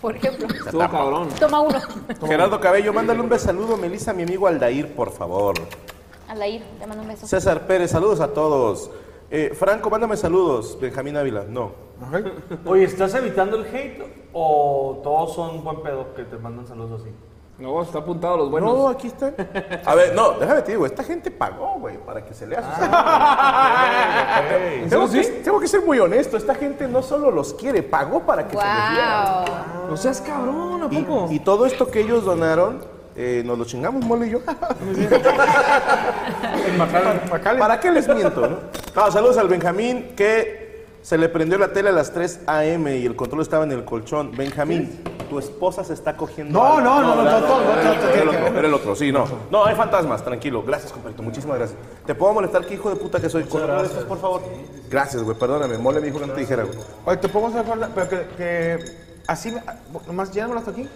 F: Por ejemplo.
E: Estuvo cabrón.
F: Toma uno.
D: Gerardo Cabello, mándale un besaludo a Melissa, mi amigo Aldair, por favor.
F: Alair, te mando un beso.
D: César Pérez, saludos a todos. Eh, Franco, mándame saludos. Benjamín Ávila, no.
H: Oye, ¿estás evitando el hate o todos son buen pedo que te mandan saludos así?
E: No, está apuntado los buenos.
D: No, aquí están. A ver, no, déjame te digo, esta gente pagó, güey, para que se lea sus tengo, que, tengo que ser muy honesto, esta gente no solo los quiere, pagó para que se les lea.
F: ¡Wow!
E: No seas cabrón, ¿a
D: Y-
E: poco?
D: Y, todo esto que ellos donaron, eh, nos lo chingamos, Mole y yo. ¿Para qué les miento? no? No, saludos al Benjamín que se le prendió la tele a las 3 a.m. y el control estaba en el colchón. Benjamín, tu esposa se está cogiendo.
G: No,
D: algo.
G: no, no, no, no, no, no, no, no,
D: Era el
G: no,
D: otro, era el otro, sí, no. No, hay fantasmas, tranquilo. Gracias, compadrito, muchísimas gracias. ¿Te puedo molestar? ¿Qué hijo de puta que soy? Córtame de estos, por favor. Gracias, güey, perdóname. Mole me dijo que no te dijera, güey.
G: Oye, te pongo esa bola, pero que, que así, me- ah, nomás llénamelo hasta aquí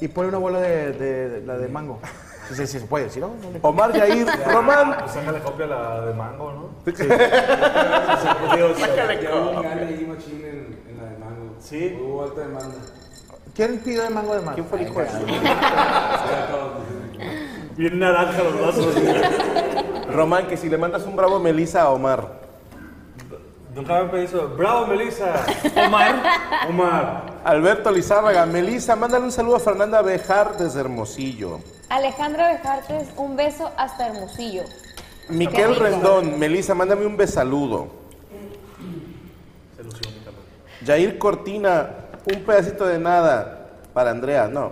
G: y pone una bola de, de- de- la de mango. Sí, sí, sí, se puede, si no, no.
D: Omar Yair, Román,
H: Pues sácale copia la de mango, ¿no? Sí.
G: ¿Quién pidió de mango de mango? ¿Quién fue el hijo de
H: Ah, Bien naranja los vasos.
D: Román, que si le mandas un bravo Melissa a Omar.
H: Nunca me pedí eso. ¡Bravo, Melissa! Omar. Omar.
D: Alberto Lizárraga, Melissa, mándale un saludo a Fernanda Bejar desde Hermosillo.
F: Alejandra Bejartes, un beso hasta Hermosillo.
D: Miquel
F: rico.
D: Rendón, Melissa, mándame un besaludo. Jair Cortina, un pedacito de nada para Andrea, no.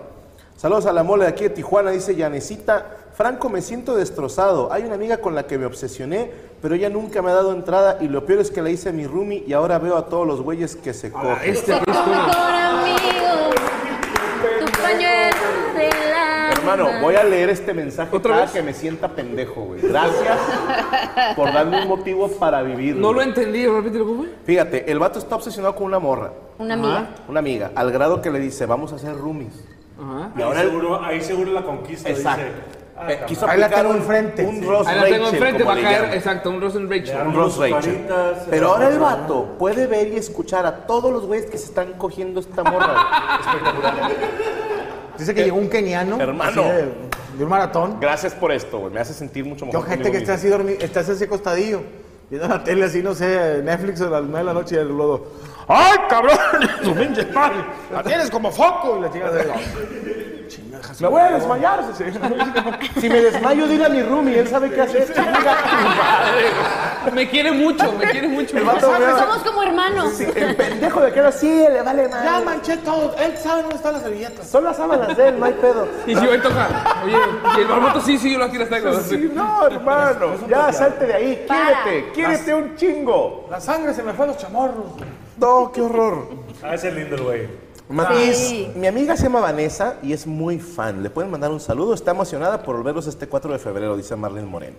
D: Saludos a la mole de aquí de Tijuana, dice Yanecita. Franco, me siento destrozado. Hay una amiga con la que me obsesioné, pero ella nunca me ha dado entrada y lo peor es que la hice a mi roomie y ahora veo a todos los güeyes que se cogen.
H: Este
F: Tu mejor amigo, tu pañuelo de la.
D: Hermano, voy a leer este mensaje
E: ¿Otra
D: cada
E: vez?
D: que me sienta pendejo, güey. Gracias por darme un motivo para vivir.
E: No
D: güey.
E: lo entendí, repítelo, ¿cómo fue?
D: Fíjate, el vato está obsesionado con una morra,
F: Una amiga.
D: una amiga, al grado que le dice, vamos a hacer roomies.
E: Ajá.
D: Y ahora
M: ahí,
D: el-
M: seguro, ahí seguro la conquista.
D: Exacto.
M: Dice, ah,
D: Eh, quiso
G: Ahí la
D: aplicar
G: tengo
D: un,
G: enfrente,
D: un
G: sí.
D: Ross
E: Ahí la tengo
D: Rachel,
E: enfrente,
D: como
E: va
D: le
E: a caer,
D: llaman.
E: exacto, un Rosen Rachel.
M: cabrón,
D: Un Ross
M: sus
D: Rachel.
M: varitas,
D: Pero
M: eh,
D: ahora el vato puede ver y escuchar a todos los güeyes que se están cogiendo esta morra. Eh,
G: Dice que llegó un keniano. así
D: Hermano.
G: De, de un maratón.
D: Gracias por esto, güey. Me hace sentir mucho
G: Yo, gente que está así dormi- estás así acostadillo, viendo la tele así, no sé, Netflix a las nueve de la noche y el lodo. ¡Ay, cabrón! ¡Su pinche madre! ¡La tienes como foco! Y la chica se
I: Me voy a desmayar. sí, sí.
D: Si me desmayo, dile a mi roomie. Él sabe qué hacer.
E: Me quiere mucho, me quiere mucho.
F: Ah, pues Somos como hermanos.
D: el pendejo de que era así, le vale madre.
G: Ya manché todo. Él sabe dónde están las servilletas.
D: Son las sábanas de él, no hay pedo.
E: Y si hoy toca, oye, y el barboto sí, sí, yo lo aquí las traigo.
D: Sí, no, hermano. Ya, salte de ahí.
F: Para.
D: Quiérete. Quiérete un chingo.
G: La sangre se me fue a los chamorros.
D: No, qué horror.
M: Ah, ese es lindo el güey.
D: Matiz,
F: Sí.
D: mi amiga se llama Vanessa y es muy fan. ¿Le pueden mandar un saludo? Está emocionada por verlos este 4 de febrero, dice Marlene Moreno.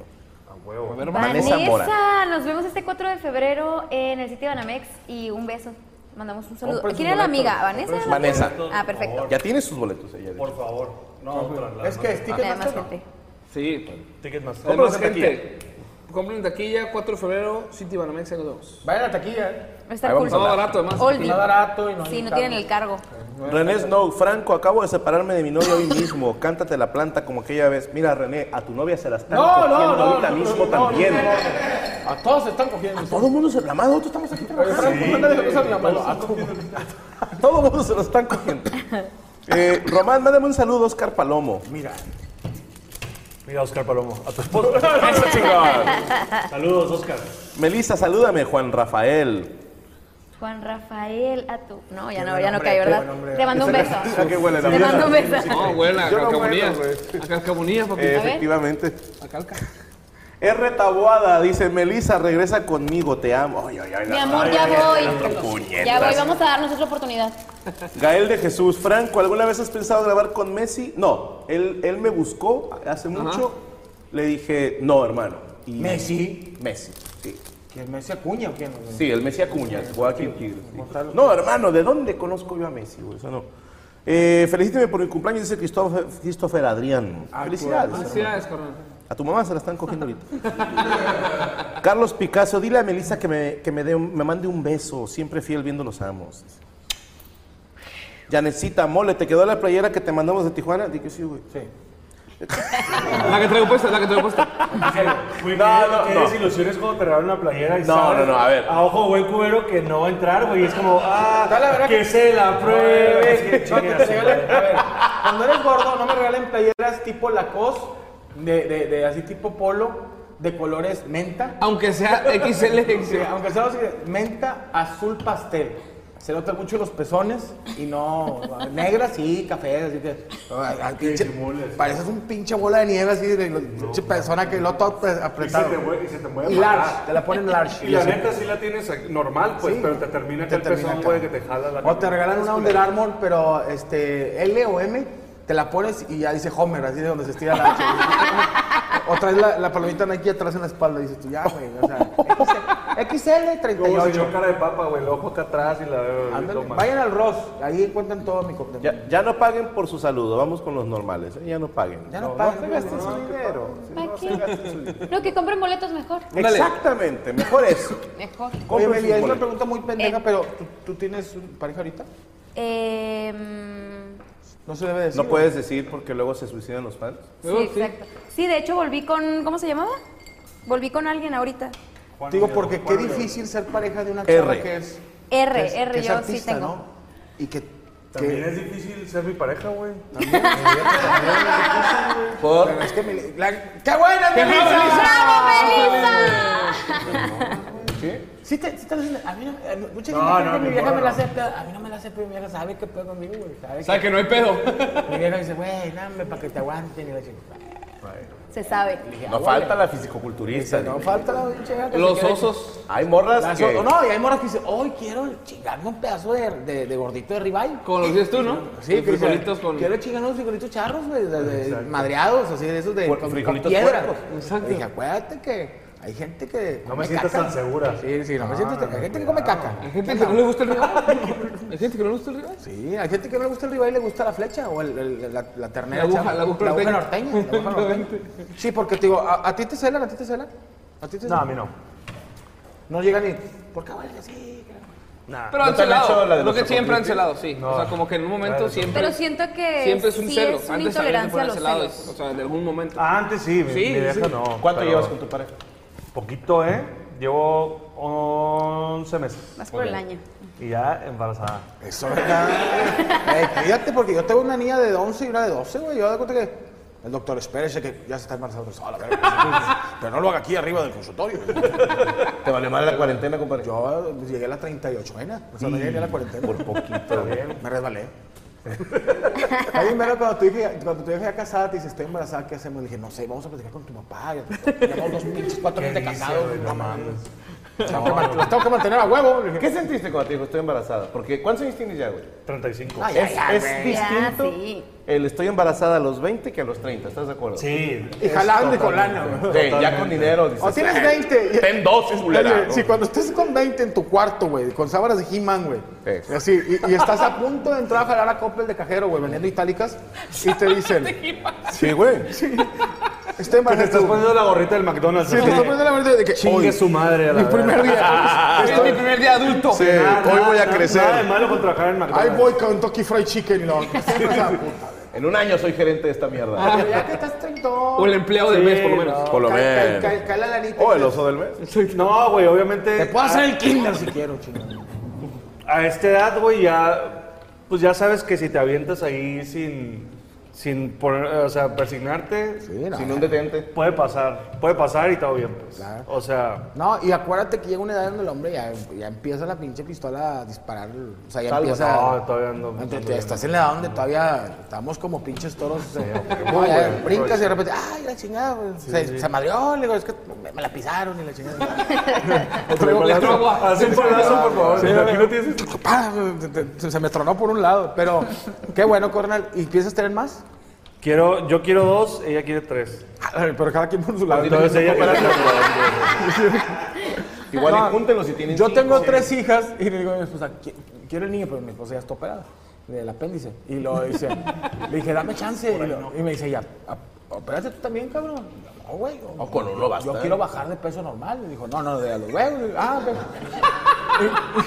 D: Vanessa
F: Vanessa,
D: Mora.
F: nos vemos este 4 de febrero en el sitio de Banamex y un beso. Mandamos un saludo.
M: Compren
F: ¿Quién
M: sus
F: era la
M: boletos,
F: amiga? ¿Vanessa? era la
D: Vanessa.
F: amiga? Ah, perfecto.
D: Ya tiene sus boletos ella. de
M: Por
D: hecho.
M: favor. No, otra, la-
G: Es que sticker
F: Ah, Nada más gente.
E: Sí,
M: Ticketmaster.
E: además, gente. Compren taquilla, 4 de febrero, City Banamex, ahí nos vemos.
G: Vaya a la taquilla, ¿eh?
F: Va a estar
D: Ahí
F: cool.
D: vamos a hablar.
E: Todo barato, además.
F: Oldie.
G: Está barato y no hay
F: Sí, no
G: cargo.
F: tienen el cargo.
D: René Snow, Franco, acabo de separarme de mi novia hoy mismo. Cántate la planta como aquella vez. Mira, René, a tu novia se la están
G: No,
D: cogiendo
G: no, no.
D: ahorita
G: no,
D: mismo
G: no,
D: también.
G: no, no. A todos se están cogiendo.
D: A todo mundo se la madre, nosotros estamos aquí trabajando.
G: Franco, mándale la cosa a mi abuelo. A todo mundo.
D: A todo mundo se lo están cogiendo. Eh, Román, mándame un saludo, Oscar Palomo.
M: Mira, Oscar Palomo, a tu esposo. Eso chingada. Saludos, Oscar.
D: Melissa, salúdame, Juan Rafael.
F: Juan Rafael, a tu. No, ya no, ya no cae, ¿verdad? Te mando un beso.
D: qué huele la
F: Te
D: mierda.
F: mando un beso.
E: No, güey, a
D: Yo no
E: calcamonías.
D: muero,
E: A calcamonías, papi.
D: Eh,
F: ver.
D: efectivamente.
E: A calca.
D: R. Taboada dice, Melissa, regresa conmigo, te amo. Ay, ay, ay,
F: Mi
D: la-
F: amor, ya voy. Ya voy,
D: Puñetas.
F: vamos a darnos otra oportunidad.
D: Gael de Jesús, Franco, ¿alguna vez has pensado grabar con Messi? No, él, él me buscó hace mucho, le dije, no, hermano. Y-
G: Messi.
D: Messi, sí.
G: ¿Quién me decía cuña o quién?
D: Sí, el Messi Acuña, que juega aquí en Tigres, sí. No, hermano, ¿de dónde conozco yo a Messi? güey? Eso no. Eh, felicíteme por mi cumpleaños, dice Christopher, Christopher Adrián. Felicidades. hermano.
E: Felicidades, carnal.
D: A tu mamá se la están cogiendo ahorita. Carlos Picasso, dile a Melissa que me, que me, dé un- me mande un beso, siempre fiel viendo los amos. Yanecita, mole, ¿te quedó la playera que te mandamos de Tijuana? Dije, sí, güey. Sí.
E: La que traigo puesta, la que traigo puesta.
M: Güey,
D: No,
M: qué-
D: no,
M: qué
D: no.
M: desilusiones cuando te regalan una playera y
D: No,
M: sabes
D: no, no, a ver.
M: A ojo buen cubero que no va a entrar, güey. Es como, ah,
G: Está la verdad
M: que,
G: que-
M: se la pruebe.
G: No, que te regalen- a ver, cuando eres gordo, no me regalen playeras tipo Lacoste, de, de, de así tipo polo, de colores menta.
E: Aunque sea
G: Sí,
E: XL.
G: aunque sea así, menta azul pastel. Se notan mucho los pezones y no. Negras sí, cafés, así que. ay, ay, pinche- pareces un pinche bola de nieve así, de pinche persona que lo todo apre-
M: Y se
G: apretado.
M: te mueve, y se te mueve
G: Y
M: para
G: large,
M: atrás.
G: te la ponen large.
M: Y
G: y
M: la
G: así.
M: neta sí la tienes aquí, normal, pues,
G: Sí.
M: pero te termina
G: Te
M: que el
G: termina
M: pezón,
G: acá.
M: güey, que te jala la
G: O te regalan una Under Armour, pero este, L o M, te la pones y ya dice Homer, así de donde se estira la H. O traes la, la palomita Nike atrás en la espalda y dices tú, ya, güey, o sea, XL,
M: Como se
G: 38.
M: echó cara de papa, güey, el ojo acá atrás y la...
G: Ándale,
M: toma.
G: Vayan al Ross, ahí encuentran todo mi contenido.
D: Ya, ya no paguen por su saludo, vamos con los normales, ¿eh? ya no paguen.
G: Ya no paguen,
D: se
G: no,
D: gasten
G: no,
D: su
G: no,
D: dinero.
F: ¿Para qué? No, que compren boletos mejor.
E: Ándale.
D: Exactamente, mejor eso.
F: Mejor.
G: Oye,
D: Compren
G: Meli,
D: sus
G: es una
D: boletos.
G: pregunta muy pendeja,
F: Eh.
G: pero ¿tú, tú tienes pareja ahorita?
F: Eh, mm,
G: No se debe decir.
D: No puedes decir porque luego se suicidan los fans.
F: sí, exacto. Sí, de hecho volví con. ¿Cómo se llamaba? Volví con alguien ahorita.
G: Te Digo, porque qué difícil ser pareja de una
D: R.
G: chava que es...
F: R,
G: que es-
F: R,
G: que es
F: yo sí
G: artista,
F: tengo.
G: ¿no? Y que...
M: También es difícil ser mi pareja, güey.
D: Por
G: Pero es que Meli- la- ¡Qué buena, Melissa!
F: ¡Bravo, Melissa!
G: Sí, Sí, te, sí te lo dicen, a mí no, a- mucha gente
M: No, no,
G: cree que
M: mi
G: mi vieja
M: morra
G: me la
M: no.
G: hace pedo. A mí no me la hace pedo, mi vieja sabe que pedo conmigo, güey. Sabe,
E: Sabe que no hay pedo.
G: Mi vieja dice, güey, dame para que te aguanten. Y la chingada.
F: Se sabe.
D: No falta la fisicoculturista.
G: No falta la pinche vieja que se
E: Los
G: quede-
E: osos.
D: Hay morras
G: Las
D: que...
G: o- no, y hay morras que dicen, hoy quiero chingarme un pedazo de, de, de gordito de ribeye.
E: Como lo dices tú, ¿no?
G: Sí, que
E: Los
G: dicen,
E: frijolitos con.
G: Quiero chingar unos frijolitos charros, güey, de- de- madreados, así de esos de
D: Puer-
G: con,
D: frijolitos
G: con piedra.
D: puercos.
G: Exacto. Dije, acuérdate que hay gente que
M: No me
G: come
M: sientas
G: caca.
M: tan segura.
G: Sí, sí, no me siento tan... Hay gente que come caca.
E: Ah, Hay gente que no le gusta el rival. Hay gente que no le gusta el rival.
G: Sí, hay gente que no le gusta el ribeye y le gusta la flecha o el, el- la, la ternera.
E: La aguja-
G: chava.
E: la aguja norteña.
G: norteña, la aguja norteña. Sí, porque te digo, ¿a, a ti te celan? ¿A ti te celan? ¿A ti te
M: No, a
G: celan?
M: mí no.
G: No llega ni... ¿Por qué huele así?
E: Pero han
D: te han hecho la
E: celado.
D: de
E: Lo
D: los
E: que siempre han celado, sí. O sea, como que en un momento siempre.
F: Pero siento que
E: Siempre es un
F: sí
E: celo.
F: es una
E: Antes también te
F: intolerancia a
E: ponían
F: los
E: celado.
F: celos.
E: es- O sea, en algún momento.
D: Ah,
M: Antes sí, mi,
E: Sí,
M: mi vieja
E: sí.
M: no.
D: ¿Cuánto
M: pero-
D: llevas con tu pareja?
M: Poquito, ¿eh? Llevo 11 meses.
F: Más por el año.
M: Y ya embarazada.
G: Eso es verdad. Eh, cuídate, porque yo tengo una niña de 11 y una de 12, güey. Yo me doy cuenta que el doctor, espérese que ya se está embarazando. Ah, la verga. Pero no lo haga aquí arriba del consultorio.
D: ¿Te valió mal la cuarentena, compadre?
G: Yo llegué a la 38, ¿eh? O sea, no llegué a la cuarentena.
D: Por poquito. güey.
G: Me resbalé. Ahí primero cuando tu hija, cuando tu hija ya casada te dice, estoy embarazada, ¿qué hacemos? Le dije, no sé, vamos a platicar con tu papá. Llevamos dos pinches, cuatro meses de casados. No mames. Tengo que man- Los tengo que mantener a huevo. Le dije,
D: ¿Qué sentiste cuando te dijo estoy embarazada? Porque ¿cuántos años tienes ya, güey?
M: 35.
G: "Ay,
D: Es,
G: ay, ay,
D: es
G: güey".
D: distinto
F: sí.
D: el estoy embarazada a los 20 que a los 30, ¿estás de acuerdo?
M: Sí.
G: Y jalando y colando. güey.
D: Sí, ya con dinero. Dices, "Eh,
G: O tienes 20.
D: Ten 12, culera.
G: Oye,
D: ¿no?
G: si cuando estés con 20 en tu cuarto, güey, con sábanas de He-Man, güey.
D: Sí.
G: Así, y, y estás a punto de entrar a jalar a Coppel de cajero, güey, vendiendo itálicas, y te dicen,
D: Sí, güey.
G: estoy
M: Que te
G: embarazada.
M: estás poniendo la gorrita del McDonald's.
G: Sí, te
M: así
G: estás
M: que
G: poniendo la verdad de que
M: Chingue
G: hoy,
M: su madre a la
G: mi primer
M: verga.
G: día,
E: Es mi primer día adulto.
D: Sí, hoy voy a crecer.
M: Nada de malo con trabajar en
G: ahí
M: McDonald's.
G: voy con Toki Fried Chicken y lo
D: En un año soy gerente de esta mierda.
G: Ah, ya que estás
E: O el
G: treintón,
E: empleado del mes, por lo menos.
D: Por lo
G: cae,
D: menos.
G: cae- cae la lanita.
D: O el oso del mes.
M: No, güey, obviamente. ah,
G: Te puedo hacer el kinder si quiero, chingón.
M: a esta edad, güey, ya, pues ya sabes que si te avientas ahí sin, sin poner, o sea, persignarte,
D: Sin un detente.
M: puede pasar, puede pasar y todo bien, pues.
G: Claro.
M: O sea,
G: No, y acuérdate que llega una edad donde el hombre ya, ya empieza la pinche pistola a disparar. O sea, ya
D: Salvo,
G: empieza.
M: no, todavía no,
G: Ante-
M: todavía no.
G: estás en la edad donde todavía estamos como pinches toros. eh, no, ya brincas y de repente, ¡ay, la chingada! güey, se, se madrió, le digo, es que me, me la pisaron y la chingada.
M: haz un palazo, por favor.
G: Pa, te- te- se me tronó por un lado. Pero qué bueno, Cornel. ¿Y piensas tener más?
M: Quiero, yo quiero dos, ella quiere tres.
G: Pero cada quien por su lado.
M: Entonces ella quiere
D: Igual y júntenlos si tienen
G: Yo
D: cinco.
G: tengo tres hijas y le digo a mi esposa, "Qui- quiero el niño, pero mi esposa ya está operada del apéndice. Y lo dice, le dije, dame chance. Y, lo- y me dice, ya, opérate tú también, cabrón. Y yo, No, güey.
D: No, con uno basta,
G: Yo
D: ¿eh?
G: quiero bajar de peso normal. Y dijo, no, no, de a los huevos. Y digo, ah, ok.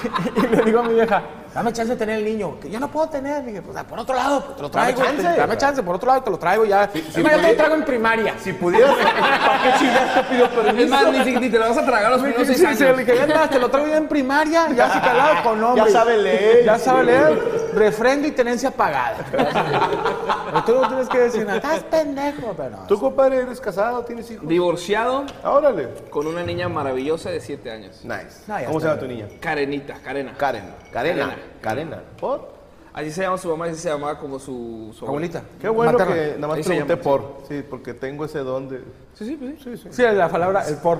G: y, y- y le digo a mi vieja, dame chance de tener el niño, que yo no puedo tener. Le dije, pues ah, por otro lado, pues, te lo
D: Dame
G: traigo. Dame
D: chance.
G: chance, por otro lado te lo traigo ya. Es más, yo te lo traigo en primaria.
D: Si pudieras, ¿para qué chingas te pido permiso?
E: Es más, ni, si- ni te la vas a tragar los primeros
G: Sí,
E: seis
G: sí, sí, le
E: años.
G: dije, ya andás, te lo traigo ya en primaria, ya se calado con nombre.
D: Ya sabe leer.
G: Ya sabe leer, refrendo y tenencia pagada. Tú no tienes que decir nada,
D: Ah,
G: estás pendejo, pero no.
D: ¿Tú, compadre, eres casado? ¿Tienes hijos?
E: Divorciado
D: Órale. Ah,
E: con una niña maravillosa de 7 años.
D: Nice.
G: No, ya está
D: ¿Cómo se llama tu niña?
E: Karenita, Karena.
D: Karen. Karena. Karena. ¿Por?
E: Así se llama su mamá, así se llamaba como su, su
G: Abuelita.
D: Qué bueno
G: Materna.
D: que nada
E: Ahí
D: más
E: se
D: pregunté
E: llama,
D: por. Sí, porque tengo ese don de... Sí, sí, pues sí. sí,
G: Sí, la palabra, el por.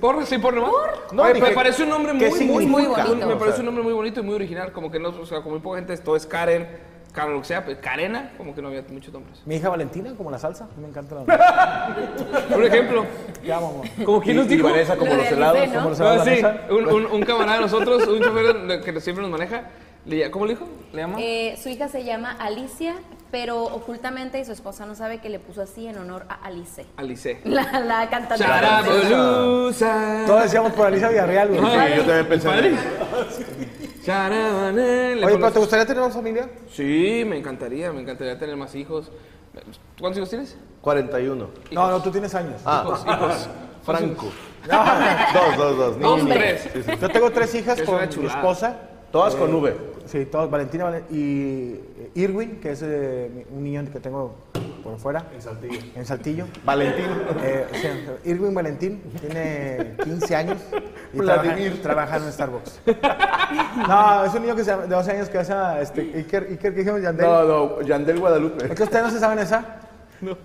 E: Por, sí, por nomás.
D: No,
E: Oye,
D: dije,
E: me parece un nombre
D: ¿qué
E: muy, muy, muy
D: significa?
E: bonito. Me
D: O
E: parece
D: sea.
E: un nombre muy bonito y muy original. Como que no, o sea, como muy poca gente, todo es Karen, Karen, lo que sea, pero Karena, como que no había muchos nombres.
G: Mi hija Valentina, como la salsa, me encanta la
E: Por ejemplo,
G: Te amo, amor.
E: como
D: Y-
E: quien nos
D: Y
E: dijo.
D: Vanessa como los helados.
G: Como la
E: Ah,
G: salsa
E: sí,
G: Vanessa.
E: un, un- un camarada de nosotros, un chofer que siempre nos maneja, le- ¿cómo le dijo? ¿Le llama?
F: Eh, su hija se llama Alicia, pero ocultamente y su esposa no sabe que le puso así en honor a Alice.
E: Alice.
F: La, la cantante. francesa.
E: Charabolusa.
G: Todos decíamos por Alicia Villarreal, güey.
D: Sí, yo también pensé en
E: Padre.
D: eso.
E: Charabané.
G: Oye,
E: Le
G: pero
E: pones-
G: ¿te gustaría tener más familia?
E: Sí, me encantaría, me encantaría tener más hijos. ¿Cuántos hijos tienes?
D: 41.
G: No, no, tú tienes años.
D: Ah,
E: Hijos, hijos.
D: Franco. Dos, dos, dos. niño, niño.
E: Hombres.
D: Sí, sí.
G: Yo tengo tres hijas
E: Es
G: con
E: una
G: mi
E: chulada.
G: esposa.
D: Todas con V.
G: Sí, todos, Valentina Valen- y eh, Irwin, que es eh, mi- un niño que tengo por fuera.
H: En Saltillo.
G: En Saltillo.
C: Valentín.
G: Eh, sí, Irwin Valentín tiene 15 años y
C: Vladimir.
G: trabaja, trabaja en un Starbucks. No, es un niño que se llama- de 12 años que hace este, Iker, Iker que dijimos Yandel.
D: No, no, Yandel Guadalupe.
G: Es que ustedes no se saben esa.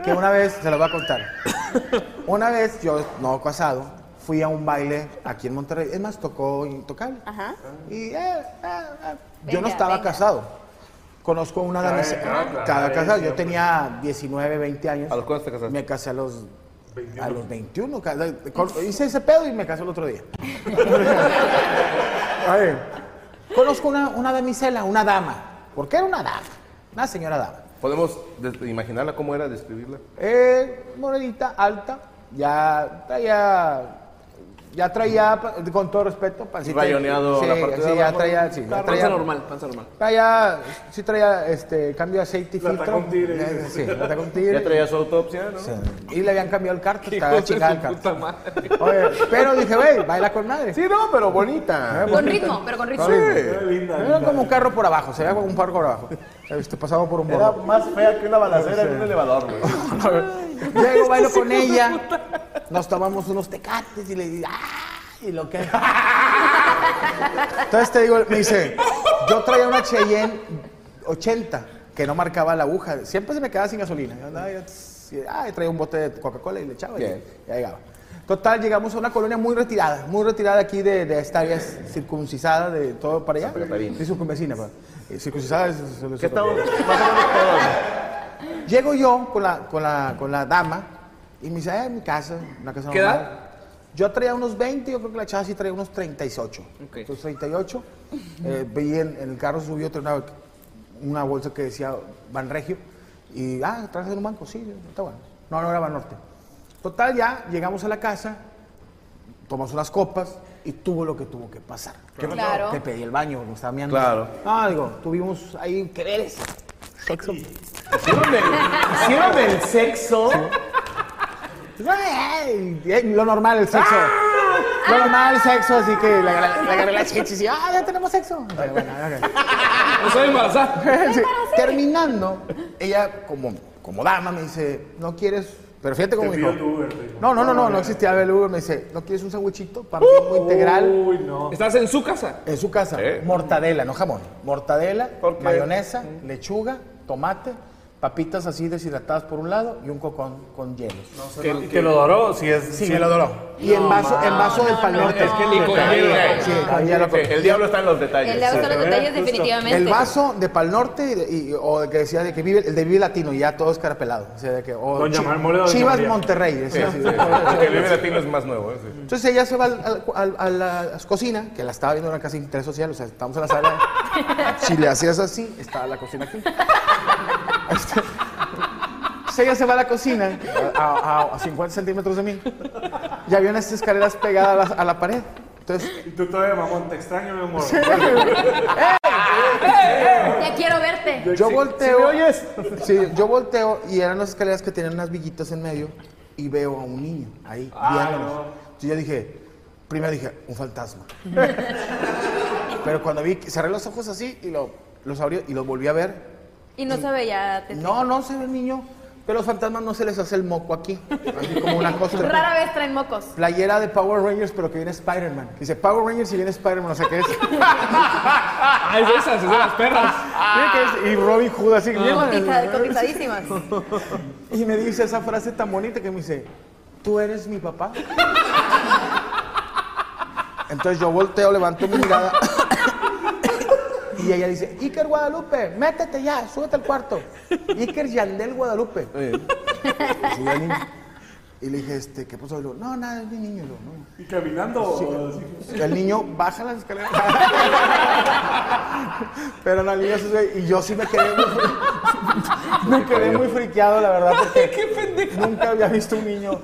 G: Que una vez, se los voy a contar. Una vez, yo, no casado, fui a un baile aquí en Monterrey. Es más, tocó Intocable.
F: Ajá.
G: Y eh, eh, eh, yo no
F: Venga,
G: estaba
F: venga.
G: casado. Conozco una
H: Cabe-
G: dama.
H: cabe aclarar
G: Cada casado. Yo
H: eso.
G: tenía 19, 20 años.
D: ¿A los cuántos te casaste?
G: Me casé a los. A los 21, ca- con- hice ese pedo y me casé el otro día. A ver, conozco una, una damisela, una dama, porque era una dama, una señora dama.
D: ¿Podemos des- imaginarla cómo era, describirla?
G: Eh, monedita alta, ya traía, ya traía, pa- con todo respeto, pancita.
D: Rayoneado
G: sí,
D: la parte de
G: sí, ya
D: abajo.
G: traía, sí, ya
E: Panza
G: traía,
E: normal, panza normal.
G: traía, sí traía, este, cambio de aceite y
H: La
G: filtro.
H: atacó un tigre.
G: Eh, Sí, la atacó un tigre.
D: Ya traía su autopsia, ¿no?
G: Sí. Y le habían cambiado el carro,
E: Hijo
G: estaba
E: de
G: chingada
E: su
G: el
E: puta
G: carro.
E: madre.
G: Oye, pero dije, güey, baila con madre. Eh,
D: Sí, no, pero bonita.
F: Con ritmo, pero con ritmo.
D: Sí.
H: Linda,
G: Era como un carro por abajo, se veía como un carro por abajo. Este, pasaba por un
D: Era
G: bordo.
D: más fea que una balacera en un elevador, güey.
G: Llego, bailo con ella, nos tomamos unos tecates y le digo, ¡ah! Y lo que. Entonces te digo, me dice, yo traía una Cheyenne 80 que no marcaba la aguja, siempre se me quedaba sin gasolina. Yo andaba, yo, tss, y, ah, y traía un bote de Coca-Cola y le echaba y
D: Bien.
G: ya llegaba. Total, llegamos a una colonia muy retirada, muy retirada aquí de, de esta área circuncisada de todo para allá.
D: Santa Catarina.
G: Sí, circunvecina, pa. Eh, circuncisada es. es- es-
D: ¿Qué estamos? Más o menos todos.
G: Llego yo con la, con la, con la dama y me dice, eh, mi casa, una casa
E: ¿Qué
G: normal.
E: edad?
G: Yo traía unos 20, yo creo que la chava sí traía unos 38.
E: Ok.
G: Entonces, 38. eh, vi en, en el carro subió traía una, una bolsa que decía Banregio. Y, ah, traes en un banco, sí, está bueno. No, no era Banorte. Total, ya llegamos a la casa, tomamos unas copas y tuvo lo que tuvo que pasar. ¿Qué pasó?
F: Claro.
G: Te pedí el baño, me estaba mirando.
D: Claro.
G: Ah, digo, tuvimos ahí que veres. Sexo.
D: Hicieron el- Hicieron el sexo.
G: Ay, eh, Lo normal, el sexo. Lo normal, el sexo, así que le agarré- le agarré la chichis y ah, ya tenemos sexo. Pero bueno, ok.
E: No soy embarazada.
G: Sí, Terminando, ella como, como dama me dice, no quieres, pero fíjate cómo dijo. No, no, no, no, no existía el Uber, me dice, no quieres un sandwichito, pan bimbo integral
H: Uy, no.
E: Estás en su casa. ¿Eh?
G: en su casa.
D: Sí.
G: Mortadela, no jamón. Mortadela,
D: ¿Por qué?
G: mayonesa,
E: Mm.
G: lechuga, tomate, papitas así deshidratadas por un lado y un cocón con hielos.
M: Que, que lo doró, si es.
G: Sí,
M: si-
G: me lo doró. Y en vaso, en vaso de palmero.
E: Es que ni con
D: Ay,
G: Sí,
D: ay,
G: con hielo,
D: ok,
G: con-
D: El diablo está en los detalles.
F: El de los detalles, definitivamente.
G: El vaso de Pal Norte y de- y- o de que decía de que vive, el de Vive Latino y ya todo escarapelado. O sea, de que, o
M: Doña Mar- Mole, Doña
G: Chivas
M: María.
G: Monterrey. decía así.
D: Sí, porque el Vive Latino es más nuevo. ¿eh? Sí.
G: Entonces ella se va al- al- al- a la cocina, que la estaba viendo en una casa de interés social, o sea, estamos en la sala. si le hacías así, estaba la cocina aquí. Este, Entonces ella se va a la cocina, a, a- a 50 centímetros de mí, y había unas escaleras pegadas a la, a la pared. Entonces,
M: Y tú todavía, mamón, te extraño, mi amor.
F: Ya quiero verte.
G: Yo volteo. Sí, yo volteo y eran las escaleras que tenían unas villitas en medio y veo a un niño ahí viéndonos. Entonces yo dije, primero dije, un fantasma. Pero cuando vi, que- cerré los ojos así y lo- los abrió y los volví a ver.
F: Y no se veía. te-
G: No, no se ve el niño. Pero a los fantasmas no se les hace el moco aquí. Así como una costra.
F: Rara vez traen mocos.
G: Playera de Power Rangers, pero que viene Spider-Man. Dice Power Rangers y viene Spider-Man, o sea que es.
E: Ah, es de esas, es de las perras. Ah.
G: Miren que es- Y Robin Hood, así. bien-
F: Cotiza- Cotizadísimas.
G: Y me dice esa frase tan bonita que me dice, ¿tú eres mi papá? Entonces yo volteo, levanto mi mirada y ella dice, Iker Guadalupe, métete ya, súbete al cuarto. Iker Yandel Guadalupe. Y yo, "Ni-". Y le dije, este, ¿qué pasó? Y luego, no, nada, es mi niño. Y luego, "No".
M: Y caminando.
G: El niño baja las escaleras. Pero no, el niño se sube y yo sí me quedé muy, fri- me quedé muy friqueado, la verdad, porque nunca había visto un niño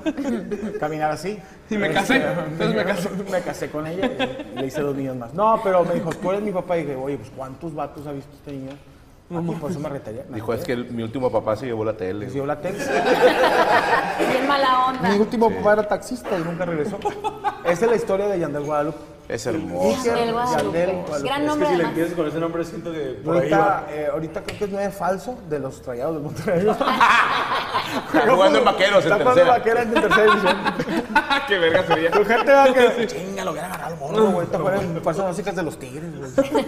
G: caminar así. Este,
E: Y me casé, entonces me casé.
G: Me casé con ella y le hice dos niños más. No, pero me dijo, tú eres mi papá. Y dije, oye, pues ¿cuántos vatos ha visto este niño? Y por eso me retaría.
D: Dijo, es que el- mi último papá se llevó la tele.
G: Pues yo la tengo.
F: Bien mala onda.
G: Mi último papá era taxista y nunca regresó. Esa es la historia de Yandel Guadalupe.
D: Es hermoso.
F: El Guadalupe. Gran
M: es
F: nombre
M: que si le
F: además.
M: empiezas con ese nombre siento que por ahí
G: Ahorita,
M: va.
G: eh, ahorita creo que es nueve falso de los trayados del Monterrey.
D: jugando en vaqueros en
G: Está jugando
D: tercera.
G: vaqueros en tercera división.
D: Qué verga sería.
G: Con gente va que. Chinga, lo hubiera ganado el morro, güey. Te fueron falsas músicas de los tigres, güey.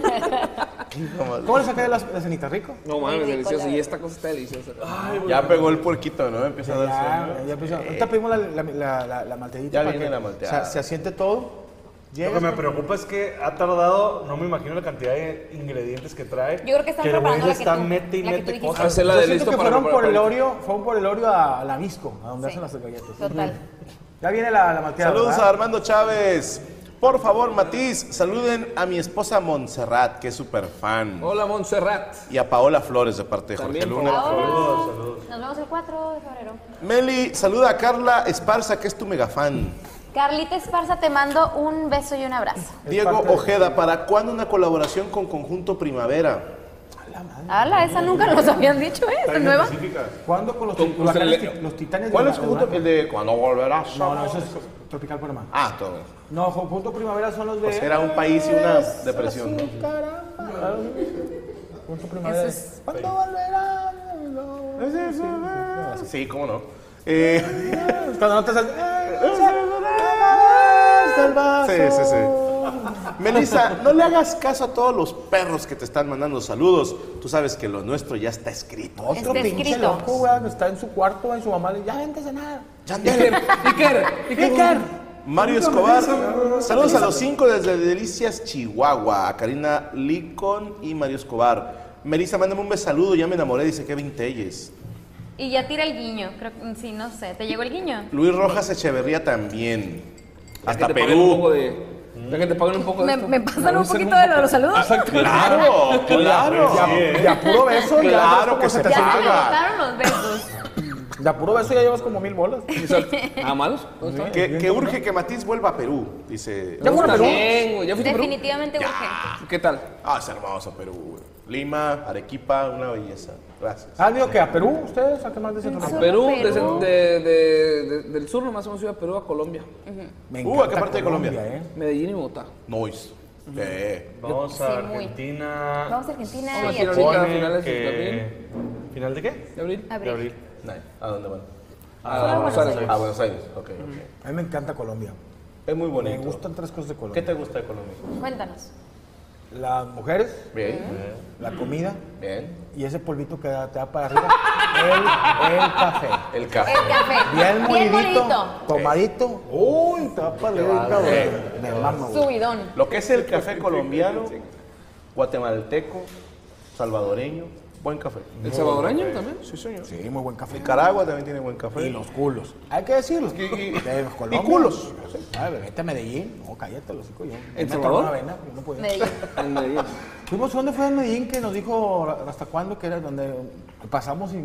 G: ¿Cómo le saqué de la, la cenita rico?
E: No mames, delicioso. Y este esta cosa está deliciosa.
D: Ya pegó el puerquito, ¿no? Empieza a dar
G: Ya,
D: sueño.
G: ya empezó. Ahorita pedimos la, la, la, la, la malteadita.
D: Ya
G: para
D: viene
G: que
D: la malteada.
G: Se, se asiente todo.
M: Lo que me
G: Llega.
M: preocupa es que ha tardado, no me imagino la cantidad de ingredientes que trae.
F: Yo creo que están
M: el güey
F: preparando
M: le
F: la que
M: está
F: tú-
M: mete y
F: la que tú
M: mete
F: dijiste.
M: cosas.
E: Hace la
G: Yo
E: de
G: siento
E: listo
G: que
E: para
G: fueron por el
E: preparar.
G: Oreo, fueron por el Oreo a la Visco, a
F: Sí.
G: donde hacen las galletas.
F: Total.
G: Ya viene la, la malteada.
D: Saludos a
G: ¿verdad?
D: Armando Chávez. Por favor, Matiz, saluden a mi esposa Montserrat, que es súper fan.
E: Hola, Montserrat.
D: Y a Paola Flores de parte de Jorge
E: También,
D: Luna.
F: Ahora nos vemos el 4 de febrero.
D: Meli, saluda a Carla Esparza, que es tu megafan.
F: Carlita Esparza, te mando un beso y un abrazo.
D: Diego Ojeda, ¿para cuándo una colaboración con Conjunto Primavera?
F: Hala, esa nunca nos habían dicho, ¿eh? ¿Es nueva?
G: ¿Cuándo con los,
E: Con-
G: ti-
E: con
G: huracanes
E: Australia.
G: ti- los titanes
D: ¿Cuál
G: de
D: es Conjunto
G: Primavera?
D: El de Cuando Volverás?
G: No, no, eso es Tropical Panamá.
D: Ah, todo.
G: No, Conjunto Primavera son los de.
D: Pues era un país y una depresión, ¿no?
G: Sí, caramba. Conjunto Primavera.
F: Eso es-
G: ¿Cuándo volverán? Es eso, ¿verdad?
D: Sí, cómo no. Eh,
G: Cuando no te sal- Hasta el vaso.
D: sí, sí, sí. Melissa, no le hagas caso a todos los perros que te están mandando saludos. Tú sabes que lo nuestro ya está escrito.
G: Otro
F: Está
G: pinche
F: escrito.
G: loco, güey, que está en su cuarto, en su mamá, le dice, ya vente a cenar.
E: Iker, Iker,
G: Iker.
D: Mario Escobar, saludos a los cinco desde Delicias, Chihuahua, a Karina Licon y Mario Escobar. Melissa, mándame un besaludo, ya me enamoré, dice Kevin Telles.
F: Y ya tira el guiño, creo que sí, no sé. ¿Te llegó el guiño?
D: Luis Rojas Echeverría también. Hasta
E: que te paguen un
D: Perú.
E: poco de. Ya que te paguen un poco de.
F: Me,
E: esto.
F: me pasan un
E: Vamos a hacer
F: poquito de lo de los saludos.
E: Exacto.
D: Claro, claro.
K: ¿eh?
G: De a puro beso, ya vas
D: Claro
G: como
D: que se
G: sete-
F: Ya se me
D: paga.
F: botaron los besos.
G: De a puro beso ya llevas como mil bolas.
E: Exacto. ¿Ah, malos? ¿Todo está bien?
D: Que, que urge que Matiz vuelva a Perú, dice.
G: ¿Ya fueron a
E: Está
G: Perú?
E: bien, güey. ¿Ya fuiste a Perú?
F: Definitivamente urgente.
E: ¿Qué tal?
D: Ah, es hermoso Perú. güey. Lima, Arequipa, una belleza. Gracias.
G: ¿Han ido Ah, que a Perú ustedes? ¿A qué más de
E: A
G: Centroamérica?
E: Perú,
F: Perú.
E: desde- de- de- de- del sur nomás hemos ido a Perú, a Colombia.
G: Me
D: Uh, ¿a
G: encanta
D: qué parte de Colombia?
G: eh.
E: Medellín y Bogotá.
D: Noise. Eh.
M: Vamos
F: Sí,
M: a
F: muy.
M: Argentina.
F: Vamos a Argentina
E: Vamos
F: y
E: a ir
F: a
E: ahorita.
F: Chile.
M: Pone
E: a finales de
M: que- ¿Final de qué?
E: ¿De abril?
M: De
F: Abril.
M: abril.
D: ¿A dónde van?
E: A Ah, Buenos Aires.
D: A Ah, Buenos Aires. Ok, ok.
G: A mí me encanta Colombia.
D: Es muy
G: Me
D: bonito.
G: gustan tres cosas de
D: ¿Qué
G: Colombia.
D: te gusta de Colombia?
F: Cuéntanos.
G: Las mujeres,
D: Bien.
G: la comida
D: Bien.
G: y ese polvito que da- te da para arriba. el, el café.
D: El café.
F: El café.
G: Bien molidito,
F: molidito.
G: tomadito. Eh, Uy, te da para arriba, cabrón. Me mama, güey.
F: Subidón.
D: Lo que es el café colombiano, guatemalteco, salvadoreño, buen café.
E: ¿El salvadoreño también?
D: Sí, señor.
G: Sí, muy buen café.
D: Nicaragua también tiene buen café.
G: Y los culos. Hay que decirlos.
D: Y- y-
G: De los
D: y
G: Colombia.
D: culos.
G: Ay, vete a Medellín. No, cállate, los cinco yo.
E: ¿En
G: Me
E: Salvador?
G: tomé una avena, yo no podía.
F: Medellín.
E: En Medellín.
G: Fuimos, ¿dónde fue en Medellín que nos dijo hasta cuándo que era donde pasamos y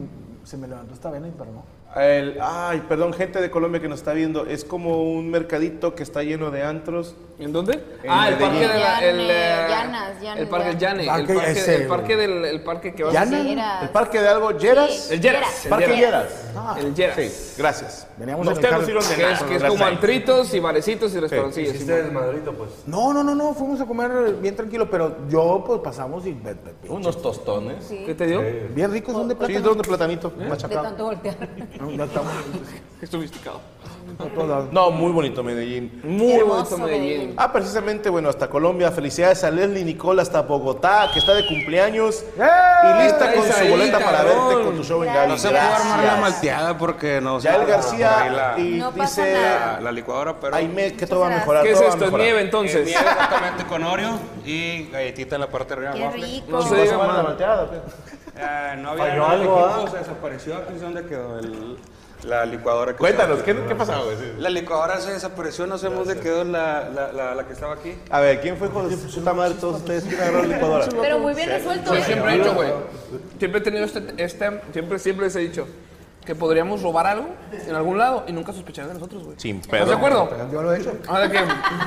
G: se me levantó esta vena y pero no?
D: El- ay, perdón, gente de Colombia que nos está viendo. Es como un mercadito que está lleno de antros.
E: ¿En dónde?
D: En
E: ah, el parque
D: Medellín.
E: de la. El, eh,
F: Llanes, Llanes,
E: el parque del Llane. El
G: Parque
E: parque,
G: ese,
E: el parque del el parque que vas a
G: ¿Llana?
E: hacer.
F: Lleras.
D: El parque de algo, Lleras.
F: Sí.
E: El Lleras.
F: Lleras.
E: el
D: Parque Ah,
E: Lleras.
D: Lleras.
E: El Lleras.
D: Sí, gracias.
G: Veníamos
D: no,
G: en el
D: ustedes
G: carro.
D: no sirvieron de
E: Que
D: nada.
E: es, que es
D: gracias
E: como
D: a ellos.
E: antritos y barecitos y restaurancillos.
M: Hiciste
E: Simón.
M: desmadrito, pues.
G: No, no, no, no, fuimos a comer bien tranquilo, pero yo pues pasamos y ve- ve- ve-
D: Unos tostones. Sí,
E: ¿Qué te dio?
G: bien ricos son de plátano.
D: dos de platanito,
F: De
D: machacado.
F: tanto voltear.
G: No, no estamos
E: Qué sofisticado.
G: a todos lados.
D: No, muy bonito Medellín.
E: Muy bonito
F: Hermoso
E: Medellín.
F: Medellín.
D: Ah, precisamente, bueno, hasta Colombia. Felicidades a Leslie Nicole hasta Bogotá, que está de cumpleaños. Y lista con
E: Esa
D: su boleta
E: ahí,
D: para
E: cabrón.
D: verte con tu show en Cali.
J: No se puede armar la
D: Gracias.
J: malteada porque no se
D: Yael
J: puede
D: García
J: armar ahí
D: y
F: No pasa
D: dice
J: la,
F: nada.
J: la- la licuadora, pero
D: Aime que todo va a mejorar.
E: ¿Qué es
D: todo va a
E: esto? ¿Es
D: mejorar.
E: nieve
J: Eh,
E: entonces?
J: nieve exactamente con Oreo y galletita en la parte de arriba.
F: Qué
J: waffle.
F: rico.
E: No se diga
D: ¿Van a la
E: más.
D: malteada o qué?
J: Eh, no había
M: Falló
J: nada de
M: algo,
D: ¿ah?
J: equipo, se desapareció. ¿Quién sabe dónde quedó el- la licuadora? que
D: Cuéntanos,
J: estaba?
D: ¿qué, qué pasó? güey? Sí.
J: La licuadora se desapareció, no sé dónde quedó la, la, la, la que estaba aquí.
D: A ver, ¿quién fue con su puta madre todos ustedes? ¿Quién agarró la licuadora?
F: Pero muy bien resuelto.
E: Yo
F: ¿eh?
E: siempre he dicho, güey. Siempre he tenido este, este- Siempre, siempre les he dicho que podríamos robar algo en algún lado y nunca sospecharán de nosotros, güey.
D: Sin
E: ¿Estás de
D: pedo.
E: acuerdo?
G: Yo lo he hecho.
E: Ahora que.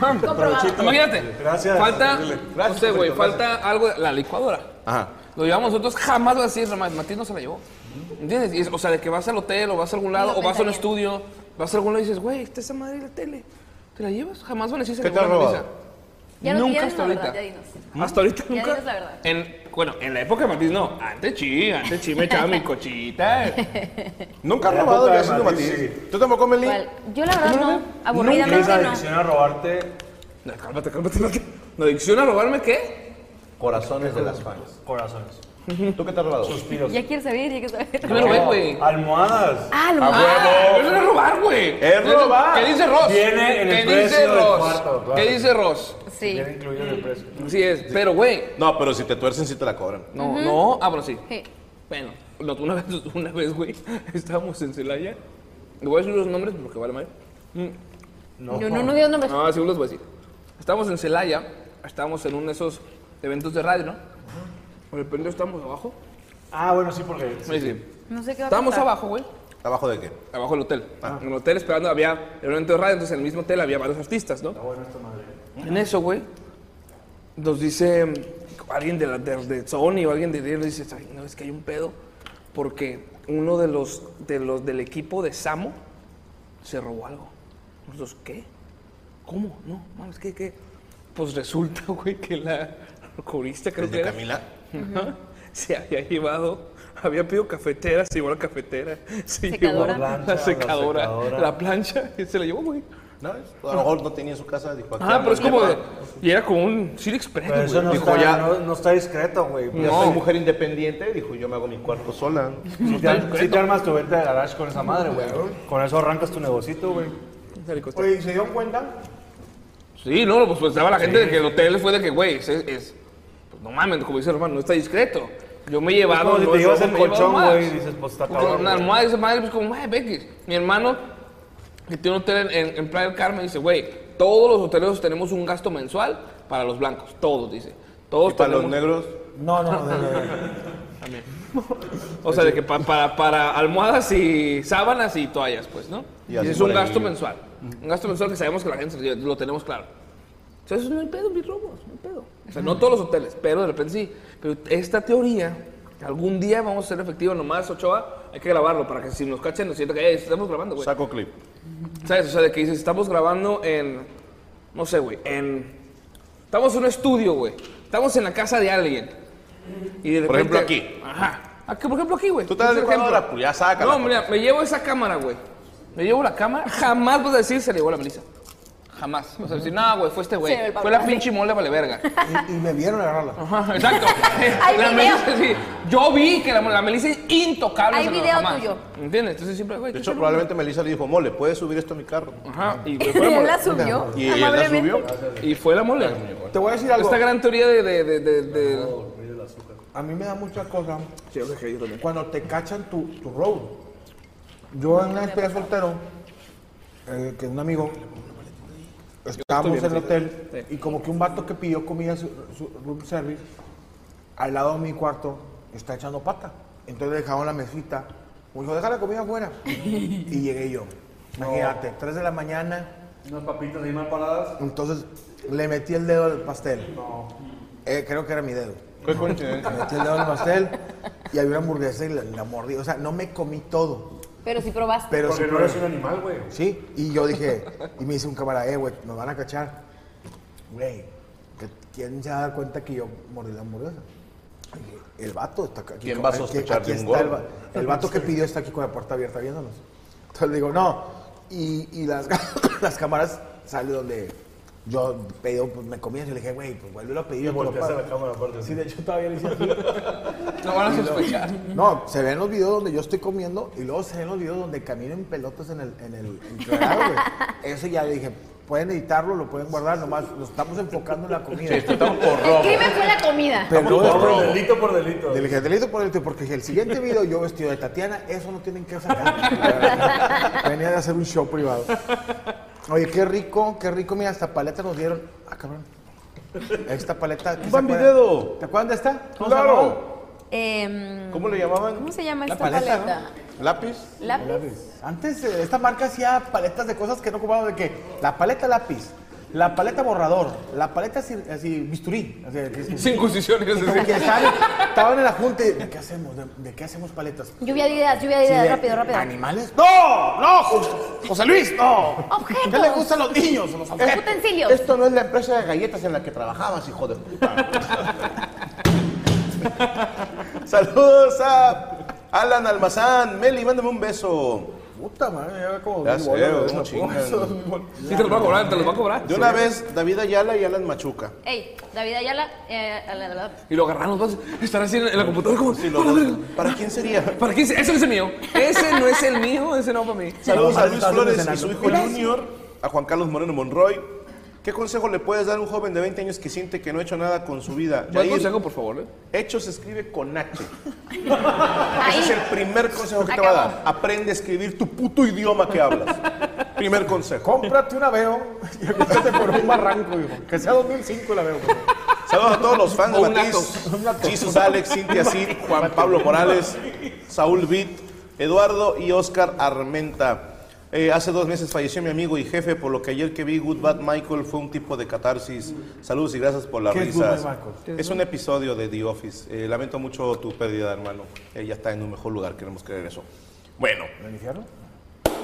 E: Imagínate.
M: Gracias.
E: Falta. No sé, güey. Falta algo. de- La licuadora.
D: Ajá.
E: Lo llevamos nosotros, jamás va a decir, "Ramá- Matiz no se la llevó. ¿Entiendes? Y es- o sea, de que vas al hotel o vas a algún lado
F: Lo
E: o vas a un
F: pensaría.
E: estudio, vas a algún lado y dices, güey, está esa madre en la tele. ¿Te la llevas? Jamás van a decir, se
D: ¿Qué
E: la
D: te
E: llevó
D: has
E: la
D: robado?
E: Melissa".
F: Ya no,
E: Nunca
F: ya dinos
E: hasta
F: la verdad,
E: ahorita.
F: ya dinos.
E: Hasta ahorita
F: Ya
E: nunca.
F: dinos la verdad.
E: En, bueno, en la época de Matiz no. Antes sí, antes sí me echaba mi cochita.
D: Nunca has robado el así como a ti. ¿Tú tampoco, Meli?
F: ¿Cuál? Yo la verdad no, aburridamente
H: Esa
F: no.
H: adicción a robarte.
E: No, cálmate, cálmate. No, te- ¿No adicción a robarme qué?
D: Corazones de las fans.
H: Corazones.
D: ¿Tú qué te has robado?
H: Suspiros.
F: Ya quieres saber, ya quieres saber.
E: Yo me robé, güey.
H: Almohadas.
F: Ah, lo
E: Ah, Eso no es robar, güey.
D: Es robar.
E: ¿Qué dice Ross?
H: Viene en el
E: ¿Qué dice
H: precio del
E: Ross?
H: cuarto, claro.
E: ¿Qué dice Ross?
F: Sí.
H: Viene incluido en el precio.
E: Así es. Pero, güey.
D: No, pero si te tuercen, sí te la cobran.
E: No, no. Ah, bueno, sí.
F: Sí.
E: Bueno, lo- una vez, una vez, güey, estábamos en Celaya. Le voy a decir los nombres porque vale madre.
F: Yo no, no digo nombres.
E: No, según los voy a decir. Estábamos en Celaya, estábamos en uno de esos eventos de radio, ¿no? De repente estamos abajo.
H: Ah, bueno, sí, porque.
E: Me
D: Pues
E: dice,
F: No sé qué va a
E: estábamos
F: contar.
E: abajo, güey.
D: ¿Abajo de qué? Ah.
E: abajo del hotel. En el hotel esperando había el evento de radio, entonces en el mismo hotel había varios artistas,
D: Ah,
E: ¿no? En eso, güey, nos dice mm, alguien de, la, de, de Sony o alguien de Disney, dice, "Ay, no, es que hay un pedo, porque uno de los, de los del equipo de Samo se robó algo. Nosotros, ¿qué? ¿Cómo? No, mames, ¿qué, qué? Pues resulta, güey, que la corista creo
D: ¿El
E: que
D: de
E: era,
D: Camila?
E: Ajá. Se había llevado, había pedido cafetera, se llevó la cafetera, se llevó
F: Secadora.
E: la,
H: Plancha, la
E: secadora,
H: secadora.
E: la plancha, y se la llevó, güey.
D: No, es- a lo mejor no tenía en su casa. Dijo, aquí
E: Ah, pero es
D: ando,
E: como,
D: mi
E: de-
D: mamá.
E: y era como un Sir Express,
H: Pero
E: güey.
H: eso no
E: Dijo,
H: está,
E: ya,
H: no, no está discreto, güey.
D: Ya soy mujer independiente. Dijo, yo me hago mi cuarto sola.
H: Si
E: Pues
H: te, si te armas tu venta de garage con esa madre, güey. Con eso arrancas tu negocito, güey.
E: se le costó.
G: Oye, ¿y ¿se dieron cuenta?
E: Sí, no, pues pensaba la gente de que el hotel fue de que, güey, es, es- pues, no mames, como dice el hermano, no está discreto. Yo me he llevado...
H: como si
E: no
H: te
E: es
H: llevas
E: robo,
H: el
E: me he llevado
H: colchón,
E: más.
H: güey, y dices, pues, está cabrón,
E: Una
H: güey.
E: almohada y esa madre, pues como, güey, Becky, mi hermano, que tiene un hotel en, en, en Playa del Carmen, dice, güey, todos los hoteleros tenemos un gasto mensual para los blancos, todos, dice. Todos
D: Y para los
E: tenemos-
D: negros,
G: No, no, no.
E: O sea, de que pa- para, para almohadas y sábanas y toallas, pues, ¿no?
D: Y
E: Y
D: así
E: es un
D: por ahí.
E: gasto mensual. Un gasto mensual que sabemos que la gente se lo lleva, lo tenemos claro. O sea, eso no hay pedo, mis robos, no hay pedo. O sea, no todos los hoteles, pero de repente sí. Pero esta teoría, que algún día vamos a ser efectiva nomás, Ochoa, hay que grabarlo para que si nos cachen nos sientan que "Ey, estamos grabando, güey.
D: saco clip.
E: ¿Sabes? O sea, de que dices, estamos grabando en. No sé, güey. En. Estamos en un estudio, güey. Estamos en la casa de alguien. Y de
D: Por ejemplo,
E: repente- Ajá. Aquí, por ejemplo, aquí, güey.
D: Tú te das
E: Es el
D: de
E: ejemplo.
D: cuadra, pues, ya sácala,
E: No, mira, me llevo esa cámara, güey. Me llevo la cámara. Jamás vas a decir, se le llevó la Melissa. Jamás. Vas a decir, no, güey, fue este güey.
F: Se le
E: fue la
F: pagó".
E: pinche mole, vale verga.
G: Y, y me vieron agarrarla.
E: Ajá, exacto.
F: Hay
E: la
F: video.
E: Melissa, sí. Yo vi que la, la Melissa es intocable.
F: Hay
E: se lo-
F: video
E: jamás.
F: tuyo.
E: ¿Entiendes? Entonces siempre, güey.
D: De
E: ¿qué
D: hecho,
E: tal?
D: probablemente Melissa le dijo, mole, ¿puedes subir esto a mi carro?
E: Ajá. Y fue la
F: Él
E: mole.
F: la subió.
D: Y ella la
F: amablemente.
D: subió.
E: Y fue la mole.
G: Te voy a decir algo.
E: Esta gran teoría de... de, de, de, de-
G: A mí me da mucha cosa
E: Sí, yo creo que yo también.
G: cuando te cachan tu, tu robo. Yo en una despedida de soltero, eh, que un amigo, estábamos en el hotel y como que un vato que pidió comida, su, su room service, al lado de mi cuarto, está echando pata. Entonces le dejaron la mesita. Me dijo, deja la comida afuera. y llegué yo. Imagínate, 3 de la mañana,
H: Unas papitas ahí mal paradas.
G: entonces le metí el dedo al pastel. Eh, creo que era mi dedo.
D: Qué coincidencia.
G: Le metí el dedo al pastel y había una hamburguesa y la, la mordí. O sea, no me comí todo.
F: Pero si probaste.
G: Pero sí,
H: Porque no eres un animal, güey.
G: sí. Y yo dije, y me dice un camarada, eh, güey, me van a cachar. Güey, que- ¿quién se va a dar cuenta que yo mordí la hamburguesa? Y dije, El vato está aquí.
D: ¿Quién
G: con-
D: va a
G: aquí-
D: sospechar
G: aquí
D: de un
G: está el,
D: gordo?
G: va- el vato que pidió está aquí con la puerta abierta viéndonos. Entonces le digo, no. Y, y las, las cámaras salen donde yo pedí, pues me comí eso. Y le dije, güey, pues vuelve a pedir. yo te lo
H: Volteaste
G: pago".
H: la cámara aparte.
G: Sí, de hecho todavía le hice así.
E: No van a sospechar.
G: No, se ven los videos donde yo estoy comiendo y luego se ven los videos donde camino en pelotas en el, en el entrenador, güey. Eso ya le dije, pueden editarlo, lo pueden guardar, nomás nos estamos enfocando en la comida.
D: Estamos por
F: El
D: robo.
F: crimen fue la comida.
G: Pero
H: Por
G: después
H: delito por delito.
G: le dije, delito por delito, porque dije, el siguiente video yo vestido de Tatiana, eso no tienen que sacar. Venía de hacer un show privado. Oye, qué rico, qué rico, mira, hasta paleta nos dieron. Ah, cabrón. Esta paleta. ¿qué se
D: ¡Van
G: acuerdan?
D: video!
G: ¿Te acuerdas de esta? ¿Cómo se llamaba?
D: ¡Claro!
F: Em,
D: ¿Cómo le llamaban?
F: ¿Cómo se llama esta
G: paleta, ¿no?
F: paleta?
D: ¿Lápiz?
F: ¿Lápiz?
G: Antes eh, esta marca hacía paletas de cosas que no ocupaban de que la paleta lápiz, La paleta borrador, la paleta así, así, bisturí. así, así,
E: Sin cucisiones,
G: Sí, como
E: así.
G: que estaban, estaban en la junta y, ¿de qué hacemos? ¿De, de qué hacemos paletas?
F: Lluvia de ideas, lluvia de
G: Sí,
F: ideas,
G: de-
F: rápido, rápido.
G: ¿Animales? ¡No! ¡No! José- ¡José Luis! ¡No!
F: Objetos.
G: ¿Qué le gustan los niños? Los objetos.
F: Utensilios.
D: Esto no es la empresa de galletas en la que trabajabas, hijo de puta. Saludos a Alan Almazán. Meli, mándame un beso.
G: Puta madre, ya ve como.
D: Ya
G: mil
D: sé,
G: bolas,
D: cómo
G: ¿no? Como
D: chingan.
G: eso, mil bolas.
E: Sí, te los va a cobrar, te los va a cobrar.
D: De una vez, David Ayala y Alan Machuca.
F: Ey, David Ayala, eh, a la- a la-
E: Y lo agarraron los dos. Están así en, en la computadora como...
D: lo-
E: "Hola, verga".
D: ¿Para quién sería?
E: ¿Para qué? Ese no es el mío. Ese no es el mío, ese no para mí.
D: Saludos a Luis
G: Saludos,
D: Flores y
G: saludos,
D: su hijo Junior, a Juan Carlos Moreno Monroy. ¿Qué consejo le puedes dar a un joven de 20 años que siente que no ha hecho nada con su vida?
E: Buen
D: Yair,
E: consejo, por favor. ¿eh?
D: Hecho se escribe con H.
F: Ahí.
D: Ese es el primer consejo que te va a dar. Aprende a escribir tu puto idioma que hablas. Primer consejo.
G: Cómprate una veo y acostate por un barranco, hijo. Que sea 2005 la veo. güey.
D: Saludos a todos los fans
E: O
D: de
E: un
D: Matiz, Jesus Alex, Cintia Cid, Juan Pablo Morales, Saúl Vit, Eduardo y Oscar Armenta. Eh, hace dos meses falleció mi amigo y jefe, por lo que ayer que vi Good Bad Michael fue un tipo de catarsis. Saludos y gracias por las
G: ¿Qué es
D: risas.
G: Good Bad Michael?
D: Es un episodio de The Office. Eh, lamento mucho tu pérdida, hermano. Ella está en un mejor lugar, queremos creer eso. Bueno,
G: ¿Lo iniciaron?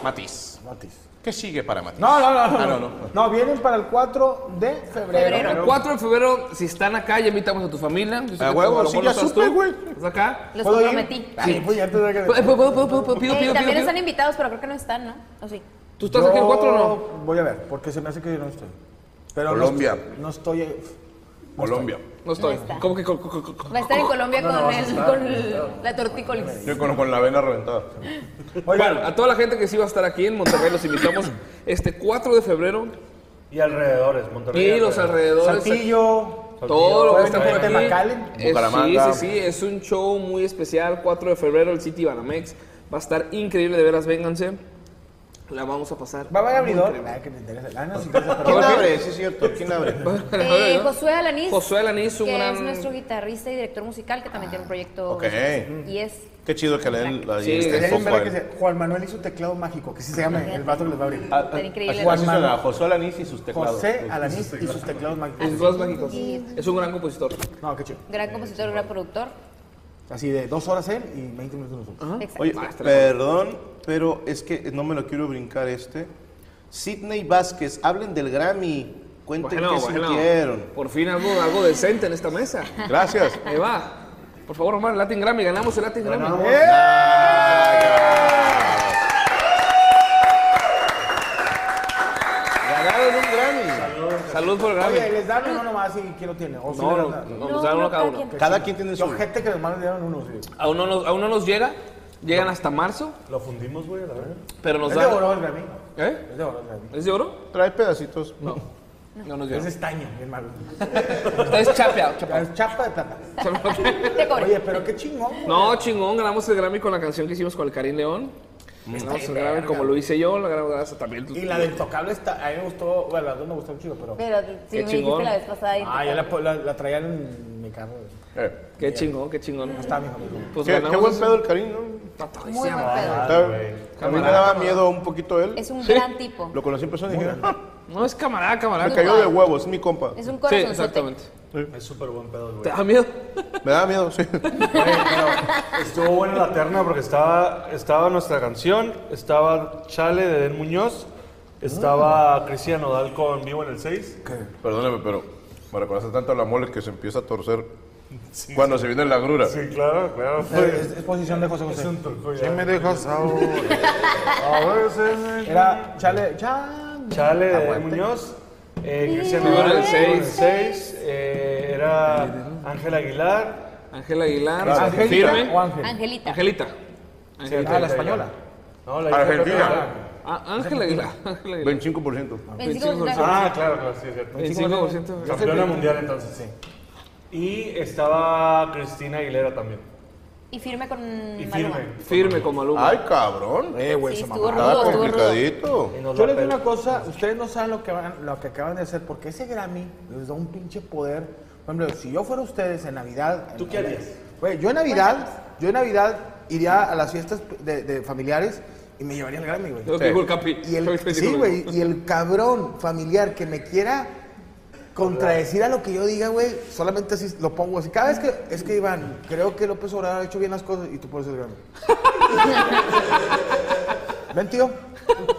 D: Matiz.
G: Matiz.
D: ¿Qué sigue para Matiz?
G: No, no, no. No,
D: Ah, no, no.
G: no. vienen para el 4 de febrero.
E: El 4 de febrero, si están acá, ya invitamos a tu familia. Yo sé
D: A
E: que
D: huevo,
E: a lo
D: sí,
E: mejor
D: ya
E: no estás
D: supe,
E: tú.
D: güey.
E: Estás Pues acá.
F: los
G: ¿Puedo ir?
F: comprometí.
G: Ay, pues ya te voy a-
E: Pu- eh, pu- pu- pu- pu- Pido,
F: Ey,
E: pido, pido.
F: también
E: pido.
F: están invitados, pero creo que no están, ¿no? ¿O sí?
E: ¿Tú estás aquí el 4 o no?
G: Yo Voy a ver, porque se me hace que yo no estoy. Pero no
D: Colombia.
G: estoy- No estoy. eh,
D: Colombia.
E: No estoy.
F: No está.
E: ¿Cómo que co- co- co- co-
F: Va a estar en Colombia con, el, con el- la Eh, tortícolis.
D: Yo con, con la vena reventada.
G: Oigan,
E: Bueno, a toda la gente que sí va a estar aquí en Monterrey los invitamos este 4 de febrero
M: Y alrededores, Monterrey.
E: y los
M: alrededores.
E: alrededores.
G: Saltillo.
E: Todo lo que
G: Puede
E: está
G: estar
E: por
G: gente de
E: aquí.
G: Macallen,
E: Eh, Sí,
D: Bucaramanga.
E: sí, sí, es un show muy especial. 4 de febrero, el City Banamex. Va a estar increíble, de veras, vénganse. La vamos a pasar.
G: Va a haber abridor. Ay, que me interesa. Ah, no, sí, interesa, pero-
D: ¿Quién abre? Sí, es cierto. ¿Quién abre?
F: Eh, Josué Alanís.
E: Josué Alanís, un
F: que
E: gran-
F: es nuestro guitarrista y director musical que también tiene un proyecto.
D: ok.
F: Y es.
D: Qué chido que le den la
E: Sí,
D: este,
G: Ya hay un verga
D: software.
G: que se- Juan Manuel y su teclado mágico, que sí se llama el vato que les va a abrir.
D: Ah,
F: Está
D: ah,
F: increíble.
D: así
F: Juan
D: se
G: Manuel.
D: llama, José Alanís y sus teclados.
G: José Alanís y sus teclados mágicos.
E: Los dos mágicos. Es un gran compositor.
G: No, qué chido.
F: Gran compositor, gran productor.
G: Así de dos horas él y 20 minutos nosotros.
F: Exacto.
D: Oye, perdón, pero es que no me lo quiero brincar este. Sidney Vázquez, hablen del Grammy. Cuenten
E: Bueno,
D: qué
E: bueno.
D: sintieron.
E: Por fin algo, algo decente en esta mesa.
D: Gracias.
E: Ahí va. Por favor, Omar, Latin Grammy. Ganamos el Latin Grammy. ¡Eh!
D: Ganaron un Grammy.
E: Salud por el Grammy.
G: Oye, les dan uno nomás y quién lo tiene. O si
E: No,
G: le
E: no,
G: dan nada.
E: no, nos dan uno cada uno.
D: Cada quien tiene
G: Yo,
D: su...
G: gente que nomás le dieron uno, sí.
E: Aún no nos, aún no nos llega. Llegan hasta marzo,
M: Lo fundimos, güey, a la verdad.
E: pero nos
G: Es de
E: dan.
G: oro el Grammy.
E: ¿Eh?
G: Es de oro el Grammy.
E: ¿Es de oro?
D: Trae pedacitos.
E: No. No nos
G: Es
E: llega.
G: de estaño, bien malo.
E: Está es chapeado,
G: Ya
E: chapeado.
G: Es chapa de plata.
F: Te cobre.
G: Oye, pero qué chingón. güey.
E: No, chingón, ganamos el Grammy con la canción que hicimos con el Karim León. Ganamos el Grammy como lo hice yo, lo ganamos gracias también. tú-
G: Y la de Intocable está, a mí me gustó, bueno, las dos me gustaron chido, pero...
F: Pero sí
E: Qué
F: me
E: chingón.
F: dijiste la vez pasada. y-
G: Ah, yo la, po- la, la traía en mi carro.
D: Eh,
E: Qué chingón, qué chingón.
G: Está mi familia.
E: Pues
D: Qué, qué buen
E: ganamos.
D: pedo el cariño.
F: Muy buen pedo.
D: A mí me daba miedo un poquito él.
F: Es un gran tipo.
D: Lo conocí en persona y dije, "Ah,
E: No, es camarada,
D: me
E: camarada.
D: cayó de huevos, es mi compa.
F: Es un
E: Sí,
F: corazón.
E: exactamente.
M: Es súper buen pedo, güey.
E: ¿Te da miedo?
D: Me daba miedo, sí.
M: Estuvo buena la terna porque estaba, estaba nuestra canción, estaba Chale de Den Muñoz, estaba Cristian Nodal con Vivo en el 6.
D: Perdóname, pero me reconoce tanto a la mole que se empieza a torcer cuando se viene la grura.
M: Sí, claro, claro.
G: Eh,
M: pues.
G: Es, es posición de José
M: Es
G: José.
M: un turco ya.
D: ¿Qué me dejas ahora?
M: A veces me-
G: Era Chale... Chan.
M: Chale de Den Muñoz, eh, Cristian
E: Vivo en
M: Nodal
E: el
M: Vivo en el
E: seis.
M: 6, eh, era Ángel Aguilar.
E: Ángela Aguilar,
G: ¿Angelita
E: firme.
G: o Ángel?
F: Angelita.
E: Angelita. Angelita.
G: Ah, la española.
M: No, la
D: Argentina.
E: Ah, Ángela Aguilar. Ángela Aguilar.
D: 25%.
F: 25%.
M: Ah, claro, claro, sí, es cierto.
E: 25%.
M: Campeona mundial entonces, sí. Y estaba Cristina Aguilera también.
F: Y firme con
M: Y
F: Maluma.
M: firme.
E: Firme como Maluma.
D: Ay, cabrón.
G: Eh, güey,
F: Sí,
G: se
F: estuvo
G: mamó.
D: Estaba
F: rudo, estuvo rudo.
D: complicadito.
M: Y nos
G: Yo
M: la
G: les digo
M: peló.
G: una cosa, ustedes no saben lo que, van, lo que acaban de hacer, porque ese Grammy les da un pinche poder. Por ejemplo, si yo fuera ustedes en Navidad...
M: ¿Tú qué harías?
G: Güey, yo en Navidad, yo en Navidad iría a las fiestas de, de familiares y me llevaría el Grammy, güey.
E: Lo que dijo el Capi.
G: Y el, sí, güey, y el cabrón familiar que me quiera contradecir a lo que yo diga, güey, solamente así lo pongo así. Cada vez que, es que Iván, creo que López Obrador ha hecho bien las cosas y tú pones el Grammy. ven, tío.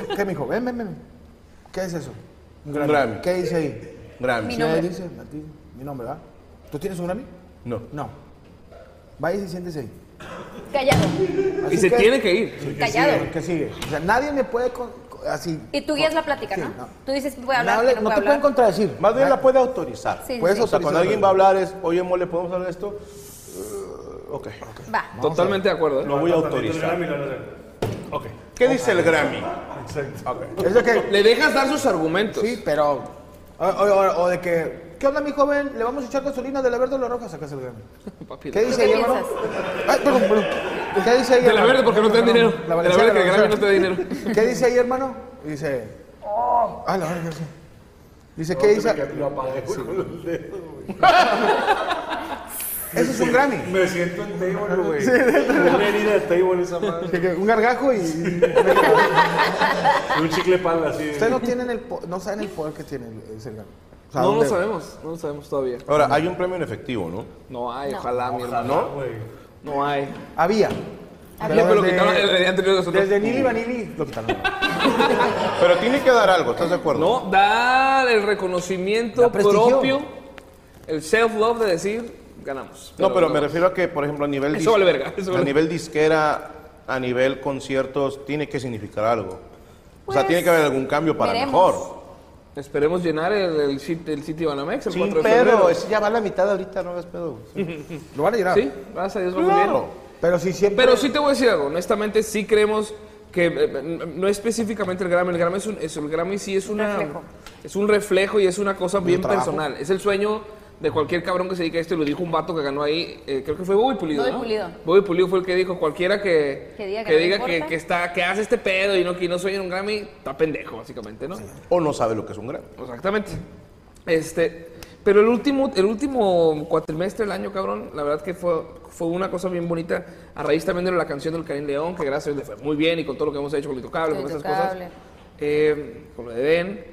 G: ¿Qué, qué, mijo? Ven, ven, ven. ¿Qué es eso?
D: Un Grammy.
G: ¿Qué dice ahí?
D: Grammy.
F: Mi
G: ¿Qué
F: nombre.
G: dice? Martín, Mi nombre, ¿verdad? ¿Tú tienes un Grammy?
D: No.
G: No. Vaya y siéntese ahí.
F: Callado.
E: Y se tiene que ir.
F: Callado.
G: ¿Qué sigue? O sea, nadie me puede con- con- así.
F: Y tú guías la plática,
G: Sí,
F: ¿no?
G: no.
F: Tú dices, voy a
G: No,
F: hablar,
G: hable-
F: que
G: no
F: no, voy a
G: te pueden
F: hablar.
G: contradecir.
D: Más bien
G: Ah,
D: la puede autorizar.
F: Sí, sí,
G: puedes
F: sí.
D: O sea, cuando
G: autorizar.
D: alguien va a hablar es, oye, mole, ¿podemos hablar de esto? Eh, ok.
F: Va.
E: Totalmente de acuerdo. ¿eh?
D: Lo voy a autorizar.
M: Ok.
D: ¿Qué dice el Grammy?
M: Exacto.
G: Es de que,
E: Le dejas dar sus argumentos.
G: sí, pero. O, o- o de que, ¿qué onda, mi joven? ¿Le vamos a echar gasolina de la verde o la roja? Sacas el Grammy.
E: Papi,
G: ¿Qué dice
F: qué
G: ahí, hermano? Ay, perdón, perdón. ¿Qué dice ahí,
E: De la
G: hermano?
E: verde porque no te dan dinero.
G: La
E: De la verde que el Grammy no te da dinero.
G: ¿Qué dice ahí, hermano? Dice. Oh. Ah, la verdad, sí. Dice, ¿qué dice? Eso es un Grammy.
M: Me siento en table, güey. Una herida de table esa madre.
G: Que- que Un gargajo y
M: Y un chicle pala así.
G: Ustedes no tienen el po- no saben el poder que tiene el, ese Grammy. O sea,
E: No lo
G: ¿dónde-
E: sabemos, no lo sabemos todavía.
D: Ahora, hay un premio en efectivo, ¿no?
E: No hay, ojalá, mi hermano.
M: No, güey.
E: No, no hay.
G: Había.
E: Ya me lo quitaron el día anterior de nosotros.
G: desde Nili Vanilli lo quitaron.
D: Pero tiene que dar algo, ¿estás de acuerdo?
E: No, dar el reconocimiento
G: Da prestigio.
E: propio, el self-love de decir, ganamos.
D: No, pero me refiero a que, por ejemplo, a nivel,
E: Eso vale verga, eso
D: a
E: vale-
D: nivel disquera, a nivel conciertos, tiene que significar algo. o sea,
F: Pues,
D: tiene que haber algún cambio para
F: veremos.
D: mejor.
E: Esperemos llenar el, el, sit- el sitio Banamex el 4 de
D: pero
E: febrero.
D: ese ya va a la mitad ahorita, no hagas pedo.
G: Lo van a llenar.
E: Sí, gracias a Dios va muy bien.
D: Claro.
G: Pero si siempre
E: Pero sí te voy a decir algo, honestamente sí creemos que eh, n- no específicamente el Grammy, el Grammy es un, es- el Grammy sí es una
F: Reflejo.
E: es un reflejo y es una cosa bien
G: trabajo.
E: personal, es el sueño de cualquier cabrón que se dedica a esto y lo dijo un vato que ganó ahí, eh, creo que fue Bobby Pulido,
F: Bobby
E: ¿no?
F: Pulido.
E: Bobby Pulido fue el que dijo cualquiera que
F: Que diga que
E: que,
F: no le
E: diga que,
F: importa.
E: que está que hace este pedo y no que no sueña en un Grammy, está pendejo básicamente, ¿no?
D: O no sabe lo que es un Grammy.
E: Exactamente. Este, pero el último, el último cuatrimestre del año, cabrón, la verdad que fue, fue una cosa bien bonita. A raíz también de la canción del Karim León, que gracias a Dios le fue muy bien y con todo lo que hemos hecho con Litocable, con esas cosas.
F: Intocable.
E: Eh, con lo de Ben.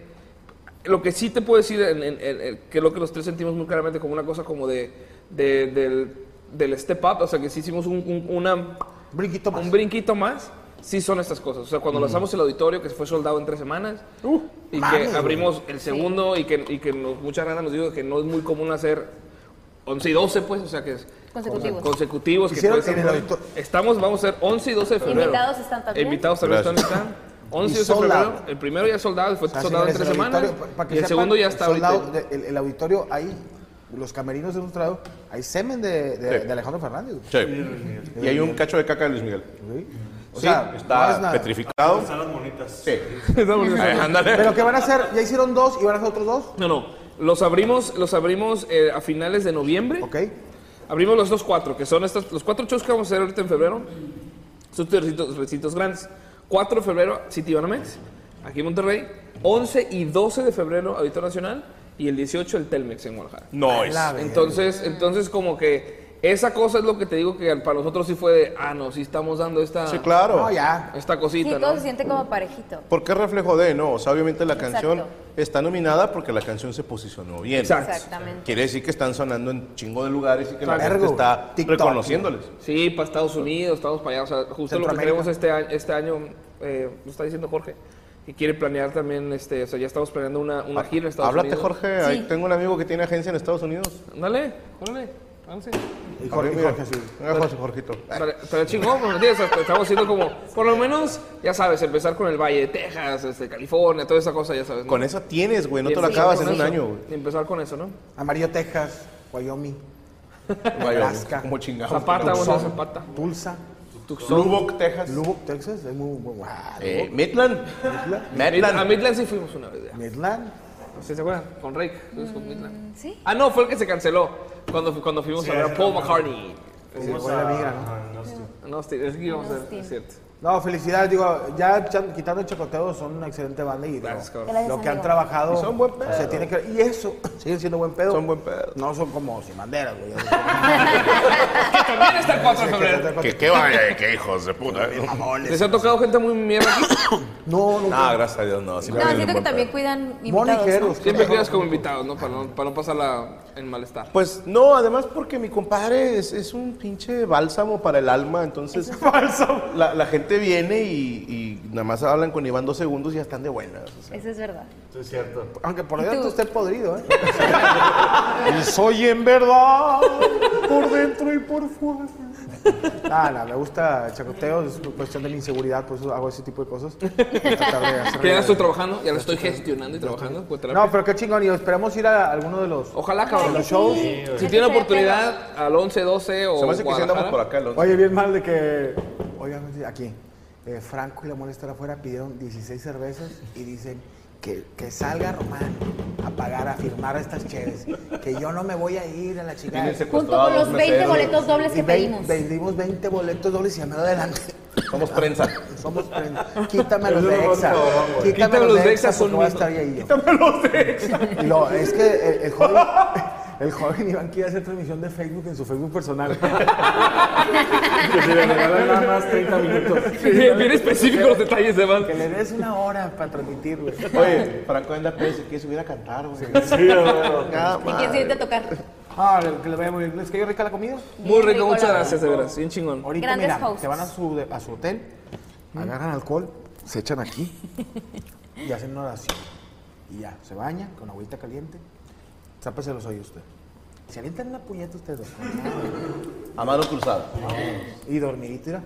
E: Lo que sí te puedo decir, en- en- en- en- que es lo que los tres sentimos muy claramente como una cosa como de, de- del, del step up, o sea que sí hicimos un- un- una,
G: brinquito más.
E: un brinquito más, sí son estas cosas. O sea, cuando lanzamos el auditorio, que fue soldado en tres semanas,
G: Uh,
E: y que abrimos el segundo, y que, y que nos- mucha raza nos dijo que no es muy común hacer 11 y 12, pues, o sea, que es
F: Consecutivos.
E: consecutivos, que
G: Hicieron
E: puede
G: en
E: ser
G: el
E: muy-
G: auditorio.
E: Estamos, vamos a ser 11 y 12 de febrero.
F: Invitados están también.
E: Invitados también están.
D: Gracias.
E: están. 11 y
G: Y
E: 12 de febrero.
G: soldado.
E: El primero ya soldado, fue
G: O sea,
E: soldado en
G: señores,
E: tres
G: el
E: semanas.
G: auditorio, pa- para que
E: y el
G: sepan,
E: segundo ya está ahorita.
G: soldado de- el, el auditorio ahí, los camerinos de nuestro lado, hay semen de, de-
D: Sí.
G: de Alejandro Fernández. güey.
D: Sí. Y hay un cacho de caca de Luis Miguel.
G: Sí. O
D: Sí,
G: sea, no
D: está
G: es nada.
D: petrificado.
M: Están las bonitas.
D: Sí.
E: Está bonito.
D: Ay, ándale.
G: Pero que van a hacer, ya hicieron dos y van a hacer otros dos.
E: No, no. Los abrimos, los abrimos eh, a finales de noviembre.
G: Ok.
E: Abrimos los dos cuatro, que son estas, los cuatro shows que vamos a hacer ahorita en febrero. Son recitos, recitos grandes. 4 de febrero, City Banamex, aquí en Monterrey. 11 y 12 de febrero, Auditorio Nacional. Y el 18, el Telmex en Guadalajara.
D: No es.
G: La verga.
E: Entonces, entonces como que esa cosa es lo que te digo que para nosotros sí fue de, ah, no, sí estamos dando esta,
D: Sí, claro.
G: No, ya.
E: esta
F: Sí,
E: cosita,
F: todo
E: ¿no?
F: se siente como parejito.
D: Porque es reflejo de, no, o sea, obviamente la
F: Exacto.
D: canción está nominada porque la canción se posicionó bien.
E: Exacto.
F: Exactamente.
D: Quiere decir que están sonando en chingo de lugares y que la
G: Claro.
D: gente está
G: TikTok.
D: reconociéndoles.
E: Sí, para Estados Unidos, estamos para allá. O sea, justo lo que
G: Centroamérica.
E: queremos este año, este año eh, lo está diciendo Jorge. Y quiere planear también, este, o sea, ya estamos planeando una, una gira en Estados
D: Ah, Háblate,
E: Unidos.
D: Jorge. ahí tengo un amigo que tiene agencia en Estados Unidos.
E: Ándale, órale, ándale.
G: Y Jorge, y
D: Mira,
G: Jorge, sí.
D: venga, Jorge, Jorgito.
E: Estaría- estaría chingón, pues, ¿me entiendes? O sea, estamos haciendo como, por lo menos, ya sabes, empezar con el Valle de Texas, este, California, toda esa cosa, ya sabes. ¿no?
D: Con esa tienes, güey. No te
E: Y
D: lo
E: empezar
D: acabas
E: con
D: en un
E: eso.
D: año, güey.
E: Y Empezar con eso, ¿no?
G: Amarillo, Texas, Wyoming,
D: Vaya,
G: Alaska.
D: Como chingados.
E: Zapata, vamos a Zapata.
G: Tulsa,
D: Lubbock, Texas.
G: Lubbock, Texas. Es muy ah, bueno. Wow.
D: Eh, Midland.
E: A
D: Midland.
E: Midland sí fuimos una vez, ya.
G: Midland.
E: ¿Sí se acuerdan? Con Rake, fuimos
N: Mm,
E: con Midland.
F: Sí.
E: Ah, no, fue el que se canceló cuando, fu- cuando fuimos a ver a Paul McCartney.
G: Sí, buena migra, ¿no?
E: No, Austin, es que íbamos a hacer,
F: Austin.
E: es cierto.
G: No, felicidades, digo, ya chan- quitando el chacoteo, son una excelente banda y digo,
E: Gracias, cabrón.
N: Gracias,
G: lo que han
N: amigo.
G: trabajado.
D: Y son buen pedo.
G: se tiene que, y eso, siguen siendo buen pedo.
D: Son buen pedo.
G: No son como sin banderas, güey.
E: Que también está el 4 de febrero.
F: Que, que vaya, que hijos de puta.
D: ¿eh?
E: Les ha tocado gente muy mierda.
G: No, no.
D: No, Ah, gracias a Dios, no.
N: No, siento que también cuidan invitados. ¿no?
G: Moniqueros.
E: Siempre quedas como invitados, ¿no? Para no, para no pasarla en malestar.
D: Pues no, además porque mi compadre es, es un pinche bálsamo para el alma, entonces la, la gente viene y, y nada más hablan con Iván dos segundos y ya están de buenas. o sea.
N: Eso es verdad.
H: Sí, es cierto.
G: Aunque por dentro
N: tú?
G: esté podrido, ¿eh?
K: Y soy en verdad, por dentro y por fuera.
G: Ah, no, me gusta el chacoteo, es cuestión de la inseguridad, por eso hago ese tipo de cosas. Tratar de hacer-
E: Que ya la estoy trabajando, ya la estoy gestionando y trabajando. pues, con terapia.
G: No, pero qué chingón, y esperamos ir a alguno de los.
E: Ojalá, cabrón.
G: Los shows.
E: Si tiene oportunidad, al 11, 12 o
D: Se me hace que si andamos
E: Guadalajara.
D: por acá, Alonso.
G: Oye, bien mal de que. Oigan, aquí. eh, Franco y la molestar afuera pidieron 16 cervezas y dicen que, que salga Román a pagar, a firmar estas cheves. Que yo no me voy a ir a la chingada.
D: Tienen secuestrado
F: Junto con
D: a dos
F: los 20
D: meseros.
F: boletos dobles
G: Y
F: que
G: vein-
F: pedimos.
G: Vendimos 20 boletos dobles y llamé adelante.
D: Somos prensa.
G: Somos prensa. Quítame los de
H: lo más
G: Exa.
H: cabrón, güey.
E: Quítame los de Exa, son
G: porque voy a
E: míos.
G: estar ahí yo.
K: Los ex.
G: Y lo- es que el, el joven, el joven Iván quiere hacer transmisión de Facebook en su Facebook personal.
H: Que si le regalan nada más 30 minutos.
E: Bien, bien específicos los detalles de
G: Que le des una hora para transmitir, güey.
D: Oye, Franco anda pues, que subiera a cantar, güey.
H: Sí, a huevo.
D: Nada
N: ¿Y
D: más.
N: quién se irte a tocar?
G: Ah, le- que le vaya muy bien. ¿Les cayó rica la comida?
E: Muy
N: Bien
E: rico,
N: rico,
E: muchas
N: la
E: gracias, de veras. Bien chingón. Mm.
G: Ahorita,
N: Grandes
G: mira,
N: hosts.
G: se van a su, de- a su hotel, agarran alcohol, se echan aquí y hacen una oración. Y ya, se bañan con agüita caliente. Sápese los oídos usted. Se alientan una puñeta ustedes dos.
D: A mano cruzada.
G: Y dormidito, mira.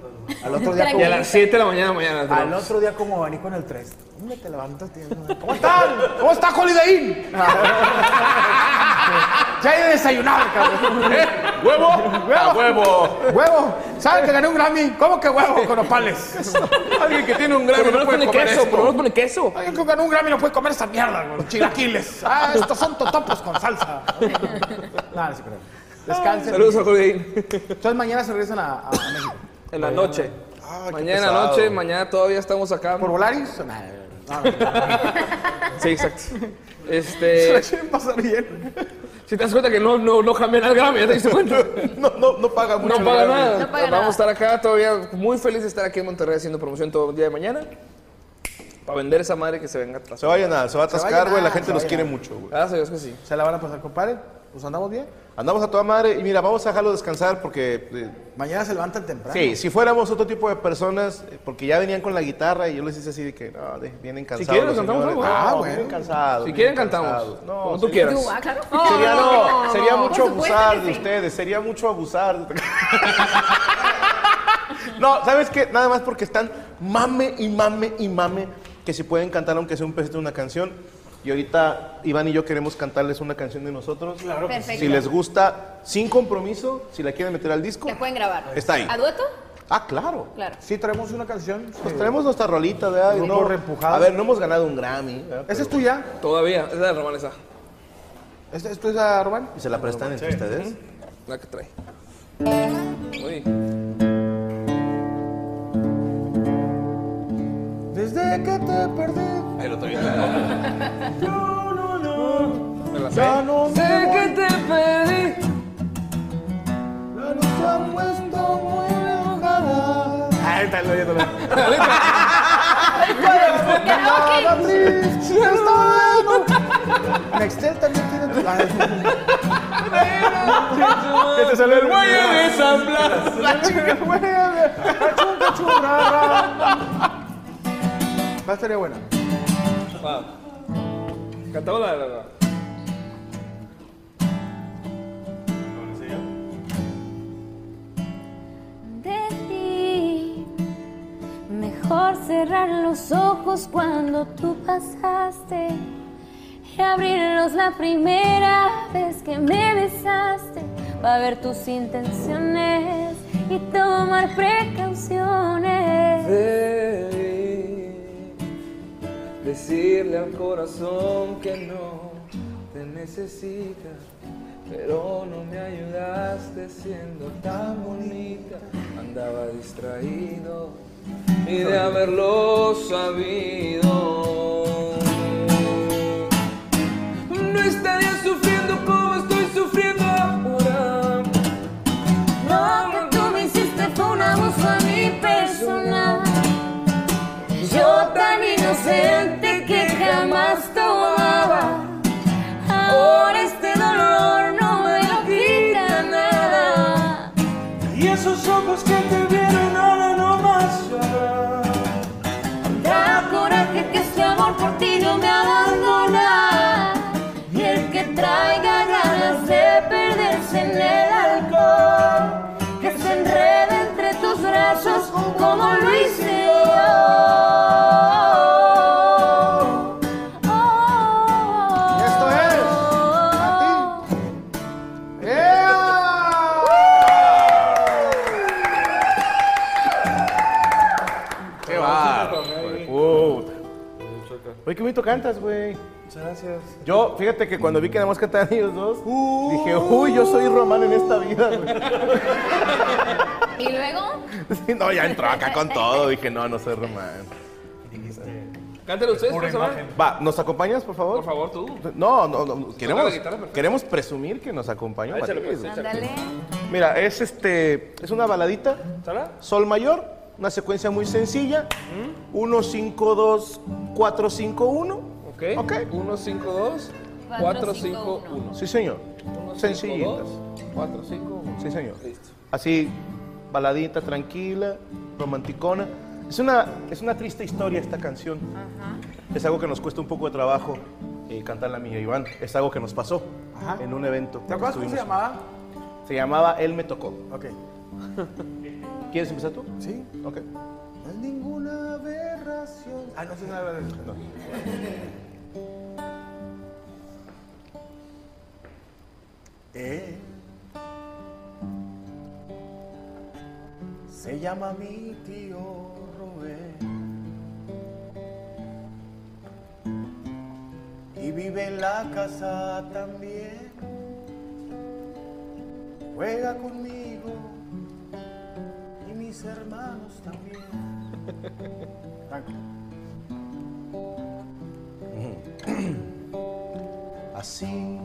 G: Al otro día
E: Y
G: como,
E: a las 7 de la mañana, mañana.
G: al
E: bro.
G: otro día como abanico en el 3. ¿Dónde te levantas? tío? ¿Cómo están? ¿Cómo está Holiday Inn? ya he de desayunar, cabrón.
D: ¡Huevo!
E: Ah,
D: ¡A huevo!
G: ¡Huevo! ¿Saben que gané un Grammy? ¿Cómo que huevo con nopales?
D: Alguien que tiene un gran
E: Por lo menos pone queso, por lo menos pone queso.
G: Alguien que ganó un Grammy no puede comer esa mierda, güey. Chilaquiles. Ah, estos son totopos con salsa. Nada, no se crean. Descansen.
E: Saludos a Jorge.
G: Entonces mañana se regresan a, a- a México.
E: En la noche.
D: Ah, qué
E: mañana en la
D: pesado.
E: noche, mañana todavía estamos acá.
G: ¿Por Volaris? No, no, no.
E: Sí, exacto. Este.
G: quieren pasar bien.
E: Si te das cuenta que no, no, no cambian al Grammy, ya te diste cuenta.
D: No, no, no paga mucho.
E: No paga nada.
N: No paga
E: Vamos
N: nada.
E: a estar acá todavía muy feliz de estar aquí en Monterrey haciendo promoción todo el día de mañana. Para vender esa madre que se venga atrás.
D: Se vaya nada, se va a atascar, güey. La
G: nada,
D: gente
G: se
D: nos
G: vaya
D: quiere
G: nada.
D: mucho, güey.
E: Gracias a Dios que sí.
G: ¿Se la van a pasar, compadre? Pues andamos bien.
D: Andamos a toda madre y mira, vamos a dejarlo descansar porque eh,
G: Mañana se levantan temprano.
D: Sí, si fuéramos otro tipo de personas, eh, porque ya venían con la guitarra y yo les hice así de que, no, de- vienen cansados.
E: quieren,
D: los
E: cantamos
D: señores".
E: algo,
D: No,
G: güey.
D: vienen cansados.
E: Si
D: vienen
E: quieren, cantamos.
D: cansados.
E: No,
D: No,
E: Como tú
D: sería-
E: quieras.
N: Ah, claro.
D: Sería, no, sería mucho
N: Por supuesto
D: abusar
N: que
D: de
N: sí.
D: ustedes, sería mucho abusar. de- no, ¿sabes qué? Nada más porque están mame y mame y mame que si pueden cantar aunque sea un pedacito de una canción. Y ahorita Iván y yo queremos cantarles una canción de nosotros.
N: Perfecto.
D: Si les gusta, sin compromiso, si la quieren meter al disco.
N: ¿La pueden grabar?
D: Está ahí.
N: ¿A dueto?
D: Ah, claro.
N: Claro.
G: Sí, traemos una canción.
D: Pues traemos nuestra rolita, ¿verdad? Y
G: Grupo Reempujado.
D: A ver, no hemos ganado un Grammy. ¿verdad?
G: ¿Esa
D: Pero-
G: es tuya?
E: Todavía. Esa es la romana esa.
G: ¿Es, es tuya, Rubén?
D: ¿Y se la prestan entre ustedes?
E: La que trae. Uy.
G: Desde que te perdí,
E: Ahí lo trae. Me la sé.
G: ya no me
E: Sé
G: voy.
E: que te pedí.
G: La luz se ha puesto muy enojada.
D: Ah, está oyéndolo.
G: Nada triste, está bueno. Nextel también tiene tu
K: Que te sale el
E: Guaya de San Blas.
G: La chica huele, la chunga churrara. Va a estar buena.
E: Cantamos la de la.
F: de ti. Mejor cerrar los ojos cuando tú pasaste y abrirlos la primera vez que me besaste para ver tus intenciones y tomar precauciones.
E: Debí decirle al corazón que no te necesita, pero no me ayudaste siendo tan bonita. Andaba distraído y de haberlo sabido. No estaría sufriendo como estoy sufriendo ahora.
O: Lo que tú me hiciste fue un abuso a mi persona. Yo tan inocente que jamás tomaba. Ahora este dolor no me lo quita nada.
K: Y esos ojos que te vieron ahora no más
O: Da coraje que este amor por ti no me abandona. Y el que traiga ganas de perderse en el alcohol, que se enrede entre tus brazos como lo hice yo.
C: Esto es. A
O: Oh.
C: ti. ¡Ea!
D: ¡Qué bárbaro! Wow. Oye, qué bonito cantas, güey.
M: Muchas gracias.
D: Yo, fíjate que cuando vi que nada más cantaban ellos dos, dije, uy, yo soy Román en esta vida, güey.
F: Y luego,
D: Sí, no, ya entró acá con todo. Dije, no, no soy Román.
E: Cántelo ustedes, por favor.
D: Va, ¿nos acompañas, por favor? Por
E: favor, tú.
D: No, no, no.
E: la
D: Queremos,
E: guitarra perfecto.
D: queremos presumir que nos acompañó.
E: Échale, pues,
D: Matías.
E: échale. Ándale.
D: Mira, es este, es una baladita.
E: ¿Sala?
D: Sol mayor, una secuencia muy sencilla.
G: Mm.
D: 1, 5, 2, 4, 5, 1.
E: Ok. 1, 5, 2, 4, 5, 1.
D: Sí, señor. Sencillitas.
E: 4, 5, 1.
D: Sí, señor. Así, baladita, tranquila, romanticona. Es una, es una triste historia esta canción. Es algo que nos cuesta un poco de trabajo eh, cantarla a mí y a Iván. Es algo que nos pasó en un evento.
G: ¿Te acuerdas cómo se llamaba?
D: Se llamaba Él me tocó.
G: Ok.
D: ¿Quieres empezar tú?
G: Sí.
D: Ok.
G: No es ninguna aberración. Ah, no es una aberración. No. Él se llama mi tío Rubén y vive en la casa también. Juega conmigo y mis hermanos también. Franco.
D: Así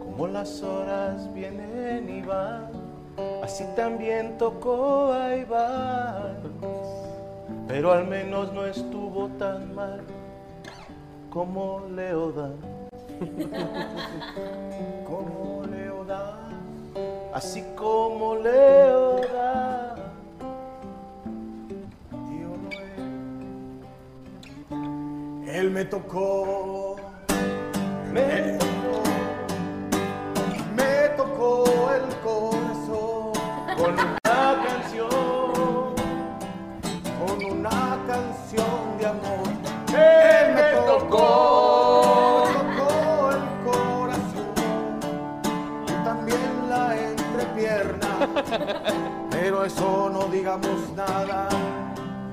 D: como las horas vienen y van, así también tocó a Iván. Pero al menos no estuvo tan mal como Leodan. como Leodan. Así como Leodan.
G: Él me tocó. Me tocó. Me tocó el corazón con una canción. Con una canción de amor. Él me tocó. Me tocó el corazón. Y también la entrepierna. Pero eso no digamos nada.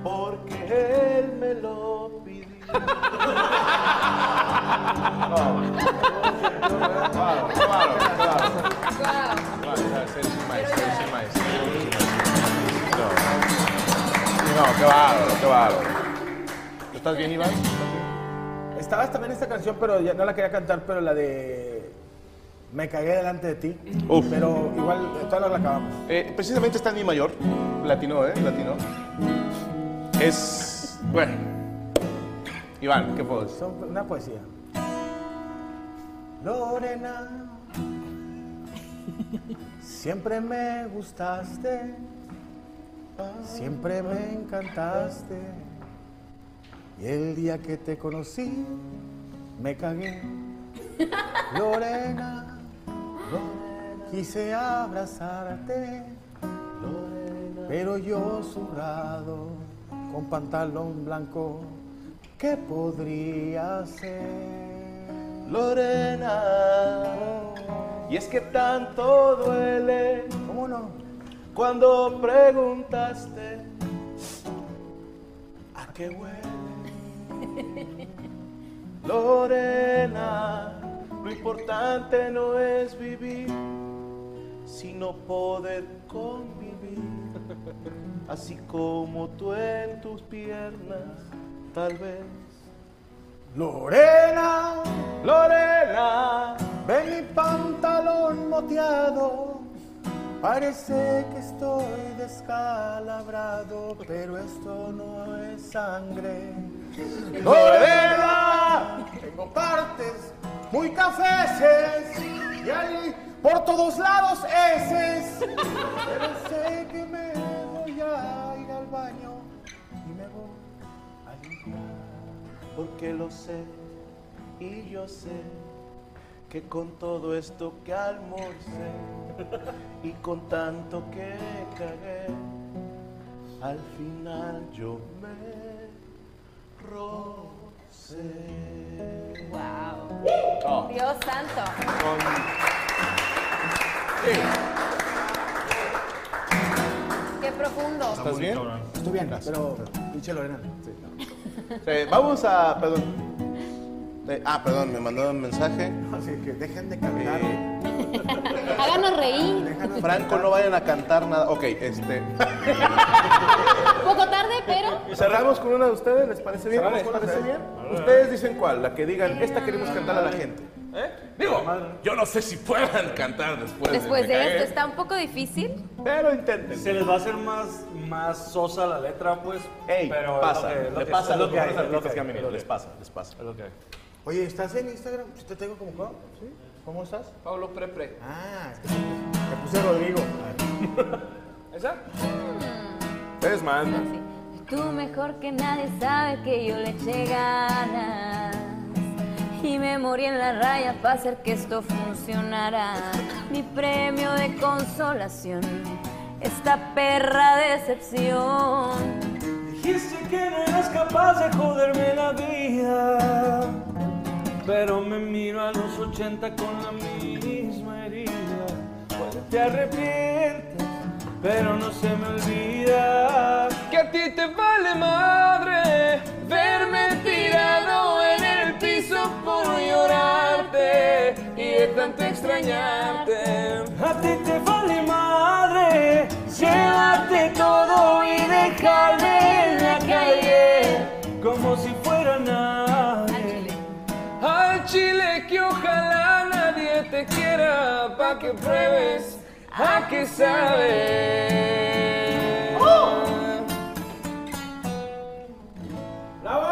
G: Porque él me lo pidió.
D: No, qué bárbaro, qué bárbaro. ¿Estás bien, Iván?
G: Estabas también esta canción, pero ya no la quería cantar, pero la de Me cagué delante de ti.
D: Uf.
G: Pero igual, eh, todavía no la acabamos.
D: Eh, precisamente está en mi mayor. Latino, ¿eh? Latino. Es. Bueno. Iván, ¿qué puedo decir?
G: Son una poesía. Lorena, siempre me gustaste, siempre me encantaste. Y el día que te conocí, me cagué. Lorena, Lorena, quise abrazarte, Lorena, pero yo zurrado, con pantalón blanco, ¿qué podría ser?
D: Lorena. Y es que tanto duele.
G: ¿Cómo no?
D: Cuando preguntaste.
G: ¿A qué huele?
D: Lorena, lo importante no es vivir, sino poder convivir.
P: así como tú en tus piernas, tal vez.
G: Lorena, Lorena, ven mi pantalón moteado. Parece que estoy descalabrado, pero esto no es sangre. Lorena, tengo partes muy cafeces y ahí por todos lados heces. Pero sé que me voy a ir al baño y me voy a limpiar.
P: Porque lo sé y yo sé que con todo esto que almorcé y con tanto que cagué, al final yo me rocé.
Q: ¡Wow!
P: Oh.
Q: Dios santo. Qué profundo.
P: ¿Estás bien?
G: Estoy bien, pero pinche Lorena. Sí, no.
P: Eh, vamos a. Perdón. Eh, ah, perdón, me mandaron un mensaje.
H: Ah,
P: Eh,
G: Así que dejen de cantar.
F: Háganos reír.
P: Franco, no vayan a cantar nada. Ok, este.
F: Poco tarde, pero.
P: Cerramos con una de ustedes, ¿les parece bien?
F: Cerramos
P: ¿Les
F: con
P: parece
F: una de
P: bien? Ustedes dicen cuál, la que digan, esta queremos cantar a la gente.
H: ¿Eh?
E: Digo,
D: yo no sé si puedan cantar después.
Q: Después
D: Pues Me
Q: de
D: cagué.
Q: esto, está un poco difícil.
P: Pero intenten.
H: Se les va a hacer más, más sosa la letra, pues. pero es
P: pasa,
H: lo que- es lo
P: le
H: que-
P: pasa
H: es
P: a los demás
H: es
P: artistas
H: hay,
P: que han venido,
H: es lo
P: les pasa, les pasa.
H: Es lo que hay.
G: Oye, ¿estás en Instagram? ¿Sí ¿Te tengo como cómo? ¿Sí? ¿Cómo estás?
E: Pablo Prepre.
G: Ah, me puse Rodrigo.
E: ¿Esa?
Q: Mm.
D: Ustedes mandan.
F: Tú mejor que nadie sabes que yo le eché ganas y me morí en la raya para hacer que esto funcionara. Mi premio de consolación, esta perra decepción.
K: Dijiste que no eras capaz de joderme la vida, pero me miro a los 80 con la misma herida. Puede te arrepientes, pero no se me olvida que a ti te vale madre verme tirado en el piso por llorarte y de tanto extrañarte. A ti te vale madre llevarte todo y dejarme en la calle como si fuera nadie. Al chile que ojalá nadie te quiera pa' que pruebes a que sabes.
D: ¡Bravo!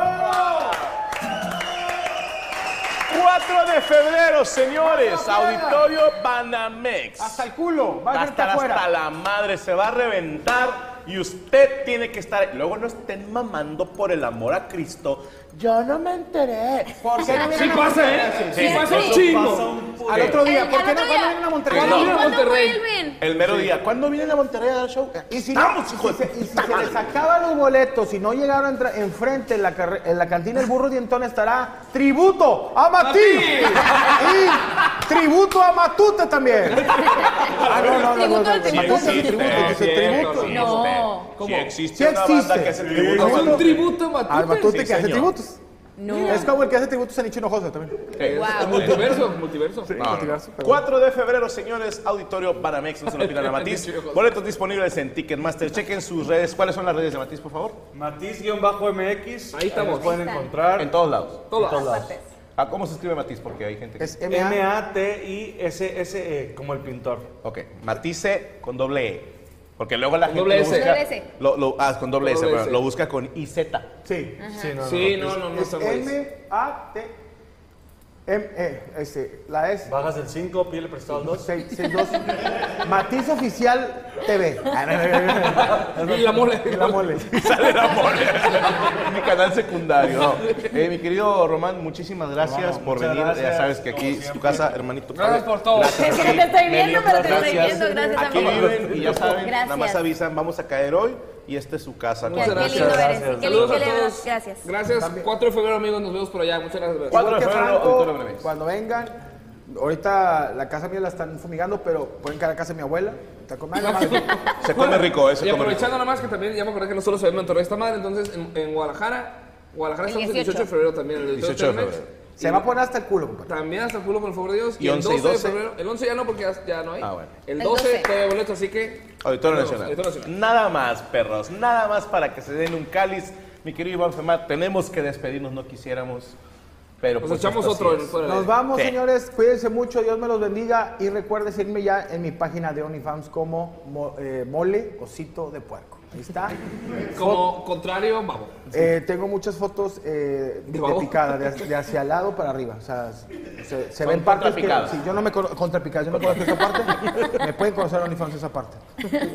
D: 4 de febrero, señores, auditorio Banamex. Hasta
G: el culo, va
D: a estar hasta la madre, se va a reventar y usted tiene que estar. Luego no estén mamando por el amor a Cristo.
G: Yo no me enteré. ¿Por
D: qué no Sí vinieron a pasa, Monterrey? ¿eh? Sí, Sí, pasa un sí. chingo. Pasa un puro.
G: Al otro día,
D: El-
G: ¿por
D: Eh, al
G: qué no cuando
D: otro día.
G: vienen a Monterrey?
D: ¿Cuándo- ¿Cuándo cuándo
Q: Monterrey? vuelven?
D: El mero día.
G: ¿Cuándo vienen a Monterrey a dar show? Y si, no, y se- y si se les acaban los boletos y no llegaron a entrar enfrente en la, carre- en la cantina El Burro Dientón estará tributo a Matí. y tributo a Matute también. Ah, no, no, no, no, no, no, Matute
D: Sí
G: es
D: existe,
G: tributo,
D: sí
G: dice
D: existe,
G: tributo.
D: sí existe.
G: ¿Cómo?
D: Sí
G: Sí
D: existe una banda que hace
G: existe.
D: tributo.
G: Sí,
D: a Matute.
E: tributo a
G: Al Matute
D: Sí,
G: que hace
D: señor.
G: tributos. Es como el que hace tributos a Nicho Hinojosa también.
E: Wow. Multiverso, multiverso.
D: No, no, no. 4 de febrero, señores, auditorio Banamex, no se lo pidan a Matiz. Boletos disponibles en Ticketmaster. Chequen sus redes. ¿Cuáles son las redes de Matiz, por favor?
H: Matiz-MX. Ahí
D: estamos.
H: los pueden encontrar.
D: En todos lados.
H: Todas. En todas partes.
D: Ah, ¿Cómo se escribe Matiz? Porque hay gente que...
H: M-A-T-I-S-S-E, eh, como el pintor.
D: Ok, Matice con doble E. Porque luego la
H: Con
D: gente
H: doble
D: lo
H: S.
D: busca...
H: Doble S.
D: Lo, lo- ah, con doble
H: Con
D: S,
H: doble
D: perdón,
H: S.
D: lo busca con IZ. Sí.
H: Sí, no, no,
E: Sí,
H: no.
E: no, no, no,
H: Es-
E: son
H: es
E: güeyes.
G: M-A-T. M-E, este, la S.
H: Bajas el 5, pide prestado el 2.
G: 6, 2. Matiz Oficial TV.
D: Ah, Y la mole.
G: La mole.
D: Sale la mole. mi canal secundario. no. Eh, mi querido Román, muchísimas gracias
P: No,
D: por
P: muchas
D: venir.
P: gracias,
D: ya sabes que aquí es tu casa, hermanito.
P: Gracias
D: Pablo.
P: por todo.
D: Gracias
P: Es que
D: a
P: no
D: ti,
P: te estoy
D: Nelly,
P: viendo, pero te estoy
D: gracias.
P: viendo, gracias a
D: Aquí
P: vos.
D: viven y ya saben, nada más
Q: Gracias.
D: avisan, vamos a caer hoy y esta es su casa.
Q: Qué, qué lindo eres. Qué lindo,
E: Saludos
Q: qué
E: a
Q: lindo.
E: todos.
Q: Gracias.
E: Gracias. 4 de febrero, amigos, nos vemos por allá. Muchas gracias.
G: Igual que
D: oh,
G: Franco, cuando vengan, ahorita la casa mía la están fumigando, pero pueden caer a casa de mi abuela. Está con madre, madre.
D: Se come rico, eh, se
E: Y
D: come rico.
E: aprovechando nada más que también ya me acordé que no solo se ve en Monterrey esta madre, entonces en, en Guadalajara, Guadalajara
Q: El
E: estamos el 18 de
Q: 18.
E: febrero también, el
D: 18 de
E: 18 de febrero.
D: febrero.
G: Se va a poner hasta el culo, compadre.
E: También hasta el culo, por el favor de Dios.
G: Y
E: Y, el
G: 11 y
E: 12 de
G: 12.
E: febrero. El 11 ya no, porque ya, ya no hay.
D: Ah, bueno.
E: El
D: El
E: 12,
D: 12.
E: todavía hay boletos, así que.
D: Auditorio
E: Vamos,
D: Nacional.
E: Auditorio Nacional.
D: Nada más, perros. Nada más para que se den un cáliz. Mi querido Iván Femar, tenemos que despedirnos, no quisiéramos. Pero
E: Nos
D: pues
E: echamos
D: esto así
E: otro
D: es.
E: en fuera
G: Nos vamos,
D: Sí.
G: señores. Cuídense mucho. Dios me los bendiga. Y recuerden seguirme ya en mi página de OnlyFans como mo- eh, Mole Osito de Puerco. Ahí está.
E: Como contrario, vamos.
G: Eh, tengo muchas fotos eh, de,
E: abajo?
G: picada, de, de hacia el lado para arriba. O sea, se, se
D: Son
G: ven partes que.
D: contrapicadas.
G: Sí, yo no me cono- contrapicadas, yo no conozco esa parte. me pueden conocer en OnlyFans esa parte.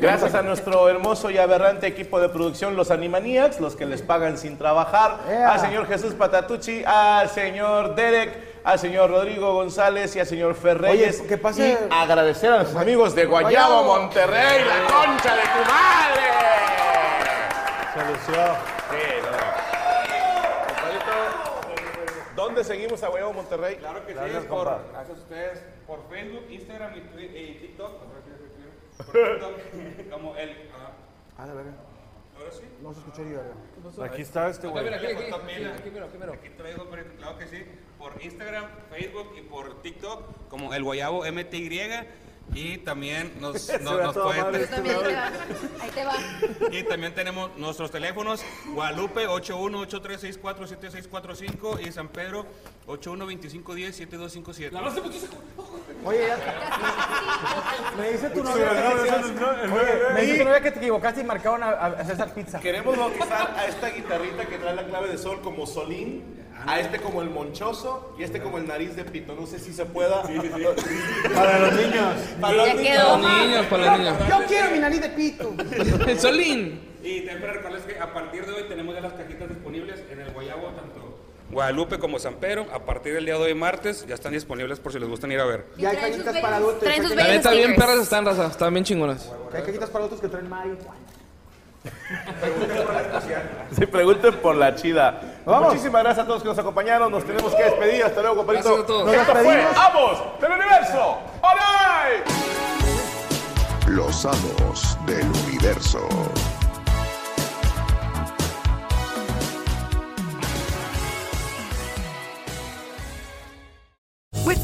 D: Gracias a nuestro hermoso y aberrante equipo de producción, los Animaniacs, los que les pagan sin trabajar,
G: ¡Ea!
D: al señor Jesús Patatucci, al señor Derek, al señor Rodrigo González y al señor Ferreyes.
G: Oye, que pase-
D: Y agradecer a nuestros amigos de Guayabo,
G: Guayabo.
D: Monterrey, la concha de tu madre.
H: Se lució.
D: Sí, no, no. Compadrito, ¿Dónde seguimos a Guayabo Monterrey?
J: Claro que sí,
D: Gracias,
J: por,
D: compa.
J: gracias a ustedes por Facebook, Instagram y, Twi- y TikTok. Por TikTok, como el. ah,
G: Ah, de verga.
J: Ahora sí.
G: No se escuchó ni verga.
H: Aquí está este güey.
J: Aquí, aquí,
E: aquí, aquí,
J: primero, primero. Aquí traigo, pero claro que sí. Por Instagram, Facebook y por TikTok, como el Guayabo MTY. Y también nos,
H: Se
J: nos,
H: ve a
J: nos
H: toda
J: pueden-
H: madre este
F: También ahí te va. Ahí te va.
J: Y también tenemos nuestros teléfonos, Guadalupe 8183647645 y San Pedro 8125107257.
G: Oye, ya- me dice tu novia.
J: no, no,
G: que-
J: no, no, no,
G: Oye,
J: no,
G: Me dice
J: no.
G: tu novia que te equivocaste y marcaron a, a César Pizza.
D: Queremos bautizar a esta guitarrita que trae la clave de sol como Solín, a este como el Monchoso y a este como el Nariz de Pito. No sé si se pueda.
H: Para los niños.
D: Para los niños.
E: Para los niños, para los niños.
G: Yo quiero mi nariz de pito.
E: Solín.
J: Y también para recordarles que a partir de hoy tenemos ya las cajitas disponibles en el Guayabo, tanto Guadalupe como San Pedro. A partir del día de hoy, martes, ya están disponibles por si les gustan ir a ver.
G: Ya hay cajitas para adultos.
F: traen
G: ya
F: sus
G: hay
E: La
G: cajitas-
E: neta, bien perras están, raza. Están bien chingonas.
G: ya hay cajitas para adultos que traen marihuana.
D: Si pregunten por la chida.
G: Vamos.
D: Muchísimas gracias a todos que nos acompañaron. Nos tenemos que despedir. Hasta luego, compadrito.
E: Gracias a todos.
D: Esto
G: Nos
D: fue
G: despedimos.
D: Amos del Universo. ¡Alright!
R: Los amos del universo.
K: With